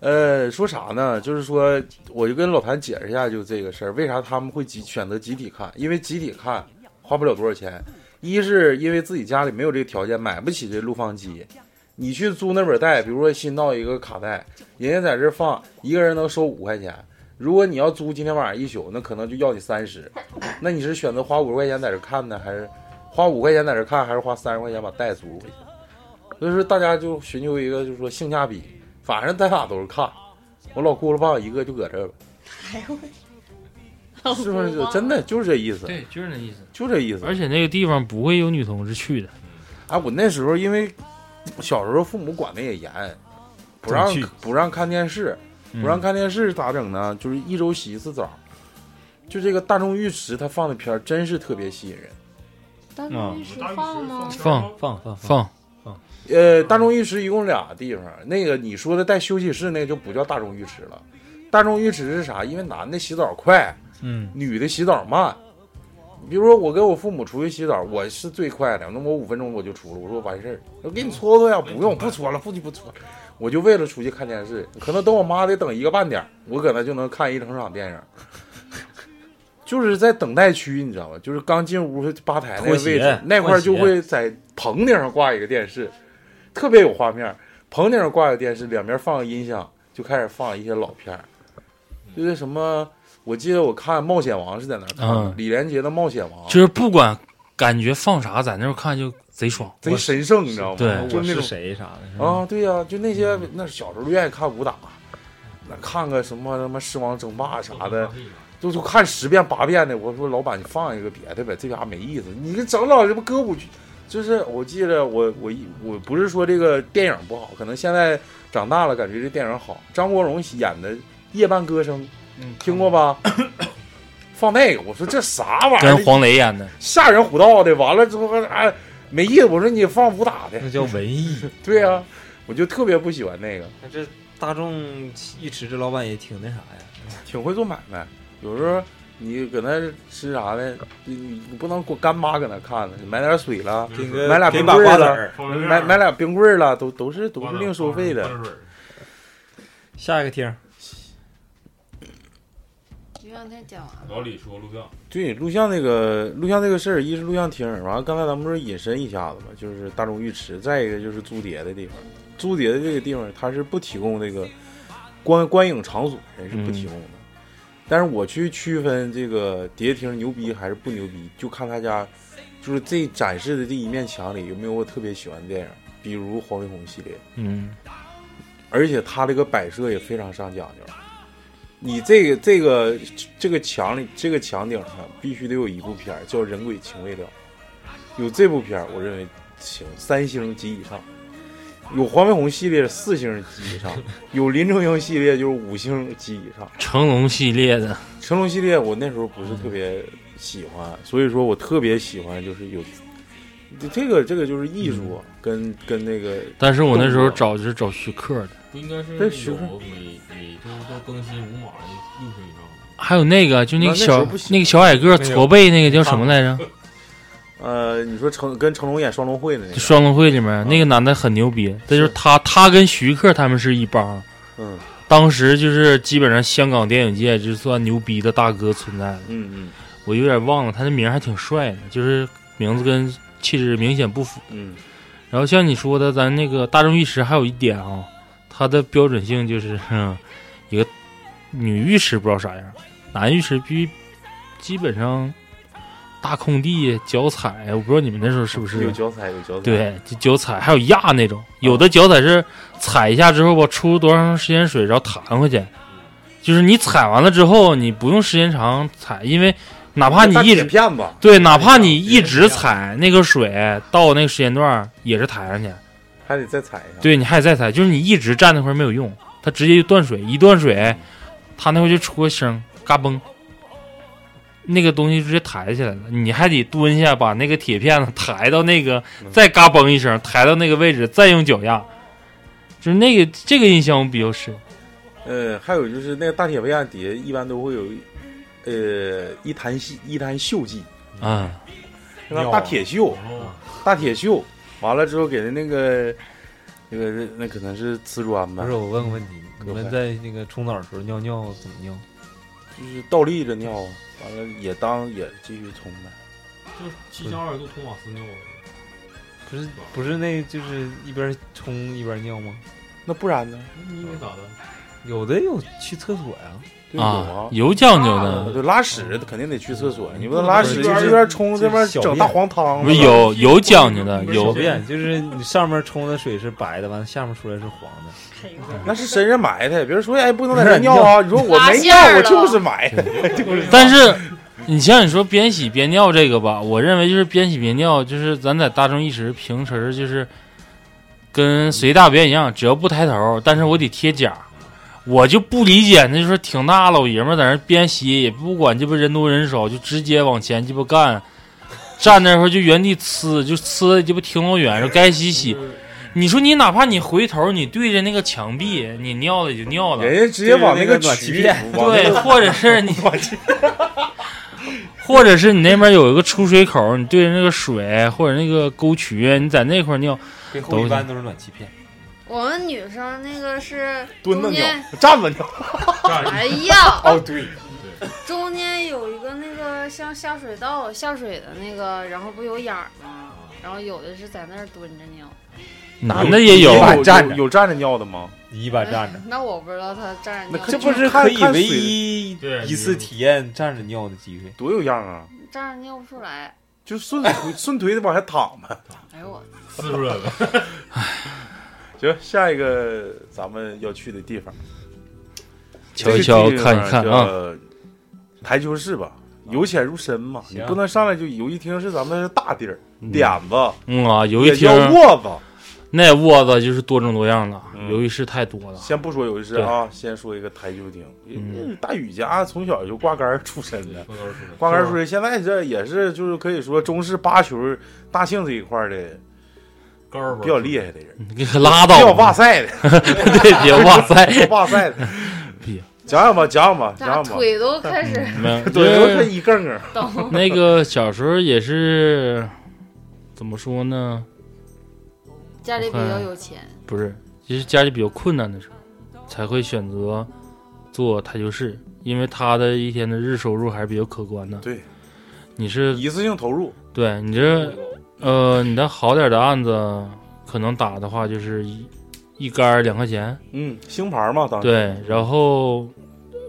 [SPEAKER 3] 呃，说啥呢？就是说，我就跟老谭解释一下，就这个事儿，为啥他们会集选择集体看？因为集体看花不了多少钱，一是因为自己家里没有这个条件，买不起这录放机。你去租那本带，比如说新到一个卡带，人家在这儿放，一个人能收五块钱。如果你要租今天晚上一宿，那可能就要你三十。那你是选择花五十块钱在这儿看呢，还是花五块钱在这儿看，还是花三十块钱把带租回去？所以说大家就寻求一个就是说性价比，反正在哪都是看。我老轱辘棒一个就搁这儿了，是不是就？真的就是这意思，
[SPEAKER 2] 对，就是那意思。
[SPEAKER 3] 就这意思。
[SPEAKER 2] 而且那个地方不会有女同志去的，
[SPEAKER 3] 哎，我那时候因为小时候父母管的也严，不让
[SPEAKER 4] 去
[SPEAKER 3] 不让看电视，不让看电视咋整呢？就是一周洗一次澡。就这个大众浴池，他放的片儿真是特别吸引人。
[SPEAKER 5] 当
[SPEAKER 2] 嗯
[SPEAKER 5] 时浴室放吗？
[SPEAKER 2] 放
[SPEAKER 4] (laughs) 放放
[SPEAKER 2] 放
[SPEAKER 3] 呃，大众浴池一共俩地方，那个你说的带休息室那个就不叫大众浴池了。大众浴池是啥？因为男的洗澡快，
[SPEAKER 4] 嗯，
[SPEAKER 3] 女的洗澡慢。比如说我跟我父母出去洗澡，我是最快的，那我五分钟我就出了，我说完事儿，我给你搓搓呀，不用不搓了，不不搓了，我就为了出去看电视，可能等我妈得等一个半点儿，我搁那就能看一整场电影。 (laughs) 就是在等待区，你知道吧？就是刚进屋吧台那个位
[SPEAKER 4] 拖
[SPEAKER 3] 置
[SPEAKER 4] 鞋，
[SPEAKER 3] 那块儿就
[SPEAKER 4] 换鞋
[SPEAKER 3] 会在棚顶上挂一个电视，特别有画面儿。棚顶上挂个电视，两边放个音响，就开始放一些老片儿，就是什么，我记得我看《冒险王》是在哪儿看的，
[SPEAKER 2] 嗯
[SPEAKER 3] 李连杰的《冒险王》
[SPEAKER 2] 就是不管感觉放啥，在那儿看就贼爽。
[SPEAKER 3] 贼神圣，你知道吗？
[SPEAKER 2] 对
[SPEAKER 3] 就
[SPEAKER 4] 我
[SPEAKER 3] 那
[SPEAKER 4] 是
[SPEAKER 3] 种
[SPEAKER 4] 谁啥的，是吧？
[SPEAKER 3] 啊，对呀、就那些那小时候愿意看武打，那看个什么什么《狮王争霸》啥的，就就看十遍八遍的。我说老板，你放一个别的呗，这家没意思。你给整老什么歌舞剧，就是我记得我我一我不是说这个电影不好，可能现在长大了感觉这电影好。张国荣演的《夜半歌声》，
[SPEAKER 2] 嗯，
[SPEAKER 3] 听过吧？ (coughs) 放那个，我说这啥玩意儿？
[SPEAKER 2] 跟黄磊演的，
[SPEAKER 3] 吓人唬道的，完了之后还哎没意思。我说你放武打的，
[SPEAKER 4] 那叫文艺。
[SPEAKER 3] 对呀、我就特别不喜欢那个，
[SPEAKER 6] 那这大众浴池这老板也挺那啥呀？
[SPEAKER 3] 挺会做买卖。有时候你搁那吃啥的，你你不能给我干妈搁那看呢，买点水了，
[SPEAKER 1] 就
[SPEAKER 6] 给
[SPEAKER 1] 是
[SPEAKER 6] 个
[SPEAKER 3] 买俩
[SPEAKER 6] 嗯给
[SPEAKER 3] 冰
[SPEAKER 6] 把
[SPEAKER 3] 棍
[SPEAKER 6] 瓜
[SPEAKER 3] 儿
[SPEAKER 6] 子
[SPEAKER 3] 了，
[SPEAKER 6] 儿。
[SPEAKER 1] 放
[SPEAKER 3] 买买俩冰棍儿了，都都是都是另收费的。
[SPEAKER 1] 的。
[SPEAKER 6] 下一个厅，
[SPEAKER 5] 就让他讲完了。
[SPEAKER 1] 老李说录像，
[SPEAKER 3] 对，录像那个录像这个事儿，一是录像厅儿，完了刚才咱们不是引申一下子嘛，就是大众浴池，再一个就是租碟的地方，租碟的这个地方它是不提供这个观观影场所，人是不提供的。但是我去区分这个碟厅牛逼还是不牛逼，就看他家就是这展示的这一面墙里有没有我特别喜欢的电影，比如黄飞鸿系列，
[SPEAKER 6] 嗯，
[SPEAKER 3] 而且它这个摆设也非常上讲究。你这个这个这个墙里这个墙顶上必须得有一部片儿叫《人鬼情未了》，有这部片儿，我认为行三星及以上，有黄飞鸿系列四星及以上，有林正英系列就是五星及以上。
[SPEAKER 2] 成龙系列的，
[SPEAKER 3] 成龙系列我那时候不是特别喜欢，所以说我特别喜欢就是有这个这个就是艺术啊跟跟那个
[SPEAKER 2] 但是我那时候找就是找徐克的，
[SPEAKER 1] 不应该是
[SPEAKER 3] 这徐
[SPEAKER 1] 有
[SPEAKER 3] 克
[SPEAKER 1] 每每周都更新五码的六十以上的。
[SPEAKER 2] 还有那个就那个
[SPEAKER 3] 那啊那时候
[SPEAKER 2] 小
[SPEAKER 3] 不行啊
[SPEAKER 2] 那个小矮个
[SPEAKER 6] 个
[SPEAKER 2] 驼背那个叫什么来着？
[SPEAKER 3] 呃，你说成跟成龙演双龙会的那
[SPEAKER 2] 就
[SPEAKER 3] 个，
[SPEAKER 2] 双龙会里面那个男的很牛逼，这就是他，他跟徐克他们是一帮。
[SPEAKER 3] 嗯
[SPEAKER 2] 当时就是基本上香港电影界就算牛逼的大哥存在了，
[SPEAKER 3] 嗯嗯
[SPEAKER 2] 我有点忘了，他的名儿还挺帅的，就是名字跟气质明显不符。
[SPEAKER 3] 嗯，
[SPEAKER 2] 然后像你说的，咱那个大众浴池还有一点啊，它的标准性就是， (laughs) 嗯、一个女浴池不知道啥样，男浴池必须基本上大空地、脚踩，我不知道你们那时候是不
[SPEAKER 3] 有
[SPEAKER 2] 是？
[SPEAKER 3] 脚踩有脚踩，
[SPEAKER 2] 对，就脚踩，还有压那种，有的脚踩是踩一下之后吧，出多长时间水，然后弹回去，就是你踩完了之后，你不用时间长踩，因为哪怕你
[SPEAKER 3] 大
[SPEAKER 2] 一
[SPEAKER 3] 铁
[SPEAKER 2] 直
[SPEAKER 3] 片吧，
[SPEAKER 2] 对，哪怕你一直踩那个水到那个时间段儿也是抬上去，
[SPEAKER 3] 还得再踩一下。
[SPEAKER 2] 对你还得再踩，就是你一直站那块儿没有用，它直接就断水，一断水，它那块儿就出个声，嘎嘣，那个东西直接抬起来了，你还得蹲下把那个铁片子抬到那个，
[SPEAKER 3] 嗯
[SPEAKER 2] 再嘎嘣一声，抬到那个位置，再用脚压，就是那个这个印象我比较深，
[SPEAKER 3] 呃，还有就是那个大铁片底下一般都会有，呃，一滩戏一滩锈迹，
[SPEAKER 2] 啊、
[SPEAKER 3] 那大铁锈，
[SPEAKER 1] 哦，
[SPEAKER 3] 大铁锈，完了之后给的那个，那个那可能是瓷砖吧
[SPEAKER 4] 不是，我问个问题，你
[SPEAKER 3] 快
[SPEAKER 4] 们在那个冲澡的时候尿尿怎么尿？
[SPEAKER 3] 就是倒立着尿啊，完了也当也继续冲呗。
[SPEAKER 1] 就是七千二百度托马斯尿了。
[SPEAKER 4] 不是不是那就是一边冲一边尿吗？
[SPEAKER 3] 那不然呢？
[SPEAKER 1] 那你以为咋的？
[SPEAKER 4] 有的有去厕所呀，
[SPEAKER 3] 对有
[SPEAKER 2] 啊
[SPEAKER 3] 啊，，
[SPEAKER 2] 有讲究的。
[SPEAKER 3] 对，拉屎肯定得去厕所，你不能
[SPEAKER 4] 不
[SPEAKER 3] 拉
[SPEAKER 4] 是
[SPEAKER 3] 屎
[SPEAKER 4] 就
[SPEAKER 3] 就是这边冲这边
[SPEAKER 4] 小
[SPEAKER 3] 整
[SPEAKER 4] 便
[SPEAKER 3] 大黄汤
[SPEAKER 2] 不
[SPEAKER 3] 子
[SPEAKER 2] 是
[SPEAKER 3] 了。
[SPEAKER 2] 有有讲究的，有
[SPEAKER 4] 小便就是你上面冲的水是白的，完了下面出来是黄的。
[SPEAKER 3] 那是身上埋汰，别人说哎不能在这尿啊，你说我
[SPEAKER 5] 拉
[SPEAKER 3] 没
[SPEAKER 5] 线
[SPEAKER 3] 尿，
[SPEAKER 5] 儿
[SPEAKER 3] 我
[SPEAKER 5] 了
[SPEAKER 3] 就是埋汰。
[SPEAKER 2] 但是你像你说边洗边尿这个吧，我认为就是边洗边尿，就是咱在大众意识平时就是跟随大便一样，只要不抬头，但是我得贴脚。我就不理解，那就是挺大老爷们儿在那边洗，也不管鸡巴人多人少，就直接往前鸡巴干，站那块儿就原地呲，就呲的鸡巴挺老远，说该洗洗。你说你哪怕你回头，你对着那个墙壁，你尿了也就尿了，
[SPEAKER 3] 人家直接往那个
[SPEAKER 4] 就是那个暖气
[SPEAKER 3] 渠，
[SPEAKER 4] 片
[SPEAKER 3] 往那
[SPEAKER 2] 对，
[SPEAKER 3] 个
[SPEAKER 2] 或者是你， (laughs) 或者是你那边有一个出水口，你对着那个水或者那个沟渠，你在那块儿尿，
[SPEAKER 6] 背
[SPEAKER 2] 都
[SPEAKER 6] 后一
[SPEAKER 2] 是
[SPEAKER 6] 般都是暖气片。
[SPEAKER 5] 我们女生那个是
[SPEAKER 3] 蹲着
[SPEAKER 5] 中
[SPEAKER 3] 尿
[SPEAKER 5] 间，
[SPEAKER 3] 站着尿。
[SPEAKER 1] 站着
[SPEAKER 5] 哎呀，
[SPEAKER 3] 哦，对，
[SPEAKER 5] 中间有一个那个像下水道下水的那个，然后不有眼儿吗？然后有的是在那儿蹲着尿。
[SPEAKER 2] 男的也有
[SPEAKER 3] 有，
[SPEAKER 6] 有站着
[SPEAKER 3] 有站着尿的吗？
[SPEAKER 6] 你一般站着，
[SPEAKER 5] 哎那我不知道他站着尿，
[SPEAKER 3] 那
[SPEAKER 6] 这
[SPEAKER 3] 就
[SPEAKER 6] 不
[SPEAKER 3] 是
[SPEAKER 6] 是
[SPEAKER 3] 看
[SPEAKER 6] 可以
[SPEAKER 3] 看
[SPEAKER 6] 唯
[SPEAKER 3] 水
[SPEAKER 6] 一
[SPEAKER 1] 对
[SPEAKER 6] 一次体验站着尿的机会？
[SPEAKER 3] 多有样啊！
[SPEAKER 5] 站着尿不出来。
[SPEAKER 3] 就顺腿顺腿的往下躺呗。
[SPEAKER 5] 哎呦我，
[SPEAKER 1] 四十来了，
[SPEAKER 3] 行，下一个咱们要去的地方，
[SPEAKER 2] 瞧一瞧
[SPEAKER 3] 这个地方
[SPEAKER 2] 看一看啊。
[SPEAKER 3] 叫台球室吧，由浅入深嘛，你
[SPEAKER 6] 行
[SPEAKER 3] 不能上来就游戏厅是咱们大地儿，点子
[SPEAKER 2] 嗯啊，游
[SPEAKER 3] 也
[SPEAKER 2] 戏厅
[SPEAKER 3] 叫窝子，
[SPEAKER 2] 那窝子就是多种多样的，
[SPEAKER 3] 嗯
[SPEAKER 2] 由于是太多了。
[SPEAKER 3] 先不说有一事
[SPEAKER 2] 对
[SPEAKER 3] 啊，先说一个台球厅。
[SPEAKER 2] 嗯
[SPEAKER 3] 大宇家从小就挂杆儿出身的，
[SPEAKER 1] 高高出身
[SPEAKER 3] 挂杆儿出身，现在这也是就是可以说中式八球儿、大庆这一块儿的
[SPEAKER 1] 高二
[SPEAKER 3] 比较厉害的人，
[SPEAKER 2] 你可拉
[SPEAKER 3] 比
[SPEAKER 2] 倒
[SPEAKER 3] 较
[SPEAKER 2] 吧，
[SPEAKER 3] 哇塞
[SPEAKER 2] (laughs)
[SPEAKER 3] 的，
[SPEAKER 2] 对，别哇
[SPEAKER 3] (laughs)
[SPEAKER 2] 塞，
[SPEAKER 3] 哇塞的
[SPEAKER 2] 屁。
[SPEAKER 3] 讲讲吧，讲讲吧，
[SPEAKER 5] 咋
[SPEAKER 3] 讲讲吧。
[SPEAKER 5] 腿都开始
[SPEAKER 2] 没有，
[SPEAKER 3] 对，都是一杠杠。
[SPEAKER 5] 抖？
[SPEAKER 2] 那个小时候也是怎么说呢？
[SPEAKER 5] 家里比较有钱，
[SPEAKER 2] 不是，其实家里比较困难的时候，才会选择做台球室，因为他的一天的日收入还是比较可观的。
[SPEAKER 3] 对，
[SPEAKER 2] 你是
[SPEAKER 3] 一次性投入，
[SPEAKER 2] 对你这呃，你的好点的案子可能打的话就是一一杆儿两块钱，
[SPEAKER 3] 嗯，星牌嘛，当时
[SPEAKER 2] 对，然后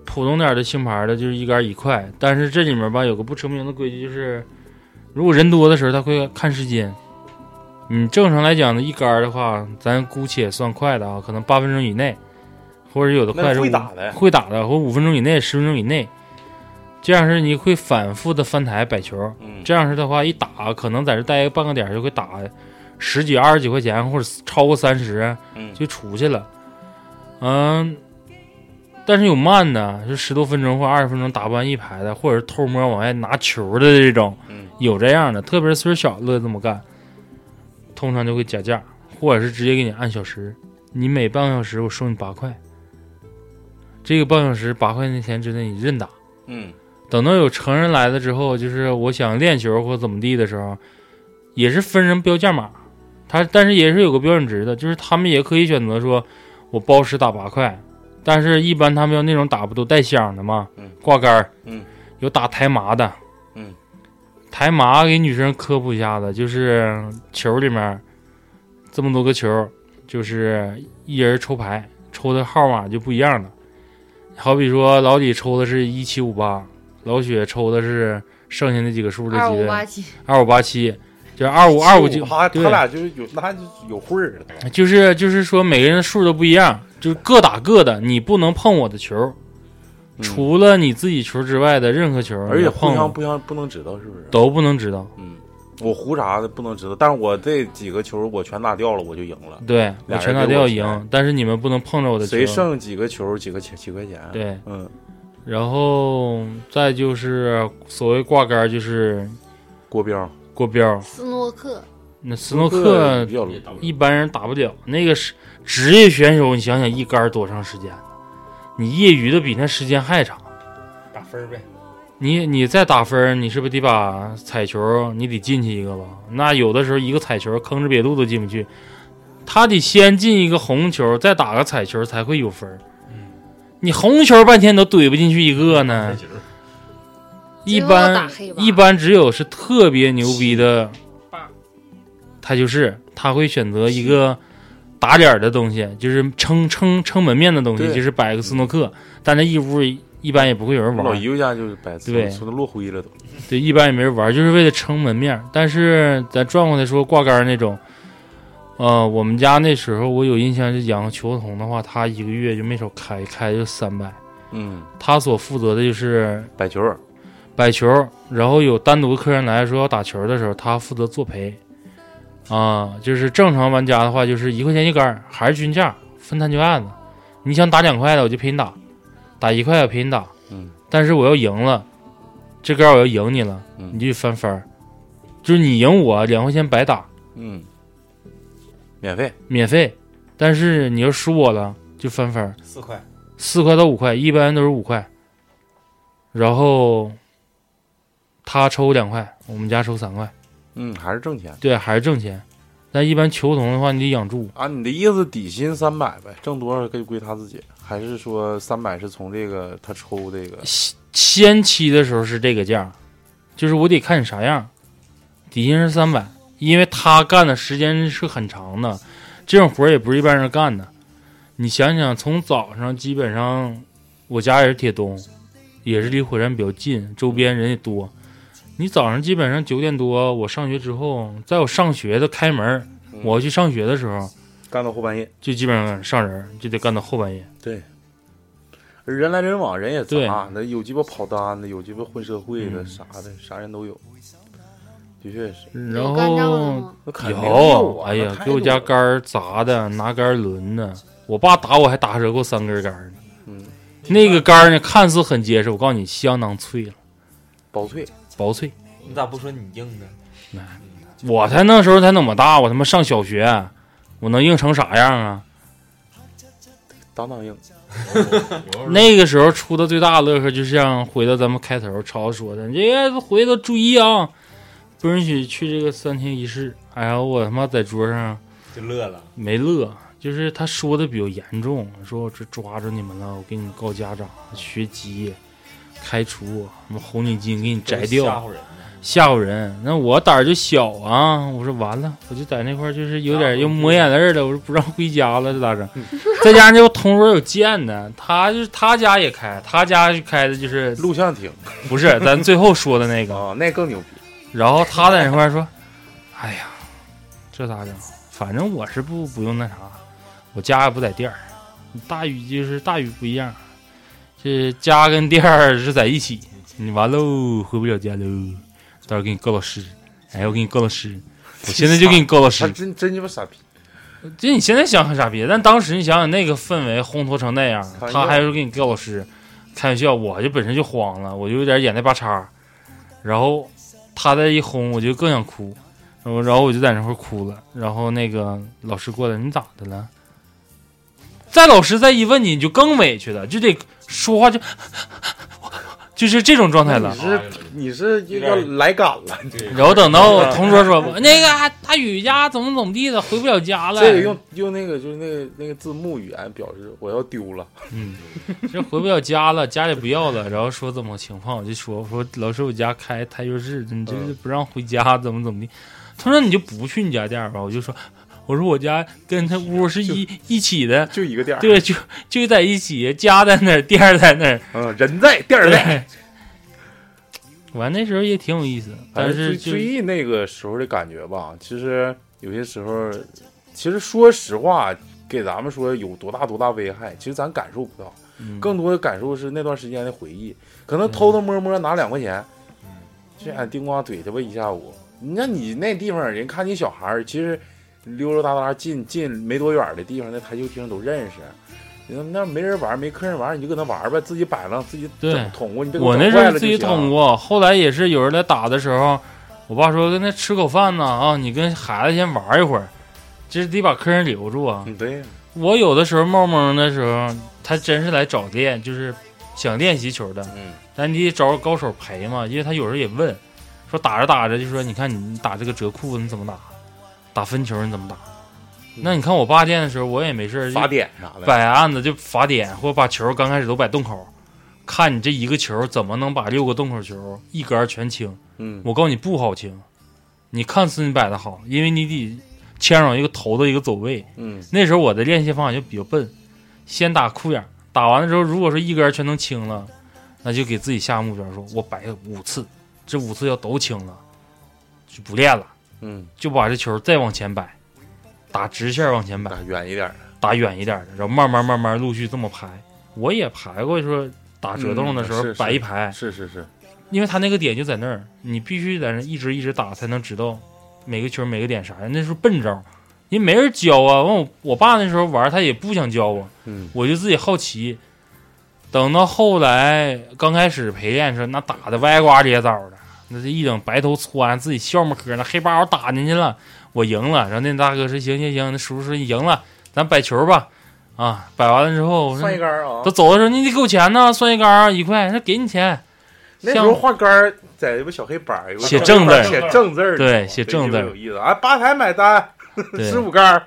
[SPEAKER 2] 普通点儿的星牌的就是一杆儿一块，但是这里面吧有个不成名的规矩，就是如果人多的时候，他会看时间。你正常来讲呢，一杆儿的话，咱姑且算快的啊，可能八分钟以内，或者有的快
[SPEAKER 3] 那
[SPEAKER 2] 是
[SPEAKER 3] 会
[SPEAKER 2] 五
[SPEAKER 3] 打的，
[SPEAKER 2] 会打的，或五分钟以内、十分钟以内，这样式你会反复的翻台摆球。
[SPEAKER 3] 嗯，
[SPEAKER 2] 这样式的话，一打可能在这待个半个点儿就会打十几、二十几块钱，或者超过三十
[SPEAKER 3] 嗯
[SPEAKER 2] 就出去了。嗯，但是有慢的，就十多分钟或二十分钟打不完一排的，或者是偷摸往外拿球的这种，
[SPEAKER 3] 嗯
[SPEAKER 2] 有这样的。特别是岁数小的这么干，通常就会加价，或者是直接给你按小时，你每半个小时我收你八块。这个半小时八块那钱之内你任打，
[SPEAKER 3] 嗯，
[SPEAKER 2] 等到有成人来了之后，就是我想练球或怎么地的时候，也是分人标价码，他但是也是有个标准值的，就是他们也可以选择说，我包时打八块，但是一般他们要那种打不都带箱的嘛，
[SPEAKER 3] 嗯
[SPEAKER 2] 挂杆儿，
[SPEAKER 3] 嗯，
[SPEAKER 2] 有打台麻的，
[SPEAKER 3] 嗯，
[SPEAKER 2] 台麻给女生科普一下子，就是球里面这么多个球，就是一人抽牌，抽的号码就不一样了。好比说老李抽的是一七五八，老雪抽的是剩下那几个数的
[SPEAKER 5] 二
[SPEAKER 2] 几
[SPEAKER 5] 五
[SPEAKER 2] 个
[SPEAKER 5] 八七，
[SPEAKER 2] 二五八七，就是二五二五
[SPEAKER 3] 七
[SPEAKER 2] 九，
[SPEAKER 3] 他他
[SPEAKER 2] 对
[SPEAKER 3] 俩就是有那就有会儿了，
[SPEAKER 2] 就是就是说每个人的数都不一样，就是各打各的，你不能碰我的球，
[SPEAKER 3] 嗯
[SPEAKER 2] 除了你自己球之外的任何球，
[SPEAKER 3] 而且
[SPEAKER 2] 你
[SPEAKER 3] 互
[SPEAKER 2] 碰
[SPEAKER 3] 相不相不能知道是不是？
[SPEAKER 2] 都不能知道。
[SPEAKER 3] 嗯，我胡啥的不能知道，但是我这几个球我全打掉了，我就赢了。
[SPEAKER 2] 对，我
[SPEAKER 3] 俩人
[SPEAKER 2] 全打
[SPEAKER 3] 给
[SPEAKER 2] 掉
[SPEAKER 3] 我钱
[SPEAKER 2] 赢，但是你们不能碰着我的球
[SPEAKER 3] 谁。剩几个球几个钱几块钱？，
[SPEAKER 2] 对，
[SPEAKER 3] 嗯，
[SPEAKER 2] 然后再就是所谓挂杆儿就是
[SPEAKER 3] 国标
[SPEAKER 2] 过标，
[SPEAKER 5] 斯诺克，
[SPEAKER 2] 那斯诺
[SPEAKER 3] 斯
[SPEAKER 2] 克
[SPEAKER 3] 比较
[SPEAKER 1] 也打不了
[SPEAKER 2] 一般人打不了，那个是职业选手，你想想一杆儿多长时间呢？你业余的比那时间还长。
[SPEAKER 6] 打分儿呗。
[SPEAKER 2] 你你再打分儿，你是不是得把彩球你得进去一个吧？那有的时候一个彩球吭哧瘪肚都进不去，他得先进一个红球，再打个彩球才会有分儿。
[SPEAKER 3] 嗯
[SPEAKER 2] 你红球半天都怼不进去一个呢
[SPEAKER 1] 还，行
[SPEAKER 2] 一
[SPEAKER 5] 最后要打
[SPEAKER 2] 般
[SPEAKER 5] 黑吧
[SPEAKER 2] 一般只有是特别牛逼的，他就是他会选择一个打点儿的东西，就是撑撑撑门面的东西，
[SPEAKER 3] 对嗯
[SPEAKER 2] 就是摆个斯诺克，但那一屋一般也不会有人玩
[SPEAKER 3] 老
[SPEAKER 2] 儿。
[SPEAKER 3] 姨夫家就是摆
[SPEAKER 2] 对
[SPEAKER 3] 从那落灰了都。
[SPEAKER 2] 对，一般也没人玩，就是为了撑门面儿。但是咱转过来说挂杆儿那种，呃，我们家那时候我有印象，就养个球童的话，他一个月就没少开，开就三百。
[SPEAKER 3] 嗯，
[SPEAKER 2] 他所负责的就是
[SPEAKER 3] 摆球
[SPEAKER 2] 摆球，然后有单独客人来说要打球的时候，他负责作陪。啊、就是正常玩家的话，就是一块钱一杆儿，还是均价，分摊就按了。你想打两块的，我就陪你打；打一块的，我陪你打。
[SPEAKER 3] 嗯，
[SPEAKER 2] 但是我要赢了，这杆儿我要赢你了，
[SPEAKER 3] 嗯
[SPEAKER 2] 你就得翻番儿。就是你赢我两块钱白打，
[SPEAKER 3] 嗯，免费。
[SPEAKER 2] 免费；但是你要输我了，就翻番儿。
[SPEAKER 6] 四块，
[SPEAKER 2] 四块到五块，一般都是五块。然后他抽两块，我们家抽三块，
[SPEAKER 3] 嗯，还是挣钱。
[SPEAKER 2] 对，还是挣钱。但一般球童的话，你得养猪，
[SPEAKER 3] 啊，你的意思底薪三百呗，挣多少归归他自己，还是说三百是从这个他抽这个？
[SPEAKER 2] 先期的时候是这个价，就是我得看你啥样，底薪是三百，因为他干的时间是很长的，这种活儿也不是一般人干的。你想想，从早上基本上，我家也是铁东，也是离火车站比较近，周边人也多。你早上基本上九点多，我上学之后，在我上学的开门儿，我去上学的时候，
[SPEAKER 3] 干到后半夜，
[SPEAKER 2] 就基本上上人儿，就得干到后半夜。
[SPEAKER 3] 人来人往，人也啊
[SPEAKER 2] 对
[SPEAKER 3] 杂，那有鸡巴跑单的，有鸡巴混社会的，
[SPEAKER 2] 嗯
[SPEAKER 3] 啥的，啥人都有。的确是。
[SPEAKER 2] 然
[SPEAKER 5] 有干仗的
[SPEAKER 2] 后
[SPEAKER 5] 吗？
[SPEAKER 3] 那肯定
[SPEAKER 2] 有，
[SPEAKER 3] 啊
[SPEAKER 2] 哎呀，
[SPEAKER 3] 那
[SPEAKER 2] 给我
[SPEAKER 3] 太
[SPEAKER 2] 家
[SPEAKER 3] 多了
[SPEAKER 2] 杆儿砸的，拿杆儿抡的。我爸打我还打折过三根杆儿呢。
[SPEAKER 3] 嗯，
[SPEAKER 2] 那个杆儿呢，看似很结实，我告诉你，相当脆了，
[SPEAKER 3] 薄脆，
[SPEAKER 2] 薄脆。
[SPEAKER 6] 你咋不说你硬呢？
[SPEAKER 2] 我才那时候才那么大，我他妈上小学，我能硬成啥样啊？
[SPEAKER 3] 当当硬。
[SPEAKER 1] 我要是
[SPEAKER 2] 那个时候出的最大的乐呵，就像回到咱们开头超说的，你这个回头注意啊，不允许去这个三厅一室。哎呀，我他妈在桌上
[SPEAKER 6] 就乐了，
[SPEAKER 2] 没乐，就是他说的比较严重，说我这抓着你们了，我给你们告家长，学籍、开除，什么红领巾给你摘
[SPEAKER 6] 吓
[SPEAKER 2] 掉，
[SPEAKER 6] 唬人呢。
[SPEAKER 2] 吓唬人。那我胆儿就小啊，我说完了，我就在那块儿就是有点又抹眼泪儿了，我说不让回家了，这咋整？
[SPEAKER 6] 嗯
[SPEAKER 2] (laughs) 再加上这同桌有贱的，他就是他家也开，他家就开的就是
[SPEAKER 3] 录像厅
[SPEAKER 2] 不是咱最后说的那个，
[SPEAKER 3] 啊，那更牛逼。
[SPEAKER 2] 嗯然后他在那块儿说：“哎呀，这咋整？反正我是不不用那啥，我家也不在店儿。大宇就是大宇不一样，这家跟店儿是在一起。你完喽，回不了家喽，到时候给你告老师。哎，我给你告老师，我现在就给你告老
[SPEAKER 3] 他
[SPEAKER 2] 师。
[SPEAKER 3] 真真鸡巴傻逼，
[SPEAKER 2] 这你现在想很傻逼，但当时你想想那个氛围烘托成那样，
[SPEAKER 3] 玩笑
[SPEAKER 2] 他还是给你告老师，开玩笑，我就本身就慌了，我就有点眼泪巴叉，然后他再一轰，我就更想哭，然后然后我就在那块儿哭了，然后那个老师过来，你咋的了？再老师再一问你，你就更委屈了，就得说话就 (laughs) 就是这种状态了
[SPEAKER 3] 你。是你是要来赶了，
[SPEAKER 2] 然后等到同桌说那个大宇家啊怎么怎么地的，回不了家了，
[SPEAKER 3] 这个用用那个就是那个那个字幕语言表示我要丢了，
[SPEAKER 2] 嗯，这回不了家了，家里不要了，然后说怎么情况，我就说我说老师我家开台球室，你
[SPEAKER 3] 嗯
[SPEAKER 2] 这是不让回家，怎么怎么的。他说你就不去你家店儿吧，我就说我说我家跟他屋是一一起的，
[SPEAKER 3] 就一个店儿，
[SPEAKER 2] 对，就就在一起，家在那儿，店儿在那儿，
[SPEAKER 3] 嗯，人在店儿在。
[SPEAKER 2] 对。完那时候也挺有意思，但
[SPEAKER 3] 反
[SPEAKER 2] 是
[SPEAKER 3] 正
[SPEAKER 2] 就
[SPEAKER 3] 追忆那个时候的感觉吧，其实有些时候，其实说实话，给咱们说有多大多大危害，其实咱感受不到，
[SPEAKER 2] 嗯
[SPEAKER 3] 更多的感受是那段时间的回忆，可能偷偷摸摸拿两块钱，
[SPEAKER 2] 嗯
[SPEAKER 3] 去俺丁光怼他吧一下午。你看你那地方，人看你小孩儿，其实溜溜达达进进没多远的地方，那台球厅都认识。那那没人玩，没客人玩，你就搁那玩呗，自己摆浪，自己
[SPEAKER 2] 对
[SPEAKER 3] 整捅过，你别给
[SPEAKER 2] 我那
[SPEAKER 3] 整
[SPEAKER 2] 时
[SPEAKER 3] 坏
[SPEAKER 2] 候自
[SPEAKER 3] 了
[SPEAKER 2] 己
[SPEAKER 3] 就行
[SPEAKER 2] 捅过，后来也是有人来打的时候，我爸说跟他吃口饭呢啊，你跟孩子先玩一会儿，这得把客人留住啊。
[SPEAKER 3] 嗯，对呀，
[SPEAKER 2] 我有的时候冒蒙的时候，他真是来找练，就是想练习球的，
[SPEAKER 3] 嗯，
[SPEAKER 2] 但你得找高手陪嘛，因为他有时候也问，说打着打着就说，你看你打这个折库你怎么打，打分球你怎么打？那你看我爸练的时候，我也没事儿就
[SPEAKER 3] 罚点啥的，
[SPEAKER 2] 摆案子就罚点，或者把球刚开始都摆洞口，看你这一个球怎么能把六个洞口球一杆儿全清。
[SPEAKER 3] 嗯，
[SPEAKER 2] 我告诉你不好清，你看似你摆的好，因为你得牵上一个头的一个走位。
[SPEAKER 3] 嗯，
[SPEAKER 2] 那时候我的练习方法就比较笨，先打裤眼儿，打完了之后，如果说一杆儿全能清了，那就给自己下目标说，我摆五次，这五次要都清了，就不练了，
[SPEAKER 3] 嗯，
[SPEAKER 2] 就把这球再往前摆，打直线儿往前摆。
[SPEAKER 3] 打远一点儿，
[SPEAKER 2] 打远一点的，然后慢慢慢慢陆续这么排。我也排过说打折洞的时候
[SPEAKER 3] 嗯是是
[SPEAKER 2] 摆一排，
[SPEAKER 3] 是是是，
[SPEAKER 2] 因为他那个点就在那儿，你必须在那一直一直打才能知道每个球每个点啥样。那时候笨招，因为没人教啊。完我我爸那时候玩，他也不想教我，
[SPEAKER 3] 嗯，
[SPEAKER 2] 我就自己好奇。等到后来刚开始陪练的时候，那打的歪瓜裂枣的，那这一整白头窜，自己笑么呵呢，黑八我打进去了，我赢了。然后那大哥说行行行，那叔叔说你赢了，咱摆球吧。啊，摆完了之后，我说
[SPEAKER 3] 算一杆儿啊
[SPEAKER 2] 他，走的时候你得给我钱呢，算一杆儿一块，他给你
[SPEAKER 3] 哦
[SPEAKER 2] 钱。
[SPEAKER 3] 那时候画杆儿在那不小黑板儿有个
[SPEAKER 2] 写
[SPEAKER 3] 小
[SPEAKER 2] 正
[SPEAKER 3] 黑板
[SPEAKER 2] 字
[SPEAKER 3] 儿写正字儿，
[SPEAKER 2] 对写正字儿
[SPEAKER 3] 这就有意思啊，吧台买单，
[SPEAKER 2] 对
[SPEAKER 3] 十五杆儿，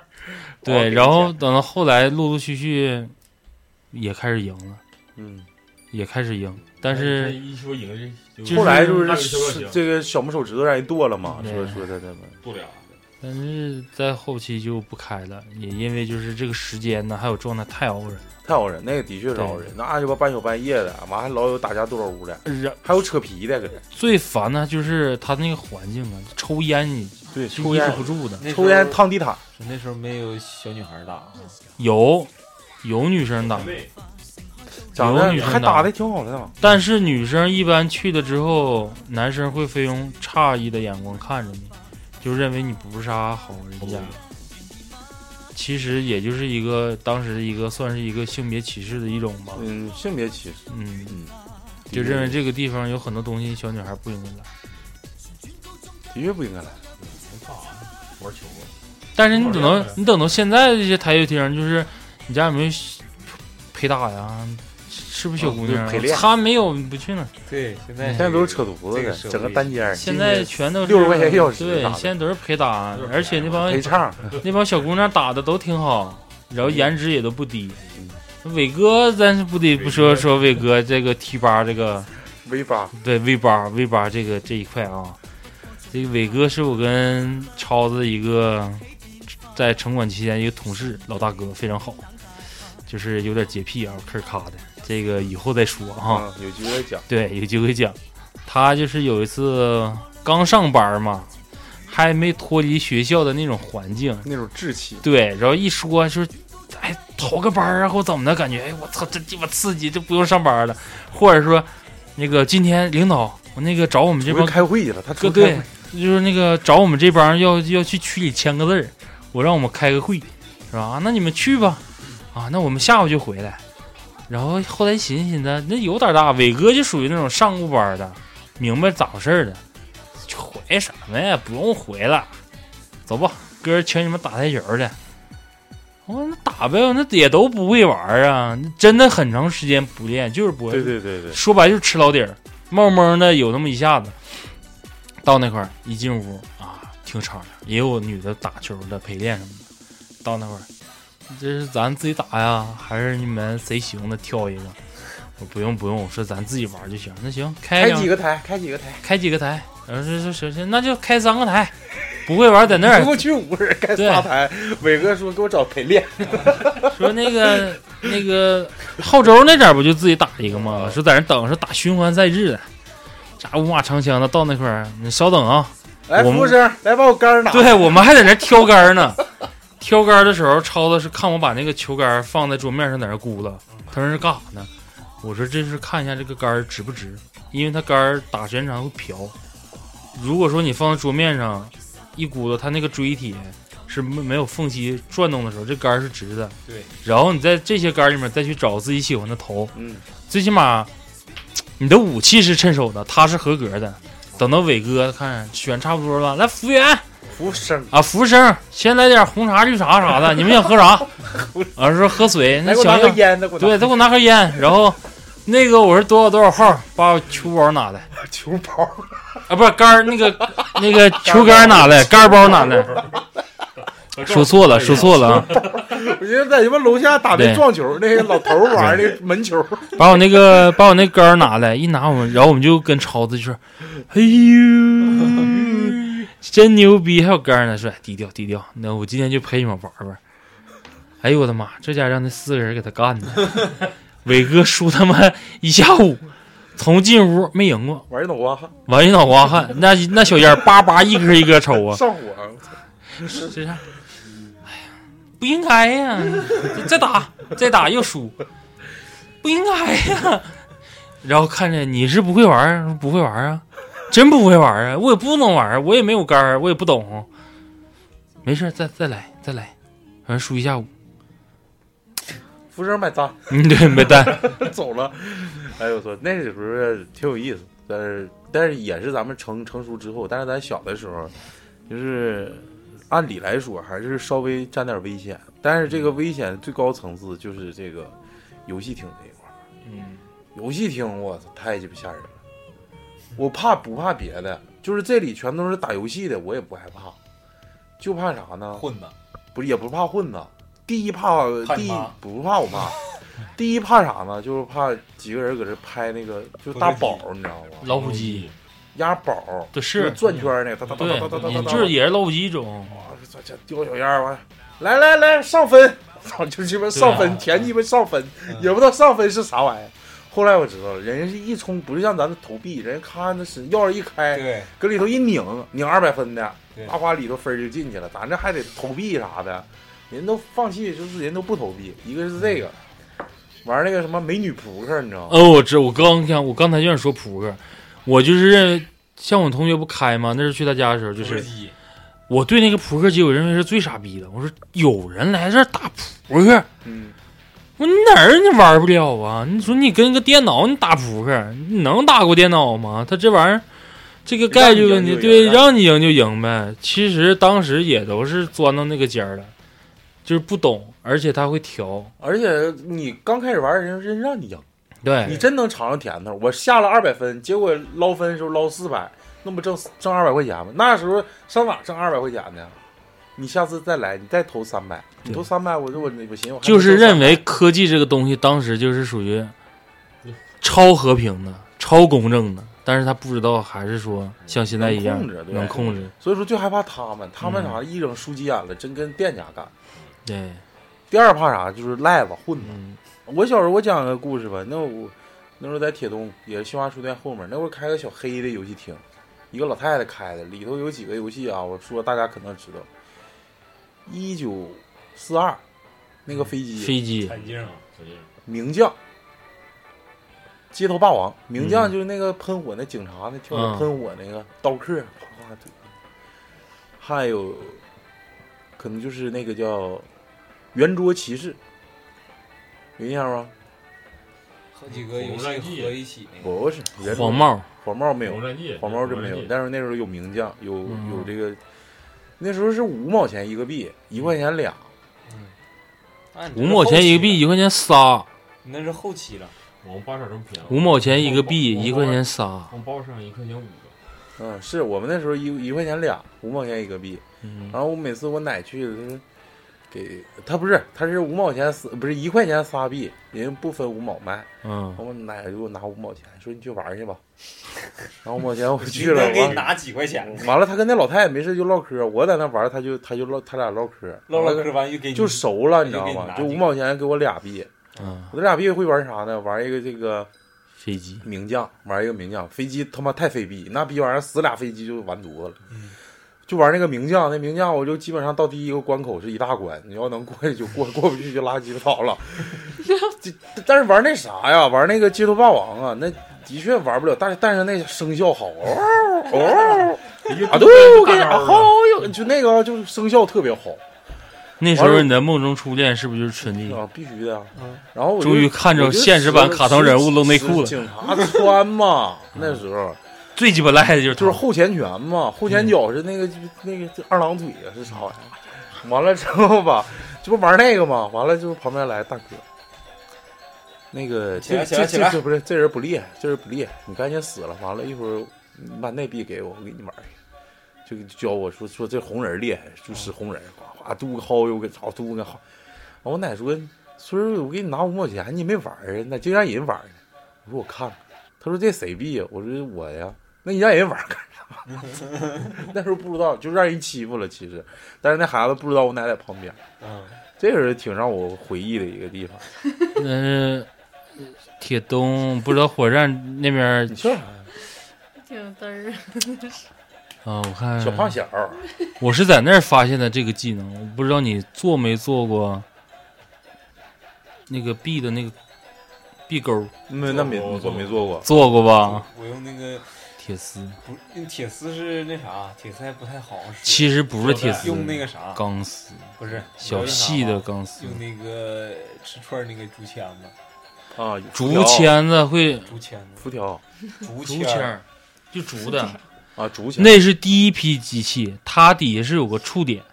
[SPEAKER 3] 我给
[SPEAKER 2] 对，
[SPEAKER 3] 你
[SPEAKER 2] 然后
[SPEAKER 3] 钱
[SPEAKER 2] 等到后来陆陆续续也开始赢了，
[SPEAKER 3] 嗯，
[SPEAKER 2] 也开始赢，但
[SPEAKER 1] 这
[SPEAKER 2] 是
[SPEAKER 1] 一说赢这
[SPEAKER 2] 就是
[SPEAKER 1] 就
[SPEAKER 3] 后来就
[SPEAKER 1] 那
[SPEAKER 3] 是
[SPEAKER 1] 就行
[SPEAKER 3] 这个小拇手指头让人剁了嘛，
[SPEAKER 2] 对
[SPEAKER 3] 说说他他们，
[SPEAKER 1] 不了。
[SPEAKER 2] 但是在后期就不开了，也因为就是这个时间呢，还有状态太熬人。
[SPEAKER 3] 太熬人，那个的确是熬人，那鸡巴半宿半夜的，完还老有打架斗老屋的，
[SPEAKER 2] 然
[SPEAKER 3] 还有扯皮的搁这，
[SPEAKER 2] 最烦呢就是他那个环境啊，抽烟你
[SPEAKER 3] 对，
[SPEAKER 2] 是
[SPEAKER 3] 抽
[SPEAKER 2] 抑制
[SPEAKER 3] 烟
[SPEAKER 2] 不住的。
[SPEAKER 3] 抽烟烫地毯，
[SPEAKER 4] 是那时候没有小女孩打啊，
[SPEAKER 2] 有有女生打，
[SPEAKER 3] 长
[SPEAKER 2] 有
[SPEAKER 3] 得
[SPEAKER 2] 女生
[SPEAKER 3] 还打
[SPEAKER 2] 的
[SPEAKER 3] 的挺好的呢。
[SPEAKER 2] 但是女生一般去了之后，男生会会用诧异的眼光看着你，就认为你不是啥好人
[SPEAKER 3] 哦
[SPEAKER 2] 家。其实也就是一个当时一个算是一个性别歧视的一种吧，
[SPEAKER 3] 嗯，性别歧视，
[SPEAKER 2] 嗯，
[SPEAKER 3] 嗯，
[SPEAKER 2] 就认为这个地方有很多东西小女孩不应该来。
[SPEAKER 3] 的确不应该来。
[SPEAKER 1] 玩球啊，
[SPEAKER 2] 但是你等到
[SPEAKER 1] 不是
[SPEAKER 2] 你等到现在这些台球厅，就是你家有没有陪打呀？是不是小姑娘
[SPEAKER 3] 哦
[SPEAKER 2] 啊
[SPEAKER 3] 陪？练
[SPEAKER 2] 她没有你不去那儿，
[SPEAKER 4] 对，现
[SPEAKER 2] 哎
[SPEAKER 4] 在
[SPEAKER 3] 现在都是扯犊子
[SPEAKER 4] 这个
[SPEAKER 3] 的，
[SPEAKER 4] 社会
[SPEAKER 3] 整个单间儿。
[SPEAKER 2] 现在全都是
[SPEAKER 3] 60块钱一小时
[SPEAKER 2] 对
[SPEAKER 3] 打，的
[SPEAKER 2] 现在都是陪打
[SPEAKER 1] 就是，陪
[SPEAKER 2] 而且那帮
[SPEAKER 3] 陪唱，
[SPEAKER 2] 那帮小姑娘打的都挺好，然
[SPEAKER 3] 嗯
[SPEAKER 2] 后颜值也都不低。伟哥，咱是不得不说说伟哥这个 T 八这个
[SPEAKER 3] 微吧，
[SPEAKER 2] 对 V 八 V 八这个这一块啊，这个伟哥是我跟超子一个在城管期间一个同事老大哥，非常好，就是有点洁癖啊，嗑咔的，这个以后再说啊。
[SPEAKER 3] 嗯，有机会讲。
[SPEAKER 2] 对，有机会讲。他就是有一次刚上班嘛，还没脱离学校的那种环境，
[SPEAKER 3] 那种志气，
[SPEAKER 2] 对，然后一说就是，哎，逃个班儿啊，或怎么的，感觉哎，我操，这鸡巴刺激，这不用上班了，或者说，那个今天领导，我那个找我们这
[SPEAKER 3] 出去
[SPEAKER 2] 帮
[SPEAKER 3] 开会去了，他出
[SPEAKER 2] 哥
[SPEAKER 3] 去开
[SPEAKER 2] 对
[SPEAKER 3] 会，，
[SPEAKER 2] 就是那个找我们这帮要要去区里签个字儿，我让我们开个会，是吧？啊那你们去吧，啊，那我们下午就回来。然后后来寻思寻思，那有点大，伟哥就属于那种上过班的，明白咋回事儿的，就回什么呀？不用回了，走吧，哥儿请你们打台球去。我说那打呗，那也都不会玩儿啊，真的很长时间不练，就是不会。
[SPEAKER 3] 对对对对，
[SPEAKER 2] 说白就是吃老底儿，冒蒙的有那么一下子。到那块儿一进屋啊，挺敞亮，也有女的打球的陪练什么的。到那块儿，这是咱自己打呀，还是你们谁行的挑一个？我不用不用，我说咱自己玩就行。那行，开
[SPEAKER 3] 开
[SPEAKER 2] 两
[SPEAKER 3] 几个台，开几个台，
[SPEAKER 2] 开几个台？呃然后说说说说，那就开三个台。不会玩在那
[SPEAKER 3] (laughs) 一
[SPEAKER 2] 儿
[SPEAKER 3] 共去五个人，开
[SPEAKER 2] 对
[SPEAKER 3] 仨台。伟哥说给我找陪练，
[SPEAKER 2] (laughs) 说那个那个浩州那点儿不就自己打一个吗？说在那等，说打循环赛制的，啥五马长枪的到那块儿，你稍等啊，我
[SPEAKER 3] 来服
[SPEAKER 2] 们
[SPEAKER 3] 务生，来把我杆儿拿。
[SPEAKER 2] 对我们还在那挑杆儿呢。挑杆儿的时候，超子是看我把那个球杆儿放在桌面上，在那儿咕了。他说是干啥呢？我说这是看一下这个杆儿直不直，因为它杆儿打时间长会瓢。如果说你放在桌面上一咕噜，它那个锥体是没没有缝隙转动的时候，这杆儿是直的。
[SPEAKER 4] 对。
[SPEAKER 2] 然后你在这些杆儿里面再去找自己喜欢的头，
[SPEAKER 3] 嗯，
[SPEAKER 2] 最起码你的武器是趁手的，它是合格的。等到伟哥看选差不多了，来服务员。
[SPEAKER 3] 服务生，
[SPEAKER 2] 啊，服务生，先来点红茶、绿茶啥的，你们想喝啥？啊，说喝水，那
[SPEAKER 3] 来给我
[SPEAKER 2] 想
[SPEAKER 3] 拿
[SPEAKER 2] 要
[SPEAKER 3] 个烟的，给我
[SPEAKER 2] 对，
[SPEAKER 3] 拿
[SPEAKER 2] 再给我拿盒烟，然后那个我是多少多少号，把我球包拿来
[SPEAKER 3] 个 (laughs) 球包。
[SPEAKER 2] 啊，不是杆儿那个那个球杆儿
[SPEAKER 3] (laughs)
[SPEAKER 2] 拿来，杆儿包拿来，说错了，说错了啊，
[SPEAKER 3] 我觉得在你们楼下打那
[SPEAKER 2] 对
[SPEAKER 3] 撞球，那个老头
[SPEAKER 2] (laughs)
[SPEAKER 3] 儿玩儿那门球，
[SPEAKER 2] 把我那个 (laughs) 把我那杆儿拿来，一拿我们，然后我们就跟超子就说，哎呦，真牛逼，还有杆儿呢，说哎低调低调，那我今天就陪你们玩玩。哎呦我的妈，这家让那四个人给他干的， (laughs) 伟哥输他妈一下午，从进屋没赢过，
[SPEAKER 3] 玩儿脑瓜
[SPEAKER 2] 完一脑瓜汗，那那小烟儿叭叭一颗一颗抽啊，
[SPEAKER 3] 上火。
[SPEAKER 2] 这啥？哎呀，不应该呀！ (laughs) 再打，再打又输，不应该呀！然后看着你是不会玩儿，不会玩儿啊，真不会玩儿啊！我也不能玩儿，我也没有杆儿，我也不懂。没事儿，再再来，再来，反正输一下午。 (laughs)
[SPEAKER 3] 服务生买单，
[SPEAKER 2] 嗯，对，没单。
[SPEAKER 3] (laughs) 走了。哎呦我操，那时候挺有意思，但是但是也是咱们成成熟之后，但是咱小的时候，就是按理来说还是稍微沾点危险，但是这个危险最高层次就是这个游戏厅这一块儿。
[SPEAKER 2] 嗯，
[SPEAKER 3] 游戏厅，我操，太鸡巴吓人了。我怕不怕别的，就是这里全都是打游戏的，我也不害怕，就怕啥呢？
[SPEAKER 6] 混子，
[SPEAKER 3] 不是也不怕混子，第一怕
[SPEAKER 6] 怕
[SPEAKER 3] 第
[SPEAKER 6] 你
[SPEAKER 3] 一
[SPEAKER 6] 妈
[SPEAKER 3] 不怕我妈， (laughs) 第一怕啥呢？就是怕几个人搁这拍那个就是大宝，你知道吗？
[SPEAKER 2] 老虎机，
[SPEAKER 3] 压宝
[SPEAKER 2] 对
[SPEAKER 3] 就是
[SPEAKER 2] 是，
[SPEAKER 3] 转圈儿那个，哒哒哒
[SPEAKER 2] 对
[SPEAKER 3] 哒哒哒，
[SPEAKER 2] 也
[SPEAKER 3] 哒哒，
[SPEAKER 2] 就是也是老虎机一种。
[SPEAKER 3] 哇，这这叼小样儿完，来来来上分， (laughs) 操，就鸡巴上
[SPEAKER 2] 对
[SPEAKER 3] 分，填鸡巴上分，
[SPEAKER 1] 嗯
[SPEAKER 3] 也不知道上分是啥玩意儿。后来我知道了，人家是一冲，不是像咱这投币，人家咔那是钥匙一开，
[SPEAKER 4] 对，
[SPEAKER 3] 搁里头一拧，拧二百分的
[SPEAKER 4] 对，
[SPEAKER 3] 哗哗里头分儿就进去了。咱这还得投币啥的，人都放弃，就是人都不投币。一个是这个，玩那个什么美女扑克，你知道吗？
[SPEAKER 2] 哦，我知，我刚想，我刚才就想说扑克，我就是像我同学不开吗？那是去他家的时候，就是
[SPEAKER 1] 机，
[SPEAKER 2] 我对那个扑克机，我认为是最傻逼的。我说有人来这儿打扑克，
[SPEAKER 3] 嗯，
[SPEAKER 2] 我说你哪儿你玩不了啊？你说你跟个电脑你打扑克，你能打过电脑吗？他这玩意儿，这个概率问题，
[SPEAKER 3] 让你赢就赢
[SPEAKER 2] 对，让你赢就赢呗。其实当时也都是钻到那个尖儿了，就是不懂，而且他会调，
[SPEAKER 3] 而且你刚开始玩人人让你赢，你
[SPEAKER 2] 对，
[SPEAKER 3] 真能尝尝甜头。我下了二百分，结果捞分的时候捞四百，那不挣挣二百块钱吗？那时候上哪挣二百块钱呢？你下次再来，你再投三百，你投三百，我就我我寻思我还能
[SPEAKER 2] 就是
[SPEAKER 3] 挣
[SPEAKER 2] 认
[SPEAKER 3] 300
[SPEAKER 2] 为科技这个东西当时就是属于超和平的、超公正的，但是他不知道还是说像现在一样
[SPEAKER 3] 能控制对
[SPEAKER 2] 能控制，
[SPEAKER 3] 所以说就害怕他们，他
[SPEAKER 2] 嗯
[SPEAKER 3] 们啥一整输急眼了，真跟店家干。
[SPEAKER 2] 对，
[SPEAKER 3] 第二怕啥就是赖子混子。
[SPEAKER 2] 嗯
[SPEAKER 3] 我小时候我讲个故事吧，那我那时候在铁东也是新华书店后面，那会儿开个小黑的游戏厅，一个老太太开的，里头有几个游戏啊，我说大家可能知道，一九四二那个飞机
[SPEAKER 2] 飞机，
[SPEAKER 1] 产经啊，产经，
[SPEAKER 3] 名将。街头霸王，名将
[SPEAKER 2] 嗯
[SPEAKER 3] 就是那个喷火那警察那跳着
[SPEAKER 2] 嗯
[SPEAKER 3] 喷火那个刀客，哗哗还有可能就是那个叫圆桌骑士，有印象吗？
[SPEAKER 6] 好几个
[SPEAKER 1] 游戏合
[SPEAKER 6] 一起
[SPEAKER 3] 不是圆桌
[SPEAKER 2] 黄帽，
[SPEAKER 3] 黄帽没有
[SPEAKER 1] 黄，战记，
[SPEAKER 3] 黄帽真没有。但是那时候有名将，有
[SPEAKER 2] 嗯
[SPEAKER 3] 有这个，那时候是五毛钱一个币，一块钱俩。
[SPEAKER 2] 五毛钱一个币，，一块钱仨，
[SPEAKER 6] 那是后期了。
[SPEAKER 1] 我们巴掌这么便宜，
[SPEAKER 2] 五毛钱一个币，
[SPEAKER 1] 我
[SPEAKER 2] 一块钱，仨。
[SPEAKER 1] 我们包上一块钱五个，
[SPEAKER 3] 嗯，是我们那时候一一块钱俩，五毛钱一个币。
[SPEAKER 2] 嗯
[SPEAKER 3] 然后我每次我奶去了，他说给他不是，他是五毛钱四，不是一块钱仨币，人家不分五毛卖。
[SPEAKER 2] 嗯
[SPEAKER 3] 然，后我奶给我拿五毛钱，说你去玩去吧。 (laughs) 然后五毛钱我去了，
[SPEAKER 6] 给你
[SPEAKER 3] 完了
[SPEAKER 6] 拿几块钱，
[SPEAKER 3] 完了，他跟那老太太没事就唠嗑，我在那玩，他就他就唠他俩唠嗑，
[SPEAKER 6] 唠唠嗑完又给你
[SPEAKER 3] 就熟了，你知
[SPEAKER 6] 就
[SPEAKER 3] 道
[SPEAKER 6] 给你
[SPEAKER 3] 吗？
[SPEAKER 6] 拿
[SPEAKER 3] 就
[SPEAKER 6] 几
[SPEAKER 3] 五
[SPEAKER 6] 个
[SPEAKER 3] 毛钱给我俩币。
[SPEAKER 2] 嗯，
[SPEAKER 3] 我这俩币会玩啥呢？玩一个这个
[SPEAKER 2] 飞机，
[SPEAKER 3] 名将，玩一个名将。飞机他妈太费币，那逼玩意儿死俩飞机就完犊子了。就玩那个名将，那名将我就基本上到第一个关口是一大关，你要能过去就过，过不去就拉鸡巴倒了。 (laughs) 这但是玩那啥呀，玩那个街头霸王啊，那的确玩不了，但是但是那声效 (laughs) 好哦哦，啊都给好有就那个就是声效特别好
[SPEAKER 2] 那时候你的梦中初恋是不是就是春丽？
[SPEAKER 3] 啊，必须的呀。然后我就
[SPEAKER 2] 终于看着现实版卡通人物露内裤了，
[SPEAKER 3] 警察穿嘛，那时候
[SPEAKER 2] 最鸡巴赖的就是嗯
[SPEAKER 3] 就
[SPEAKER 2] 她
[SPEAKER 3] 是后前拳嘛，后前脚是那个、那个二郎腿啊，是啥玩意儿？完了之后吧，这不玩那个嘛，完了就旁边来大哥，那个
[SPEAKER 6] 起来起
[SPEAKER 3] 这
[SPEAKER 6] 来
[SPEAKER 3] 这
[SPEAKER 6] 起来
[SPEAKER 3] 这这不是这人不厉害，这人不厉害，你赶紧死了。完了，一会儿你把那币给我，我给你玩一个。就教我说说这红人厉害，就使红人，哗哗嘟个薅，又给操嘟个薅。完我奶说孙儿，我给你拿五毛钱，你没玩儿啊？那就让人玩儿呢。我说我看看，他说这谁币呀？我说我呀。那你让人玩儿干啥？ (laughs) 那时候不知道，就让人欺负了。其实，但是那孩子不知道我奶在旁边。
[SPEAKER 6] 嗯，
[SPEAKER 3] 这个是挺让我回忆的一个地方。
[SPEAKER 2] 但是呃铁东不知道火车站那边
[SPEAKER 3] 你笑啥呀？
[SPEAKER 5] 挺嘚儿。
[SPEAKER 2] 啊，我看
[SPEAKER 3] 小胖小，
[SPEAKER 2] 我是在那儿发现的这个技能，我不知道你做没做过那个币的那个币钩，
[SPEAKER 3] 那那没
[SPEAKER 1] 我
[SPEAKER 3] 我没做过。
[SPEAKER 2] 做过吧？
[SPEAKER 6] 我用那个
[SPEAKER 2] 铁丝
[SPEAKER 6] 不用铁丝是那啥，铁丝还不太好使，
[SPEAKER 2] 其实不是铁丝，
[SPEAKER 6] 用那个啥
[SPEAKER 2] 钢丝，
[SPEAKER 6] 不是
[SPEAKER 2] 小细
[SPEAKER 4] 啊
[SPEAKER 6] 你知
[SPEAKER 2] 的，
[SPEAKER 6] 道
[SPEAKER 2] 钢丝
[SPEAKER 6] 用啥吗用那个吃串儿那个竹签子，
[SPEAKER 3] 啊，
[SPEAKER 2] 竹签子会
[SPEAKER 6] 竹签
[SPEAKER 3] 辐条
[SPEAKER 6] 子，竹
[SPEAKER 2] 竹签
[SPEAKER 6] 签儿
[SPEAKER 2] 儿，就竹的，
[SPEAKER 3] 啊，竹签。
[SPEAKER 2] 那是第一批机器，它底下是有个触点，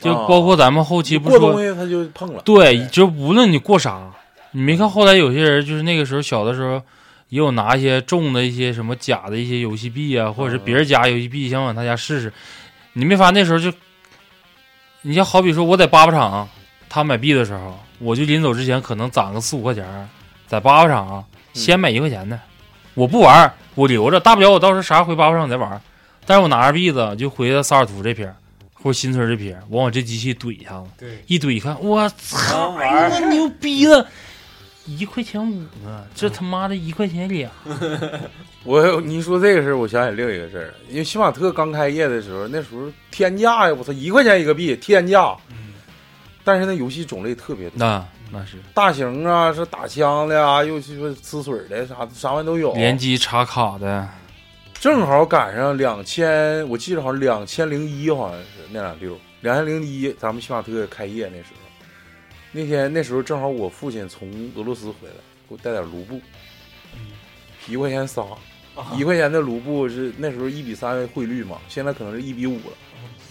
[SPEAKER 2] 就包括咱们后期不
[SPEAKER 3] 过东
[SPEAKER 2] 说，
[SPEAKER 3] 西他就碰了。
[SPEAKER 2] 对，就无论你过啥，你没看后来有些人就是那个时候小的时候，也有拿一些重的一些什么假的一些游戏币啊，或者是别人家游戏币想往他家试试，你没发现那时候就，你像好比说我在粑粑厂，他买币的时候，我就临走之前可能攒个四五块钱儿，在粑粑厂先买一块钱的，我不玩儿，我留着，大不了我到时候啥时候回粑粑厂再玩儿。但是我拿着币子就回到萨尔图这片儿，或者新村这片儿，我往这机器怼一下子，
[SPEAKER 6] 对，
[SPEAKER 2] 一怼一看，我操，
[SPEAKER 6] 能玩儿
[SPEAKER 2] 哎呦牛逼了！一块钱五个，这他妈的一块钱俩，
[SPEAKER 3] 我你说这个事儿，我想起另一个事儿，因为星巴克刚开业的时候，那时候天价呀，我操，一块钱一个币，天价。
[SPEAKER 6] 嗯，
[SPEAKER 3] 但是那游戏种类特别多，
[SPEAKER 2] 那那是
[SPEAKER 3] 大型啊，是打枪的啊，又是说呲水的，啥啥玩意都有。
[SPEAKER 2] 联机插卡的，
[SPEAKER 3] 正好赶上两千，我记得好像两千零一，好像是那俩六，两千零一，咱们星巴克开业那时候，那天那时候正好我父亲从俄罗斯回来，给我带点卢布，一块钱仨，
[SPEAKER 6] 啊
[SPEAKER 3] 一块钱的卢布是那时候一比三汇率嘛，现在可能是一比五了。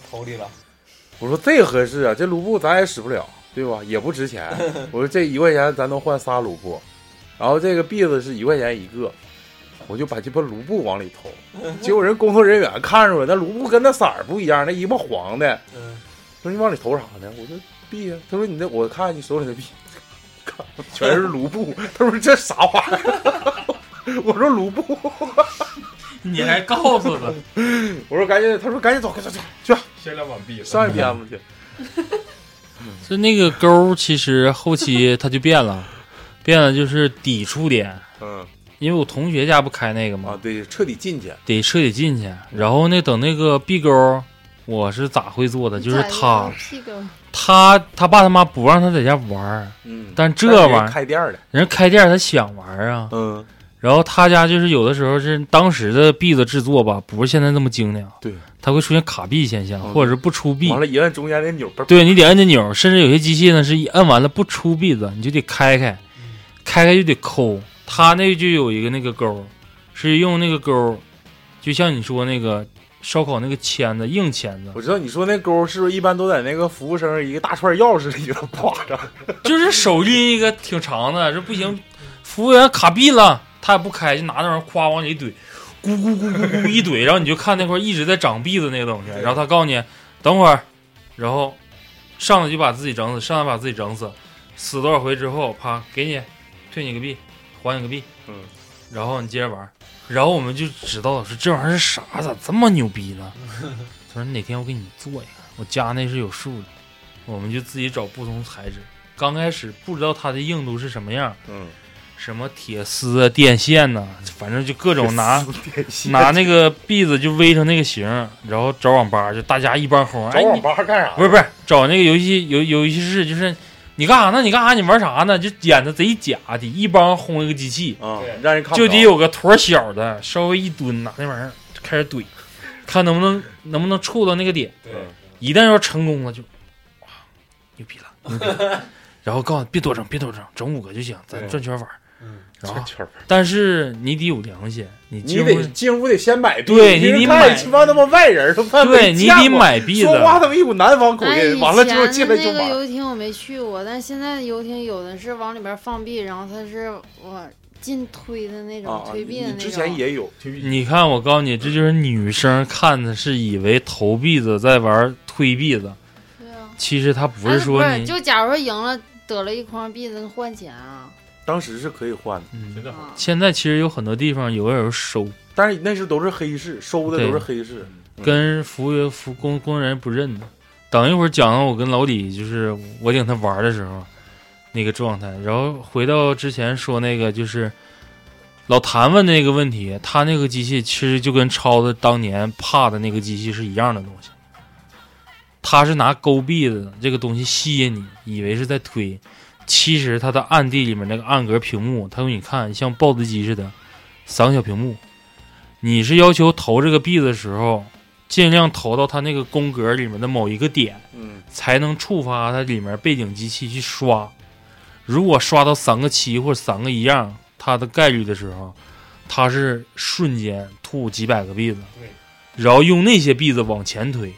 [SPEAKER 6] 头里了，
[SPEAKER 3] 我说这合适啊，这卢布咱也使不了，对吧？也不值钱。
[SPEAKER 6] (laughs)
[SPEAKER 3] 我说这一块钱咱能换仨卢布，然后这个币子是一块钱一个，我就把这波卢布往里投。结果人工作人员看着我，那卢布跟那色儿不一样，那一个黄的。
[SPEAKER 6] 嗯，
[SPEAKER 3] 他说你往里投啥呢？我说币呀。他说你那我看你手里的币，看全是卢布。他说这啥玩意儿？ (laughs) 我说卢布，
[SPEAKER 2] 你还告诉 (laughs) 他
[SPEAKER 3] 我说赶紧，他说赶紧走，快走走去吧
[SPEAKER 1] 先来碗币，
[SPEAKER 3] 上一篇子去。
[SPEAKER 2] 是那个勾，其实后期它就变了， (laughs) 变了就是抵触点，
[SPEAKER 3] 嗯
[SPEAKER 2] 因为我同学家不开那个嘛，
[SPEAKER 3] 啊，对，彻底进去。
[SPEAKER 2] 得彻底进去。然后呢，等那个 B 勾，我是咋会做的？就是他，
[SPEAKER 5] 屁股
[SPEAKER 2] 他他爸他妈不让他在家玩儿，
[SPEAKER 3] 嗯，
[SPEAKER 2] 但这
[SPEAKER 3] 但
[SPEAKER 2] 玩意
[SPEAKER 3] 是人
[SPEAKER 2] 儿
[SPEAKER 3] 开店儿的，
[SPEAKER 2] 人开店他想玩儿啊。
[SPEAKER 3] 嗯，
[SPEAKER 2] 然后他家就是有的时候是当时的币的制作吧，不是现在那么精良，
[SPEAKER 3] 对，
[SPEAKER 2] 它会出现卡币现象，
[SPEAKER 3] 嗯
[SPEAKER 2] 或者是不出币
[SPEAKER 3] 完。了，一按中间那钮，嘣，
[SPEAKER 2] 对你得按那钮儿，甚至有些机器呢是一按完了不出币子，你就得开开，
[SPEAKER 3] 嗯
[SPEAKER 2] 开开就得抠。它那就有一个那个钩儿，是用那个钩儿，就像你说那个烧烤那个签子硬签子，
[SPEAKER 3] 我知道你说那钩是不是一般都在那个服务生一个大串钥匙里头挂着？
[SPEAKER 2] (laughs) 就是手拎一个挺长的，这不行，服务员卡币了，他也不开，就拿那玩意儿夸往里怼，咕咕咕咕咕一怼，然后你就看那块儿一直在长篦子那个东西，然后他告诉你等会儿，然后上来就把自己整死，上来把自己整死，死多少回之后，啪给你退你个币，还你个币，
[SPEAKER 3] 嗯，
[SPEAKER 2] 然后你接着玩儿，然后我们就知道说这玩意儿是啥，咋这么牛逼呢？ (laughs) 他说哪天我给你做一个，我家那是有数的，我们就自己找不同材质。刚开始不知道它的硬度是什么样，
[SPEAKER 3] 嗯，
[SPEAKER 2] 什么铁丝啊、电线呐、反正就各种拿
[SPEAKER 3] 电线
[SPEAKER 2] 拿那个篦子就围成那个形儿，然后找网吧，就大家一帮哄，
[SPEAKER 3] 找
[SPEAKER 2] 哎，
[SPEAKER 3] 网
[SPEAKER 2] 你
[SPEAKER 3] 吧干啥？
[SPEAKER 2] 不是不是找那个游戏游游戏室，就是你干啥呢？你干啥？你玩啥呢？就演的贼假的，一帮轰一个机器，
[SPEAKER 3] 啊
[SPEAKER 1] 对，
[SPEAKER 3] 让人看不
[SPEAKER 2] 就得
[SPEAKER 3] 着
[SPEAKER 2] 有个坨小的，稍微一蹲，拿那玩意儿就开始怼，看能不能能不能触到那个点。
[SPEAKER 1] 对，
[SPEAKER 2] 一旦要成功了就，哇，牛逼了，牛逼了。然后告诉你别多整，别多整，整五个就行，咱
[SPEAKER 1] 对
[SPEAKER 2] 转圈玩。嗯，然后
[SPEAKER 3] 这圈儿
[SPEAKER 2] 但是你得有良心，你
[SPEAKER 3] 啊你
[SPEAKER 2] 进
[SPEAKER 3] 得
[SPEAKER 2] 屋，
[SPEAKER 3] 进屋得先买币，
[SPEAKER 2] 对你
[SPEAKER 3] 你
[SPEAKER 2] 得
[SPEAKER 3] 看
[SPEAKER 2] 买
[SPEAKER 3] 鸡巴他妈外人都半
[SPEAKER 2] 对
[SPEAKER 3] 没
[SPEAKER 2] 你
[SPEAKER 3] 见
[SPEAKER 2] 得
[SPEAKER 3] 过
[SPEAKER 2] 买币
[SPEAKER 3] 说话
[SPEAKER 2] 的。
[SPEAKER 3] 他妈一股南 (laughs) 方口
[SPEAKER 5] 哎，以
[SPEAKER 3] 音，
[SPEAKER 5] 前
[SPEAKER 3] 完了之后进来就
[SPEAKER 5] 的那个
[SPEAKER 3] 玩。
[SPEAKER 5] 游艇我没去过，但现在的游艇有的是往里边放币，然后它是我进推的那种
[SPEAKER 3] 啊，
[SPEAKER 5] 推币的那种。
[SPEAKER 3] 你之前也有，
[SPEAKER 2] 你看，我告诉你，这就是女生看的是以为投币子在玩推币子，
[SPEAKER 5] 对啊，
[SPEAKER 2] 其实她不
[SPEAKER 5] 哎
[SPEAKER 2] 是说你，
[SPEAKER 5] 就假如说赢了得了一筐币，能换钱啊？
[SPEAKER 3] 当时是可以换的，
[SPEAKER 2] 嗯
[SPEAKER 1] 真的好。
[SPEAKER 5] 啊，
[SPEAKER 2] 现在其实有很多地方有人有收，
[SPEAKER 3] 但是那时候都是黑市，收的都是
[SPEAKER 2] 对
[SPEAKER 3] 黑市。嗯
[SPEAKER 2] 跟服务员、服工工人不认的。等一会儿讲到我跟老李，就是我领他玩儿的时候那个状态，然后回到之前说那个，就是老谭问的那个问题，他那个机器其实就跟超子当年怕的那个机器是一样的东西，他是拿勾臂子这个东西吸引你，以为是在推，其实他的暗地里面那个暗格屏幕，他用你看像豹子机似的，三个小屏幕，你是要求投这个币的时候。尽量投到它那个宫格里面的某一个点，
[SPEAKER 3] 嗯，
[SPEAKER 2] 才能触发它里面背景机器去刷。如果刷到三个七或者三个一样，它的概率的时候，它是瞬间吐几百个币子，然后用那些币子往前推。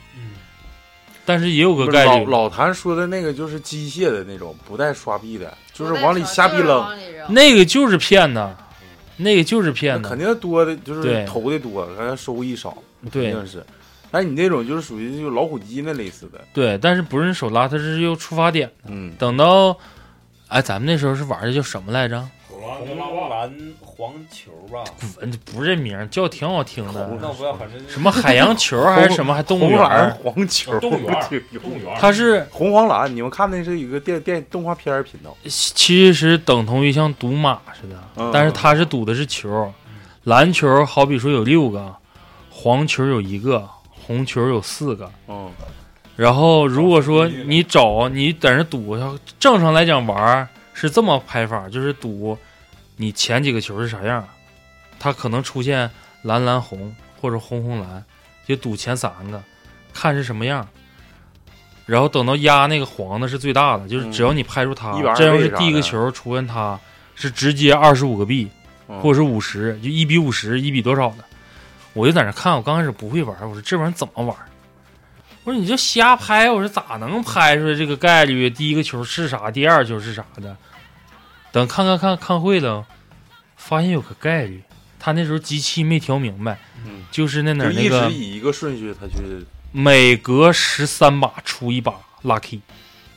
[SPEAKER 2] 但是也有个
[SPEAKER 3] 不是
[SPEAKER 2] 概
[SPEAKER 3] 老
[SPEAKER 2] 率，
[SPEAKER 3] 老谭说的那个就是机械的那种，不带刷币的，就是往里瞎逼
[SPEAKER 5] 就是
[SPEAKER 3] 扔。
[SPEAKER 2] (laughs)
[SPEAKER 5] 往里扔。
[SPEAKER 2] 那个就是骗的，那个就是骗
[SPEAKER 3] 嗯那
[SPEAKER 2] 的
[SPEAKER 3] 肯，定多的就是
[SPEAKER 2] 对
[SPEAKER 3] 投的多，然后收益少，肯
[SPEAKER 2] 对
[SPEAKER 3] 定是。但是你那种就是属于就老虎机那类似的，
[SPEAKER 2] 对。但是不是手拉，它是有出发点。
[SPEAKER 3] 嗯，
[SPEAKER 2] 等到，哎，咱们那时候是玩的叫什么来着？
[SPEAKER 6] 红蓝黄球吧，
[SPEAKER 2] 滚不是名儿叫挺好听的。
[SPEAKER 6] 那我不要，反正
[SPEAKER 2] 什么海洋球还是什么，还动物
[SPEAKER 3] 红
[SPEAKER 2] 园
[SPEAKER 3] 蓝
[SPEAKER 2] 儿，
[SPEAKER 3] 黄球，
[SPEAKER 1] 动物园儿
[SPEAKER 3] 对
[SPEAKER 1] 动物园儿，
[SPEAKER 2] 它是
[SPEAKER 3] 红黄蓝，你们看那是一个电电动画片儿频道，
[SPEAKER 2] 其实等同于像赌马似的
[SPEAKER 3] 嗯，
[SPEAKER 2] 但是它是赌的是球，篮球好比说有六个，黄球有一个，红球有四个，
[SPEAKER 3] 嗯，
[SPEAKER 2] 然后如果说你找你在那赌，正常来讲玩儿是这么拍法，就是赌你前几个球是啥样，它可能出现蓝蓝红或者红红蓝，就赌前三个，看是什么样。然后等到压那个黄的是最大的，就是只
[SPEAKER 3] 嗯
[SPEAKER 2] 要你拍出它，
[SPEAKER 3] 120
[SPEAKER 2] 这要是
[SPEAKER 3] 倍啥
[SPEAKER 2] 第一个
[SPEAKER 3] 的
[SPEAKER 2] 球出现它，是直接二十五个币，或者
[SPEAKER 3] 者
[SPEAKER 2] 是五十，就一比五十，一比多少的，我就在那看。我刚开始不会玩，我说这玩意儿怎么玩？我说你就瞎拍，我说咋能拍出来这个概率？第一个球是啥，第二球是啥的？等看看看看会了，发现有个概率，他那时候机器没调明白，
[SPEAKER 3] 嗯
[SPEAKER 2] 就是那哪
[SPEAKER 3] 就
[SPEAKER 2] 儿那
[SPEAKER 3] 一
[SPEAKER 2] 个
[SPEAKER 3] 直以一个顺序，他去
[SPEAKER 2] 每隔十三把出一把 lucky，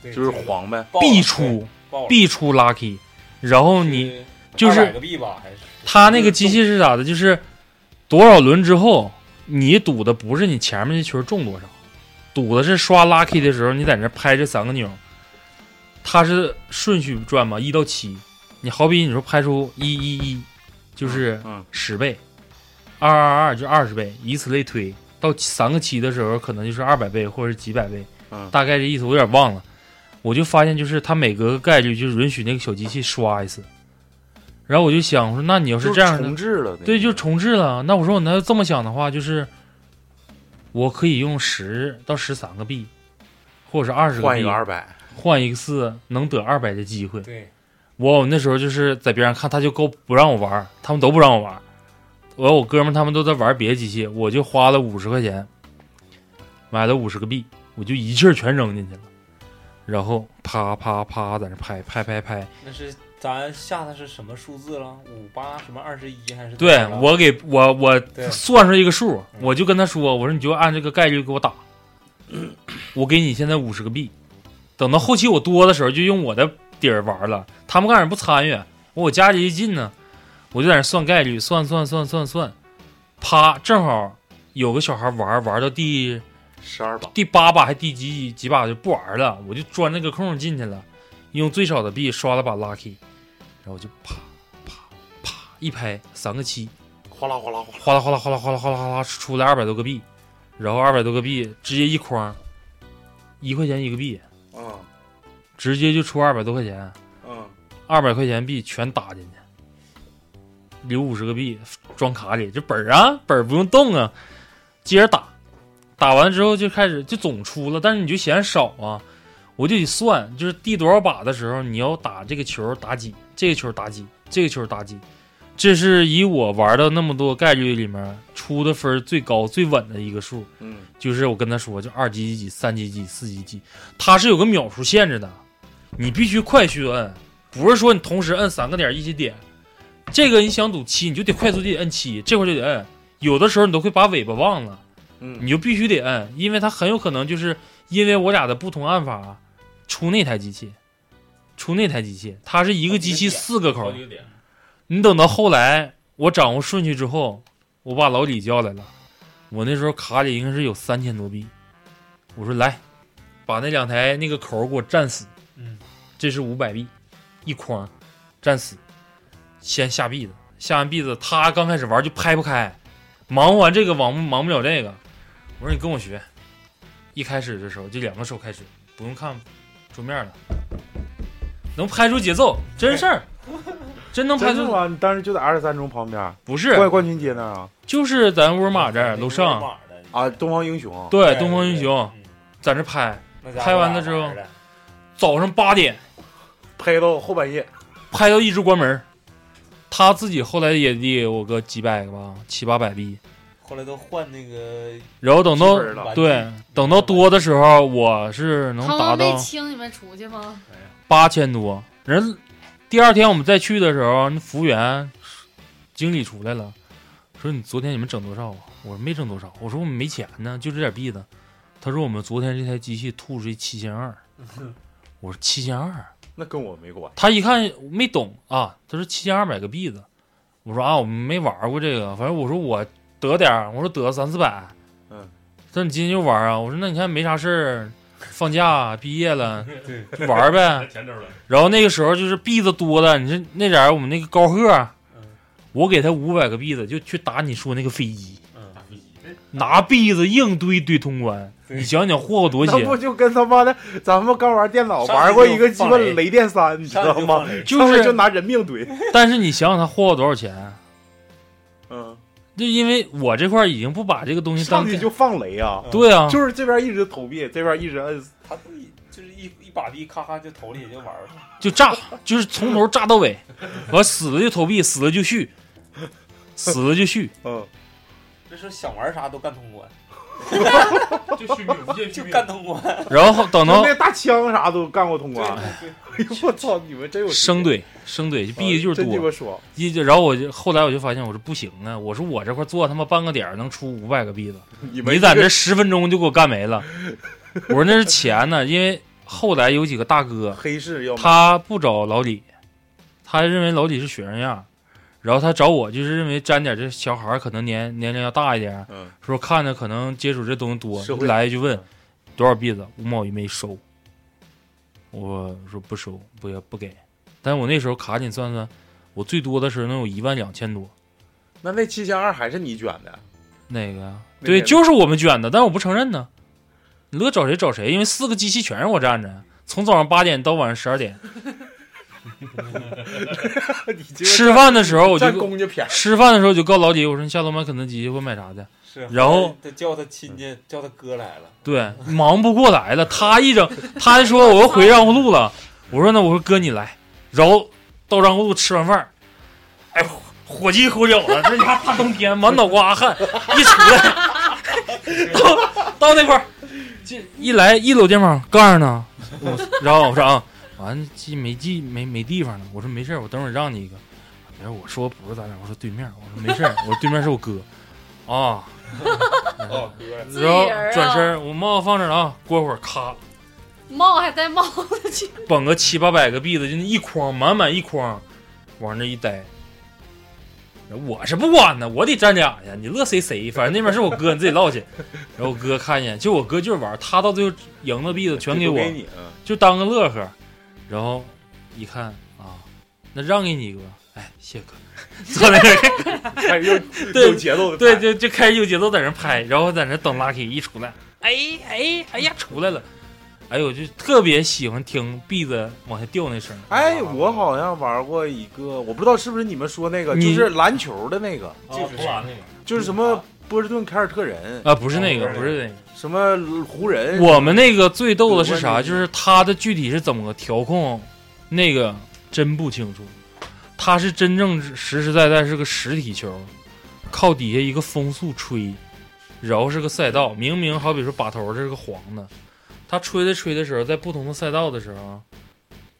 [SPEAKER 3] 就是黄呗，
[SPEAKER 2] 必出必出 lucky，然后你就是
[SPEAKER 6] 个币吧，还是
[SPEAKER 2] 他那个机器是咋的？就是多少轮之后，你赌的不是你前面这球中多少，赌的是刷 lucky 的时候，你在那拍这三个钮，它是顺序转嘛，一到七。你好比你说拍出一一一，就是
[SPEAKER 3] 嗯
[SPEAKER 2] 十倍，二二二就二十倍，以此类推。到三个七的时候，可能就是二百倍或者几百倍，
[SPEAKER 3] 嗯
[SPEAKER 2] 大概这意思我有点忘了。我就发现，就是它每隔个概率就是允许那个小机器刷一次，然后我就想，我说那你要
[SPEAKER 3] 就是
[SPEAKER 2] 这样的
[SPEAKER 3] 重，置了，
[SPEAKER 2] 对，就重置了。那我说我那要这么想的话，就是我可以用十到十三个币，或者是二十个
[SPEAKER 3] 换
[SPEAKER 2] 币
[SPEAKER 3] 一个二百，
[SPEAKER 2] 换一次能得二百的机会。
[SPEAKER 6] 对，
[SPEAKER 2] 我那时候就是在边上看，他就够不让我玩儿，他们都不让我玩儿。我我哥们儿他们都在玩别的机器，我就花了五十块钱买了五十个币，我就一气儿全扔进去了，然后啪啪啪在那拍拍拍拍，
[SPEAKER 6] 那是咱下的是什么数字了？五八什么二十一还是多
[SPEAKER 2] 对
[SPEAKER 6] 少了？
[SPEAKER 2] 我给我我
[SPEAKER 6] 对
[SPEAKER 2] 算出来一个数，
[SPEAKER 6] 嗯
[SPEAKER 2] 我就跟他说，我说你就按这个概率给
[SPEAKER 6] (clears throat)
[SPEAKER 2] 我打，我给你现在五十个币，等到后期我多的时候就用我的底儿玩了。他们干啥不参与？我家离近呢，我就在那算概率，算算算算算，啪，正好有个小孩玩玩到第
[SPEAKER 3] 十二把，
[SPEAKER 2] 第八把还第几几把就不玩了，我就钻这个空进去了，用最少的币刷了把 lucky，然后我就啪啪啪一拍三个七。
[SPEAKER 3] 哗啦哗啦哗啦，
[SPEAKER 2] 哗啦哗啦哗啦哗啦哗啦哗啦出来二百多个币，然后二百多个币直接一筐，一块钱一个币，
[SPEAKER 3] 嗯
[SPEAKER 2] 直接就出二百多块钱，
[SPEAKER 3] 嗯，
[SPEAKER 2] 二百块钱币全打进去，留五十个币装卡里，这本儿啊本儿不用动啊，接着打，打完之后就开始就总出了，但是你就嫌少啊，我就得算，就是第多少把的时候你要打这个球打几，这个球打几，这个球打几，这是以我玩的那么多概率里面出的分儿最高最稳的一个数，
[SPEAKER 3] 嗯，
[SPEAKER 2] 就是我跟他说，就二级几几、三级几、四级几，它是有个秒数限制的，你必须快速摁，不是说你同时摁三个点一起点。这个你想赌七，你就得快速地摁七，这块就得摁。有的时候你都会把尾巴忘了，
[SPEAKER 3] 嗯
[SPEAKER 2] 你就必须得摁，因为它很有可能就是因为我俩的不同按法，出那台机器，出那台机器，它是一个机器四个口
[SPEAKER 1] 好，几个点，
[SPEAKER 2] 你等到后来我掌握顺序之后，我把老李叫来了。我那时候卡里应该是有三千多币，我说来，把那两台那个口儿给我占死。
[SPEAKER 6] 嗯，
[SPEAKER 2] 这是五百币，一筐，占死。先下币子，下完币子，他刚开始玩就拍不开，忙活完这个忙不忙不了这个。我说你跟我学，一开始的时候就两个手开始，不用看桌面了，能拍出节奏，真事
[SPEAKER 3] (laughs)
[SPEAKER 2] 儿，真能拍
[SPEAKER 3] 真
[SPEAKER 2] 出
[SPEAKER 3] 的。吗？你当时就在二十三中旁边，
[SPEAKER 2] 不是，
[SPEAKER 3] 冠冠军街那儿啊
[SPEAKER 2] 就是咱沃尔玛这儿楼上，
[SPEAKER 3] 啊，东方英雄，
[SPEAKER 2] 对，东方英雄
[SPEAKER 6] 嗯
[SPEAKER 2] 在那拍，拍完了之后早上八点
[SPEAKER 3] 拍到后半夜，
[SPEAKER 2] 拍到一直关门儿，他自己后来也得有个几百个吧，七八百币，
[SPEAKER 6] 后来都换那个
[SPEAKER 2] 然后等
[SPEAKER 3] 基本
[SPEAKER 2] 到
[SPEAKER 3] 了
[SPEAKER 2] 对等到多的时候，我是能
[SPEAKER 5] 他
[SPEAKER 2] 达
[SPEAKER 5] 们没
[SPEAKER 2] 到
[SPEAKER 5] 请你们出去吗？
[SPEAKER 2] 八千多。人第二天我们再去的时候，那服务员经理出来了，说你昨天你们整多少啊？我说没整多少，我说我们没钱呢，就这点币子。他说我们昨天这台机器吐出去七千二，我说七千二，
[SPEAKER 3] 那跟我没关系，
[SPEAKER 2] 他一看没懂啊，他说七千二百个币子，我说啊，我们没玩过这个，反正我说我得点儿，我说得三四百，
[SPEAKER 3] 嗯，
[SPEAKER 2] 他说你今天就玩啊，我说那你看没啥事儿，放假啊
[SPEAKER 3] (laughs)
[SPEAKER 2] 毕业了，就玩儿呗，
[SPEAKER 1] 前头了，
[SPEAKER 2] 然后那个时候就是币子多了，你说那点儿我们那个
[SPEAKER 3] 嗯嗯
[SPEAKER 2] 高贺，我给他五百个币子就去打你说那个飞机，
[SPEAKER 1] 打飞机，
[SPEAKER 2] 拿篦子硬怼怼通关。
[SPEAKER 6] 对
[SPEAKER 2] 你想想祸祸多
[SPEAKER 3] 那不
[SPEAKER 2] 些，
[SPEAKER 3] 就跟他妈的咱们刚玩电脑
[SPEAKER 6] 上去
[SPEAKER 3] 玩过一个
[SPEAKER 6] 就
[SPEAKER 3] 鸡
[SPEAKER 6] 放
[SPEAKER 3] 巴
[SPEAKER 6] 雷
[SPEAKER 3] 雷电三，你知道
[SPEAKER 6] 上去就
[SPEAKER 3] 吗
[SPEAKER 6] 放？雷
[SPEAKER 2] 就
[SPEAKER 3] 上来
[SPEAKER 2] 是
[SPEAKER 3] 就拿人命怼，
[SPEAKER 2] 但是你想想他祸祸多少钱？
[SPEAKER 3] 嗯，
[SPEAKER 2] 就因为我这块儿已经不把这个东西
[SPEAKER 3] 上
[SPEAKER 2] 当
[SPEAKER 3] 去
[SPEAKER 2] 电
[SPEAKER 3] 就放雷啊！
[SPEAKER 2] 对啊，
[SPEAKER 3] 就是这边一直投币，这边一直摁，
[SPEAKER 6] 他不一就是一一把币，咔咔就投里也就玩儿了。
[SPEAKER 2] 就炸，就是从头炸到尾，完死了就投币，死了就续，死了就续。
[SPEAKER 3] 嗯，
[SPEAKER 6] 这时候想玩啥都干通关，
[SPEAKER 1] 就续命，无限续
[SPEAKER 6] 就
[SPEAKER 1] 命。
[SPEAKER 6] 干通关。
[SPEAKER 2] 然后等
[SPEAKER 3] 就
[SPEAKER 2] 到
[SPEAKER 3] 那大枪啥都干过通关。
[SPEAKER 6] 对
[SPEAKER 3] 哎呦 (laughs) 我操，你们真有
[SPEAKER 2] 生
[SPEAKER 3] 对，
[SPEAKER 2] 怼生怼，币就是
[SPEAKER 3] 啊真鸡巴
[SPEAKER 2] 多。
[SPEAKER 3] 爽。
[SPEAKER 2] 一然后我就后来我就发现我说不行啊，我说我这块做他妈半个点儿能出五百个币子，
[SPEAKER 3] (laughs) 你们
[SPEAKER 2] 你在这十分钟就给我干没了。我说那是钱呢，因为后来有几个大哥，
[SPEAKER 3] 黑市要吗？
[SPEAKER 2] 他不找老李，他认为老李是学生样儿，然后他找我就是认为沾点这小孩儿可能年年龄要大一点，
[SPEAKER 3] 嗯，
[SPEAKER 2] 说看着可能接触这东西多
[SPEAKER 3] 社，会嗯
[SPEAKER 2] 来一句问多少币子，五毛一没收。我说不收，不要不给。但我那时候卡紧算算，我最多的时候能有一万两千多。
[SPEAKER 3] 那那七千二还是你卷的？
[SPEAKER 2] 那个呀，
[SPEAKER 3] 那
[SPEAKER 2] 对，
[SPEAKER 3] 个
[SPEAKER 2] 就是我们卷的，但我不承认呢。你乐找谁找谁，因为四个机器全让我站着，从早上八点到晚上十二点。 (laughs)
[SPEAKER 3] 你鸡巴
[SPEAKER 2] 吃饭的时候我就
[SPEAKER 3] 占公家便宜。
[SPEAKER 2] 吃饭的时候我就告诉老李，我说你下楼买肯德基去，我买啥去？
[SPEAKER 6] 是。 (laughs)
[SPEAKER 2] 然后
[SPEAKER 6] 他叫他亲戚，叫他哥来了，
[SPEAKER 2] 对，忙不过来了。他一整，他还说我要回让胡路了。我说那我说哥你来，然后到让胡路吃完饭儿，哎，火火急火燎的，这你还大冬天满脑瓜汗，一出来到到那块儿，这一来一搂肩膀，盖儿呢？我然后我说啊，完记没记没没地方了。我说没事儿，我等会儿让你一个。然后我说不是咱俩，我说对面儿，我说没事儿，我说对面是我哥啊。
[SPEAKER 6] 哦哥，
[SPEAKER 5] 自己
[SPEAKER 2] 然后
[SPEAKER 5] 人儿啊
[SPEAKER 2] 转身儿，我帽子放这儿了啊，过会儿咔
[SPEAKER 5] 帽还带帽子去，
[SPEAKER 2] 绑个七八百个币子，就那一筐满满一筐，往那一待。我是不管呢，我得站俩去，你乐谁谁，反正那边是我哥，你自己唠去。然后我哥看见，就我哥就是玩儿，他到最后赢的币子全给
[SPEAKER 3] 都
[SPEAKER 2] 我，
[SPEAKER 3] 给你，嗯
[SPEAKER 2] 就当个乐呵。然后一看啊，那让给你一个，哎，谢哥， (laughs) 坐那儿
[SPEAKER 3] 哎又
[SPEAKER 2] (laughs) 对
[SPEAKER 3] 有节奏的，
[SPEAKER 2] 对，就就开始有节奏在那拍，然后在那等 Lucky 一出来，哎哎哎呀出来了，哎呦就特别喜欢听篦子往下掉那声儿，
[SPEAKER 3] 哎，我好像玩过一个，我不知道是不是你嗯啊们说那个，就
[SPEAKER 2] 你
[SPEAKER 3] 是篮球的那个，
[SPEAKER 2] 哦
[SPEAKER 6] 就是
[SPEAKER 1] 投篮那个，
[SPEAKER 3] 就是什么波士顿凯尔特人，
[SPEAKER 2] 啊不是那个
[SPEAKER 6] 哦
[SPEAKER 2] 不是那个，
[SPEAKER 3] 什么湖人，
[SPEAKER 2] 我们那个最逗的是
[SPEAKER 3] 我
[SPEAKER 2] 啥？
[SPEAKER 3] 问你
[SPEAKER 2] 就是他的具体是怎么调控，那个真不清楚，他是真正实实在在是个实体球，靠底下一个风速吹，然后是个赛道，明明好比说把头这是个黄的，他吹着吹的时候，在不同的赛道的时候，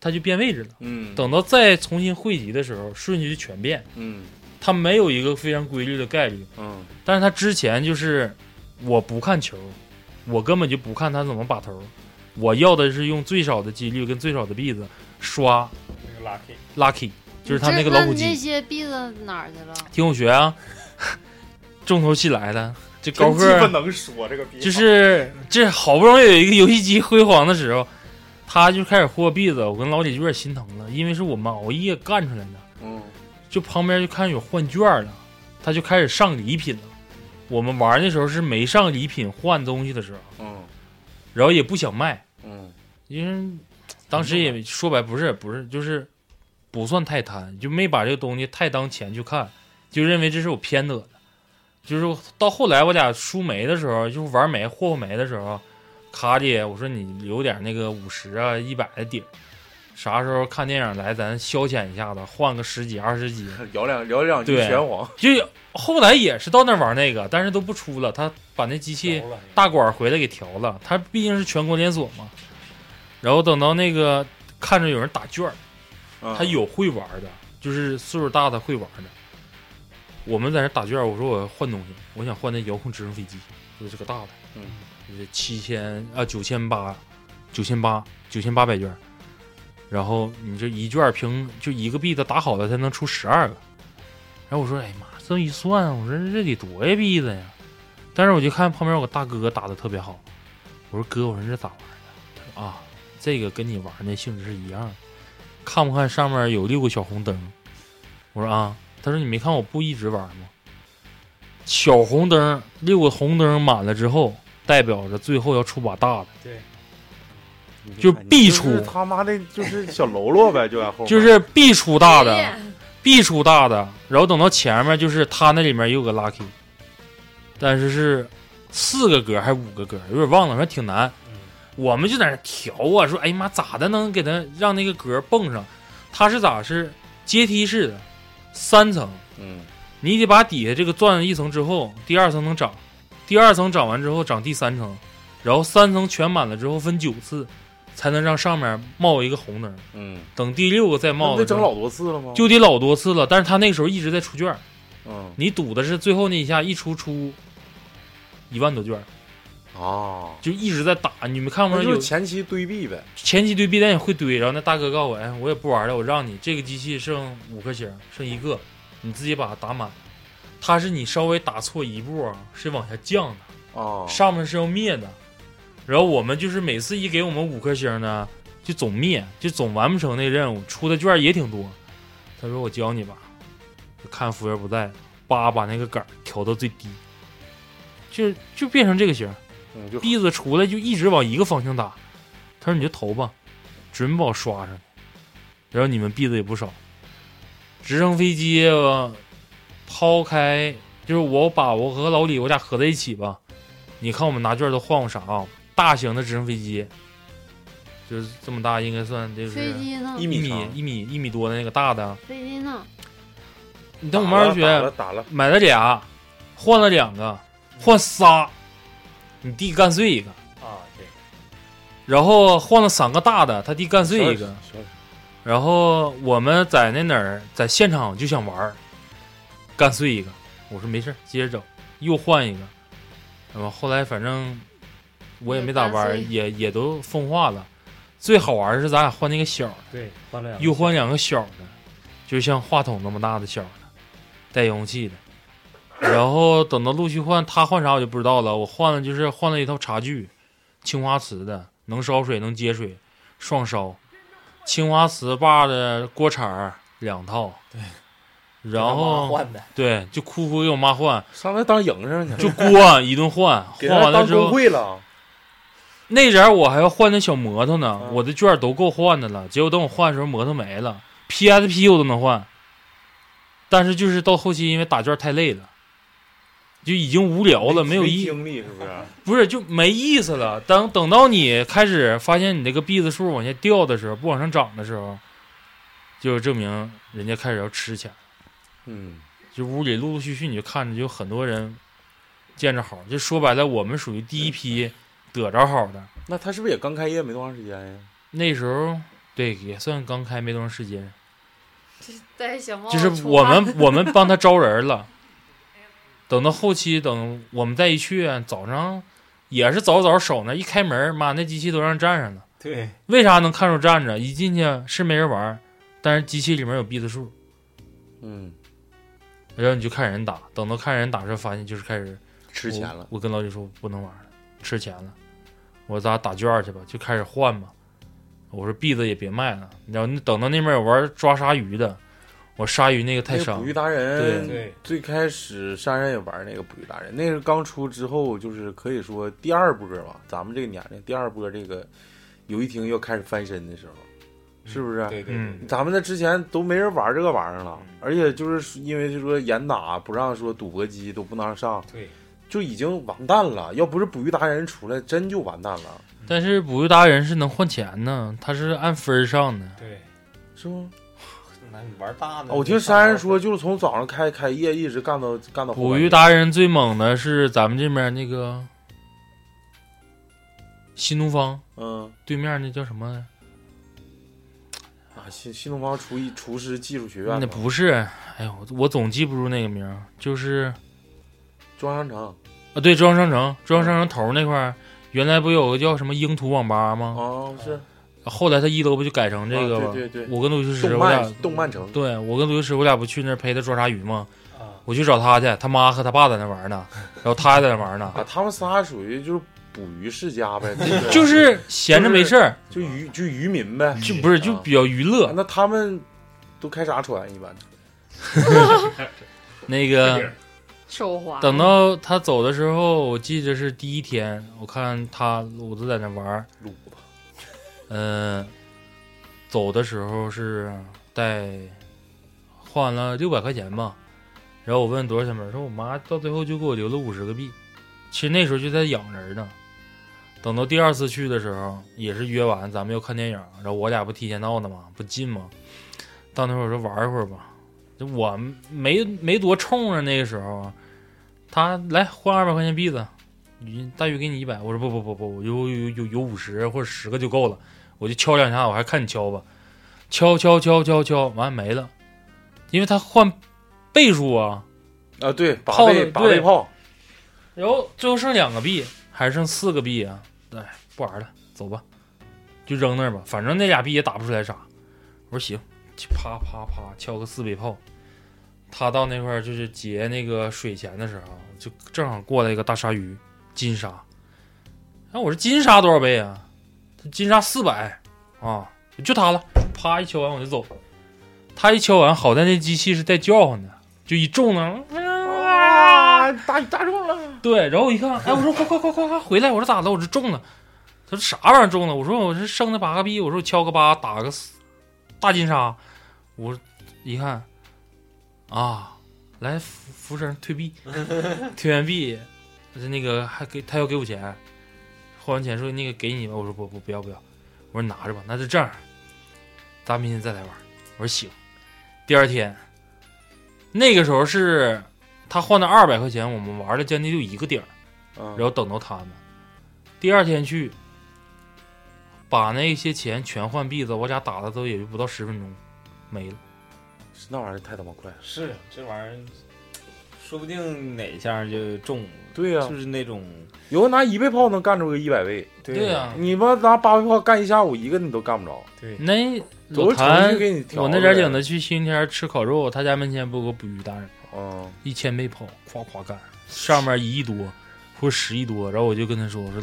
[SPEAKER 2] 他就变位置了。
[SPEAKER 3] 嗯，
[SPEAKER 2] 等到再重新汇集的时候，顺序就全变。
[SPEAKER 3] 嗯
[SPEAKER 2] 它没有一个非常规律的概率，
[SPEAKER 3] 嗯
[SPEAKER 2] 但是它之前就是我不看球，我根本就不看他怎么把头，我要的是用最少的几率跟最少的币子刷
[SPEAKER 6] 那个 lucky，
[SPEAKER 2] lucky，就是他
[SPEAKER 5] 你
[SPEAKER 2] 那
[SPEAKER 5] 这
[SPEAKER 2] 个老虎
[SPEAKER 5] 那那
[SPEAKER 2] 机。
[SPEAKER 5] 些币子哪儿去了？
[SPEAKER 2] 听我学啊，重头戏来了，这高个
[SPEAKER 3] 真鸡巴
[SPEAKER 2] 儿
[SPEAKER 3] 能说这个逼，
[SPEAKER 2] 就是这好不容易有一个游戏机辉煌的时候，他就开始豁币子，我跟老李就有点心疼了，因为是我们熬夜干出来的。
[SPEAKER 3] 嗯，
[SPEAKER 2] 就旁边就看有换券了，他就开始上礼品了。我们玩的时候是没上礼品换东西的时候，
[SPEAKER 3] 嗯
[SPEAKER 2] 然后也不想卖，
[SPEAKER 3] 嗯
[SPEAKER 2] 因为当时也说白不是不是就是不算太贪，就没把这个东西太当钱去看，就认为这是我偏得的。就是到后来我俩输煤的时候，就是玩煤霍霍煤的时候，卡姐我说你留点那个五十啊一百的底儿，啥时候看电影来咱消遣一下子，换个十几二十几。
[SPEAKER 3] 摇两摇两句
[SPEAKER 2] 对
[SPEAKER 3] 拳皇，
[SPEAKER 2] 就有后来也是到那儿玩那个，但是都不出了。他把那机器
[SPEAKER 6] 投了
[SPEAKER 2] 大管回来给调了，他毕竟是全国连锁嘛。然后等到那个看着有人打卷儿，
[SPEAKER 3] 嗯
[SPEAKER 2] 他有会玩的，就是岁数大的会玩的。我们在那打卷儿，我说我要换东西，我想换那遥控直升飞机，就是这个大的，
[SPEAKER 3] 嗯，
[SPEAKER 2] 就是七千啊九千八，九千八九千八百卷儿。然后你这一卷儿平就一个币子打好了才能出十二个。然后我说，哎呀妈，这么一算，我说这得多呀币子呀！但是我就看旁边有个大哥打的特别好，我说哥，我说这咋玩的？他说啊，这个跟你玩的性质是一样的。看不看上面有六个小红灯？我说啊，他说你没看我不一直玩吗？小红灯六个红灯满了之后，代表着最后要出把大的，就必
[SPEAKER 3] 就
[SPEAKER 2] 出
[SPEAKER 3] 是，他妈的，就是小喽啰呗，就在后面，
[SPEAKER 2] 就是必出大
[SPEAKER 5] 爷
[SPEAKER 2] 的，
[SPEAKER 5] 爷
[SPEAKER 2] 必出大的。然后等到前面就是他那里面有个 lucky，但是是四个格还是五个格，有点忘了，反正挺难。
[SPEAKER 3] 嗯
[SPEAKER 2] 我们就在那调啊，说哎呀妈，咋的能给他让那个格蹦上？他是咋是阶梯式的，三层。
[SPEAKER 6] 嗯，
[SPEAKER 2] 你得把底下这个钻了一层之后，第二层能涨，第二层涨完之后涨第三层，然后三层全满了之后分九次，才能让上面冒一个红灯。
[SPEAKER 6] 嗯，
[SPEAKER 2] 等第六个再
[SPEAKER 3] 那
[SPEAKER 2] 冒
[SPEAKER 3] 不得
[SPEAKER 2] 的时
[SPEAKER 3] 整
[SPEAKER 2] 候，
[SPEAKER 3] 老多次了吗？
[SPEAKER 2] 就得老多次了。但是他那个时候一直在出卷儿，
[SPEAKER 3] 嗯
[SPEAKER 2] 你赌的是最后那一下一出出一万多卷儿，
[SPEAKER 3] 啊，
[SPEAKER 2] 就一直在打。你们看不
[SPEAKER 3] 那
[SPEAKER 2] 上
[SPEAKER 3] 就
[SPEAKER 2] 有
[SPEAKER 3] 是前期堆币呗，
[SPEAKER 2] 前期堆币但也会堆，然后那大哥告诉我，哎，我也不玩了，我让你这个机器剩五颗星，剩一个，你自己把它打满。它是你稍微打错一步啊，是往下降的，
[SPEAKER 3] 啊，
[SPEAKER 2] 上面是要灭的。然后我们就是每次一给我们五颗星呢，就总灭，就总完不成那任务，出的卷儿也挺多。他说我教你吧，就看服务员不在，叭把那个杆儿调到最低，就就变成这个形儿。
[SPEAKER 3] 嗯就
[SPEAKER 2] 弟子出来就一直往一个方向打。他说：“你就投吧，准把我刷上。”然后你们币子也不少，直升飞机吧，抛开就是我把我和老李我俩合在一起吧。你看我们拿券都换过啥啊？大型的直升飞机，就是这么大，应该算就是
[SPEAKER 5] 飞机呢？
[SPEAKER 2] 一米
[SPEAKER 3] 长
[SPEAKER 2] 一米一米多的那个大的。
[SPEAKER 5] 飞机呢？
[SPEAKER 2] 你到我们二学，
[SPEAKER 3] 打了打了，
[SPEAKER 2] 买了俩，换了两个，换仨，你弟干碎一个，
[SPEAKER 6] 啊，对，
[SPEAKER 2] 然后换了三个大的，他弟干碎一个，
[SPEAKER 3] 小
[SPEAKER 2] 然后我们在那哪儿，在现场就想玩儿，干碎一个。我说没事儿，接着整，又换一个。然后后来反正我也没咋玩儿，
[SPEAKER 5] 也干
[SPEAKER 2] 也也都风化了。最好玩儿是咱俩换那个小的，
[SPEAKER 6] 对，换了两个
[SPEAKER 2] 又换两个小的，就像话筒那么大的小的，带遥控器的。然后等到陆续换，他换啥我就不知道了。我换了就是换了一套茶具，青花瓷的，能烧水能接水，双烧，青花瓷把的锅铲儿两套，对，然
[SPEAKER 6] 妈
[SPEAKER 2] 后
[SPEAKER 6] 换的，
[SPEAKER 2] 对就哭哭给我妈换，
[SPEAKER 3] 上来当营生去，
[SPEAKER 6] (laughs)
[SPEAKER 2] 就锅啊一顿换，
[SPEAKER 3] 给
[SPEAKER 2] 换
[SPEAKER 3] 他
[SPEAKER 2] 完了
[SPEAKER 3] 当
[SPEAKER 2] 之
[SPEAKER 3] 工
[SPEAKER 2] 后，
[SPEAKER 3] 会了，
[SPEAKER 2] 那阵儿我还要换那小摩托呢，
[SPEAKER 3] 嗯
[SPEAKER 2] 我的券儿都够换的了。结果等我换的时候，摩托没了，PSP 我都能换，但是就是到后期因为打券儿太累了，就已经无聊了，没有意
[SPEAKER 3] 精力是不是？
[SPEAKER 2] 不是就没意思了。等等到你开始发现你这个币子数往下掉的时候，不往上涨的时候，就证明人家开始要吃钱。
[SPEAKER 3] 嗯，
[SPEAKER 2] 就屋里陆陆续续你就看着，就很多人见着好，就说白了，我们属于第一批得着好的。
[SPEAKER 3] 那他是不是也刚开业没多长时间呀？
[SPEAKER 2] 那时候对也算刚开没多长时间，
[SPEAKER 5] 戴小帽
[SPEAKER 2] 就
[SPEAKER 5] 子
[SPEAKER 2] 是
[SPEAKER 5] 哦出
[SPEAKER 2] 我
[SPEAKER 5] 发 (laughs)
[SPEAKER 2] 们我们帮他招人了。等到后期，等我们再一去，啊早上也是早早守那一开门，妈那机器都让站上了。
[SPEAKER 6] 对，
[SPEAKER 2] 为啥能看出站着？一进去是没人玩，但是机器里面有币子数，
[SPEAKER 3] 嗯，
[SPEAKER 2] 然后你就看人打。等到看人打的时候，发现就是开始
[SPEAKER 3] 吃钱
[SPEAKER 2] 我。
[SPEAKER 3] 了，
[SPEAKER 2] 我跟老李说不能玩了，吃钱了。我说咱俩打券儿去吧，就开始换吧。我说币子也别卖了，然后那等到那边有玩抓鲨鱼的，我鲨鱼那个太
[SPEAKER 3] 那个
[SPEAKER 2] 伤
[SPEAKER 3] 捕鱼。达
[SPEAKER 2] 对
[SPEAKER 3] 人，
[SPEAKER 6] 对，
[SPEAKER 3] 最开始山人也玩那个捕鱼达人，那是刚出之后，就是可以说第二波吧，咱们这个年龄第二波这个游戏厅要开始翻身的时候，是不是？
[SPEAKER 6] 对对
[SPEAKER 2] 嗯
[SPEAKER 6] 对，
[SPEAKER 3] 咱们在之前都没人玩这个玩意儿了，而且就是因为就说严打不让说赌博机都不能上，
[SPEAKER 6] 对，
[SPEAKER 3] 就已经完蛋了。要不是捕鱼达人出来，真就完蛋了，
[SPEAKER 2] 但是捕鱼达人是能换钱呢，他是按分儿上的。
[SPEAKER 6] 对，
[SPEAKER 3] 是吗？
[SPEAKER 6] 那你玩大的，
[SPEAKER 3] 哦我听山人说，就是从早上开开业一直干到干到后
[SPEAKER 2] 捕
[SPEAKER 3] 半
[SPEAKER 2] 鱼
[SPEAKER 3] 夜
[SPEAKER 2] 达人最猛的是咱们这边那个新东方
[SPEAKER 3] 嗯
[SPEAKER 2] 对面那叫什么来着？
[SPEAKER 3] 啊，新新东方厨艺厨师技术学院
[SPEAKER 2] 那
[SPEAKER 3] 嘛
[SPEAKER 2] 不是，哎呦，我总记不住那个名儿，就是
[SPEAKER 3] 庄商城
[SPEAKER 2] 啊，对，中央商城，
[SPEAKER 3] 嗯
[SPEAKER 2] 中央商城头那块儿，原来不有个叫什么鹰图网吧吗？
[SPEAKER 3] 啊是
[SPEAKER 2] 后来他一楼不就改成这个
[SPEAKER 3] 啊
[SPEAKER 2] 了？
[SPEAKER 3] 对对对
[SPEAKER 2] 我跟陆秋实我
[SPEAKER 3] 动漫
[SPEAKER 2] 俩，
[SPEAKER 3] 动漫城
[SPEAKER 2] 对我跟陆秋实我俩不去那儿陪他抓鲨鱼吗？
[SPEAKER 6] 啊，
[SPEAKER 2] 我去找他去，他妈和他爸在那玩儿呢，然后他还在那玩儿呢，
[SPEAKER 3] 啊，他们仨属于就是捕鱼世
[SPEAKER 2] (laughs)
[SPEAKER 3] 家呗，对不对
[SPEAKER 2] 就是闲着没事儿，
[SPEAKER 3] 就渔就渔民呗，
[SPEAKER 2] 就不是就
[SPEAKER 3] 啊
[SPEAKER 2] 比较娱乐。
[SPEAKER 3] 那他们都开啥船一般？
[SPEAKER 2] 那个
[SPEAKER 1] 嗯
[SPEAKER 5] 手滑。
[SPEAKER 2] 等到他走的时候，我记得是第一天，我看他鲁子在那玩儿，
[SPEAKER 6] 鲁
[SPEAKER 2] 子，嗯、走的时候是带换了六百块钱吧，然后我问多少钱吧，说我妈到最后就给我留了五十个币，其实那时候就在养人呢。等到第二次去的时候，也是约完咱们要看电影，然后我俩不提前到呢吗？不近吗？到那会儿说玩一会儿吧，就我没没多冲啊，那个时候，他来换二百块钱币子，你大宇给你一百，我说不不不不，有有有有五十或者十个就够了，我就敲两下，我还看你敲吧，敲敲敲敲敲，完没了，因为他换倍数啊，
[SPEAKER 3] 啊，对，八
[SPEAKER 2] 炮
[SPEAKER 3] 倍
[SPEAKER 2] 的
[SPEAKER 3] 八
[SPEAKER 2] 对
[SPEAKER 3] 倍炮，
[SPEAKER 2] 然后最后剩两个币，还剩四个币啊！哎，不玩了，走吧，就扔那儿吧，反正那俩币也打不出来啥。我说行，就啪啪啪敲个四倍炮。他到那块儿就是结那个水钱的时候，就正好过来一个大鲨鱼，金鲨。然后我说金鲨多少倍啊？他金鲨四百啊，就它了。啪一敲完我就走。他一敲完，好在那机器是带叫唤的，就一中呢，啊，
[SPEAKER 3] 打打中了，
[SPEAKER 2] (laughs) 对，然后我一看，哎，我说快快快快快回来！我说咋的？我这中了。他说啥玩意儿中了？我说我是剩的八个币，我说我敲个八打个四大金沙。我一看，啊，来服服绳退币，退完币，那个还给他要给我钱，花完钱说那个给你吧。我说不不不要不要，我说拿着吧，那就这样，咱明天再来玩。我说行。第二天，那个时候是他换的二百块钱，我们玩了将近就一个点儿，
[SPEAKER 3] 嗯啊
[SPEAKER 2] 然后等到他们。第二天去，把那些钱全换币子，我俩打的都也就不到十分钟，没了。
[SPEAKER 3] 那玩意儿太他妈快了，
[SPEAKER 6] 是这玩意儿，说不定哪下就中，
[SPEAKER 3] 对呀、
[SPEAKER 6] 就是那种
[SPEAKER 3] 有的拿一倍炮能干出个一百倍，
[SPEAKER 2] 对呀、
[SPEAKER 3] 你妈拿八倍炮干一下午一个你都干不着，
[SPEAKER 6] 对，
[SPEAKER 2] 那老
[SPEAKER 3] 都是程
[SPEAKER 2] 谭
[SPEAKER 3] 序，给你调。
[SPEAKER 2] 我那点儿顶，的去星期天吃烤肉，他家门前不有个捕鱼单，
[SPEAKER 3] 嗯，
[SPEAKER 2] 一千倍跑，夸夸干，上面一亿多或十亿多，然后我就跟他说，我说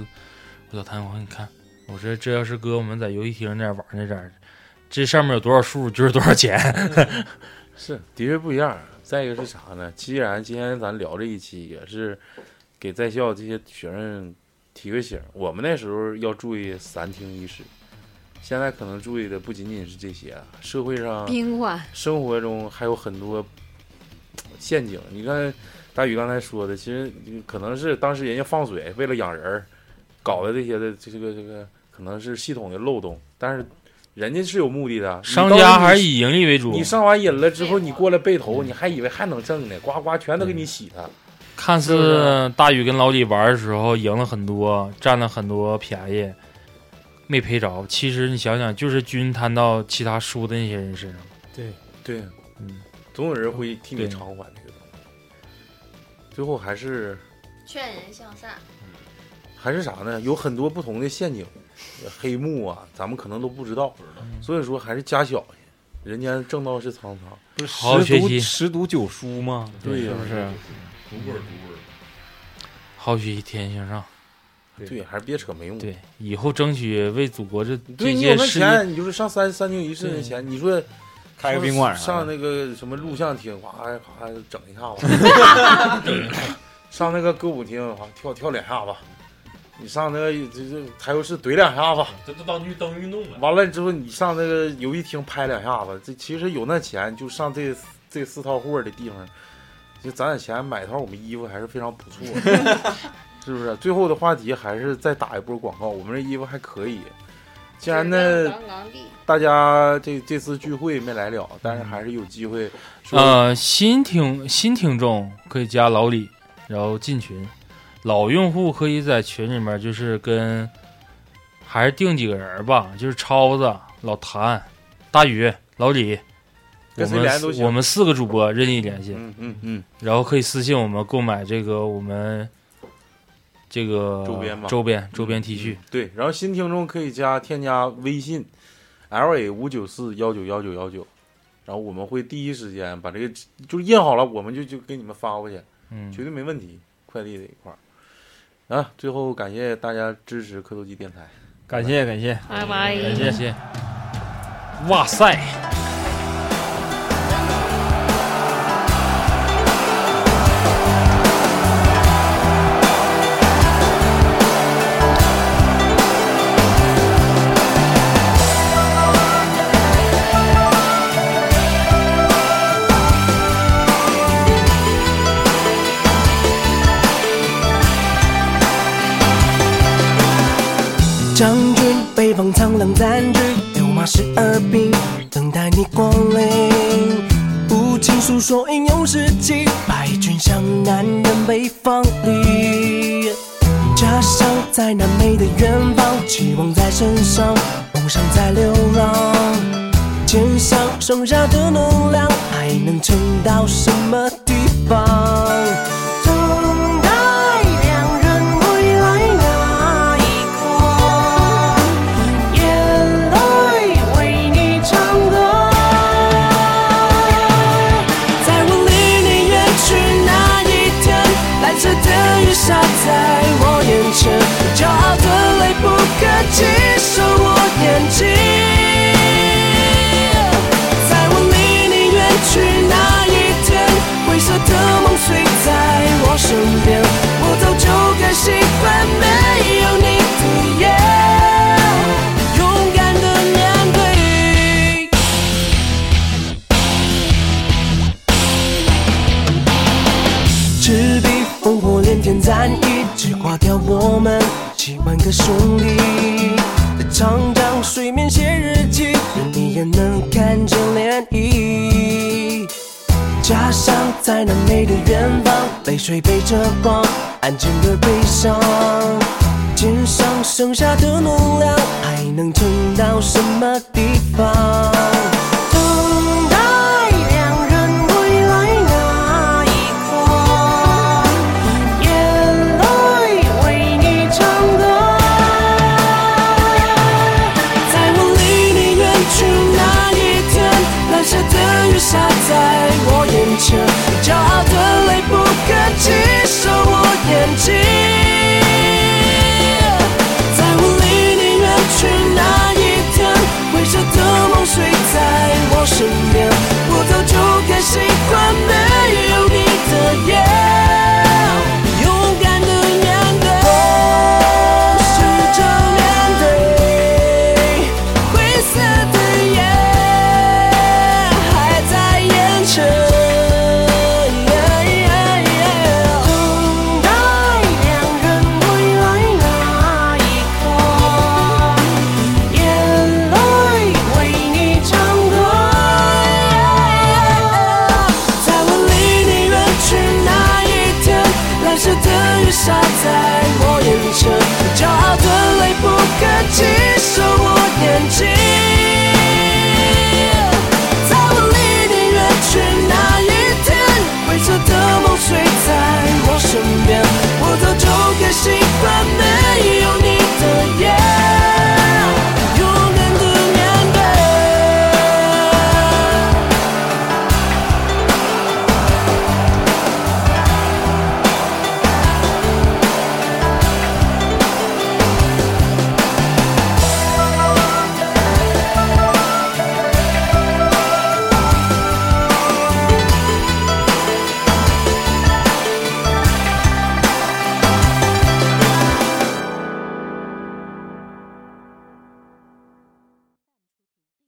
[SPEAKER 2] 我老谭，我说你看，我说这要是搁我们在游戏厅那儿玩那点儿，这上面有多少数就是多少钱。
[SPEAKER 3] 是的确不一样。再一个是啥呢？既然今天咱聊这一期，也是给在校这些学生提个醒儿，我们那时候要注意三听一使，现在可能注意的不仅仅是这些啊，社会上
[SPEAKER 5] 宾馆
[SPEAKER 3] 生活中还有很多陷阱。你看大宇刚才说的，其实你可能是当时人家放水，为了养人儿搞的这些的这这个这个，可能是系统的漏洞，但是人家是有目的的。
[SPEAKER 2] 商
[SPEAKER 3] 你到
[SPEAKER 2] 家
[SPEAKER 3] 底
[SPEAKER 2] 还是以盈利为主。
[SPEAKER 3] 你上完瘾了之后，你过来背头，你还以为还能挣呢，呱呱全都给你洗它。
[SPEAKER 2] 看
[SPEAKER 3] 是不
[SPEAKER 2] 似大宇跟老李玩的时候赢了很多，占了很多便宜，没赔着。其实你想想，就是均摊到其他输的那些人身上。
[SPEAKER 3] 对，
[SPEAKER 2] 嗯，
[SPEAKER 3] 总有人会替你
[SPEAKER 2] 对
[SPEAKER 3] 偿还这个东西。最后还是
[SPEAKER 7] 劝人向善，
[SPEAKER 3] 还是啥呢？有很多不同的陷阱、黑幕啊，咱们可能都不知道。所以说还是加小心，人家正道是沧桑。
[SPEAKER 4] 不是
[SPEAKER 2] 好好学
[SPEAKER 4] 十读
[SPEAKER 2] 习
[SPEAKER 4] 十读九书吗？
[SPEAKER 3] 对呀
[SPEAKER 4] 是不是？
[SPEAKER 1] 读本儿读本儿，
[SPEAKER 2] 好学习，天天向上。
[SPEAKER 3] 对，还是别扯没用的。
[SPEAKER 2] 对，以后争取为祖国这这
[SPEAKER 3] 对你有
[SPEAKER 2] 些
[SPEAKER 3] 那
[SPEAKER 2] 事业，
[SPEAKER 3] 钱，你就是上三三厅一室那钱，你说
[SPEAKER 8] 开个宾馆啥
[SPEAKER 3] 上
[SPEAKER 8] 的
[SPEAKER 3] 那个什么录像厅，哗哗整一下子；上那个歌舞厅，哗跳跳两下子；你上那个这这台球室怼两下子，
[SPEAKER 1] 这都当运当运动了。
[SPEAKER 3] 完了之后你上那个游戏厅拍两下子。这其实有那钱，就上这这四套货的地方，就攒点钱买套我们衣服还是非常不错的，是不是？最后的话题还是再打一波广告，我们这衣服还可以。既然呢，
[SPEAKER 5] 刚刚地
[SPEAKER 3] 大家这这次聚会没来了，但是还是有机会说。
[SPEAKER 2] 呃，新听新听众可以加老李，然后进群；老用户可以在群里面就是跟还是定几个人吧，就是超子、老谭、大宇、老李，我
[SPEAKER 3] 跟谁联系都
[SPEAKER 2] 们
[SPEAKER 3] 行
[SPEAKER 2] 我们四个主播任意联系，
[SPEAKER 3] 嗯嗯嗯，
[SPEAKER 2] 然后可以私信我们购买这个我们这个
[SPEAKER 3] 周边吧嗯
[SPEAKER 2] 周边周边 T 恤。
[SPEAKER 3] 对。然后新听众可以加添加微信 l a 五九四幺九幺九幺九，然后我们会第一时间把这个就是印好了，我们就就给你们发过去，
[SPEAKER 2] 嗯，
[SPEAKER 3] 绝对没问题。快递这一块儿啊，最后感谢大家支持磕头机电台。
[SPEAKER 4] 感谢感谢。
[SPEAKER 5] 拜拜。
[SPEAKER 2] 感谢谢。哇塞！
[SPEAKER 9] Thank 冷餐具，六马十二兵，等待你光临。无情诉说英勇事迹，败军向南人北方里。家乡在南美的远方，期望在身上，梦想在流浪。肩上剩下的能量，还能撑到什么地方？等待两人归来那一刻，眼泪为你唱歌。在我离你远去那一天，蓝色的雨洒在我眼前，骄傲的泪不可及，手我眼睛。在我离你远去那一天，灰色的梦随在我身边，我早就该习惯没有你的夜，勇敢的面对。赤壁烽火连天战役，只垮掉我们几万个兄弟。常常睡眠写日记，任你也能看见涟漪。家乡在南美的远方，泪水背着光，安静的悲伤。肩上剩下的能量，还能撑到什么地方？等待两人归来那一刻，眼泪为你唱歌。在我离你远去那一天，蓝色的雨洒在我眼前，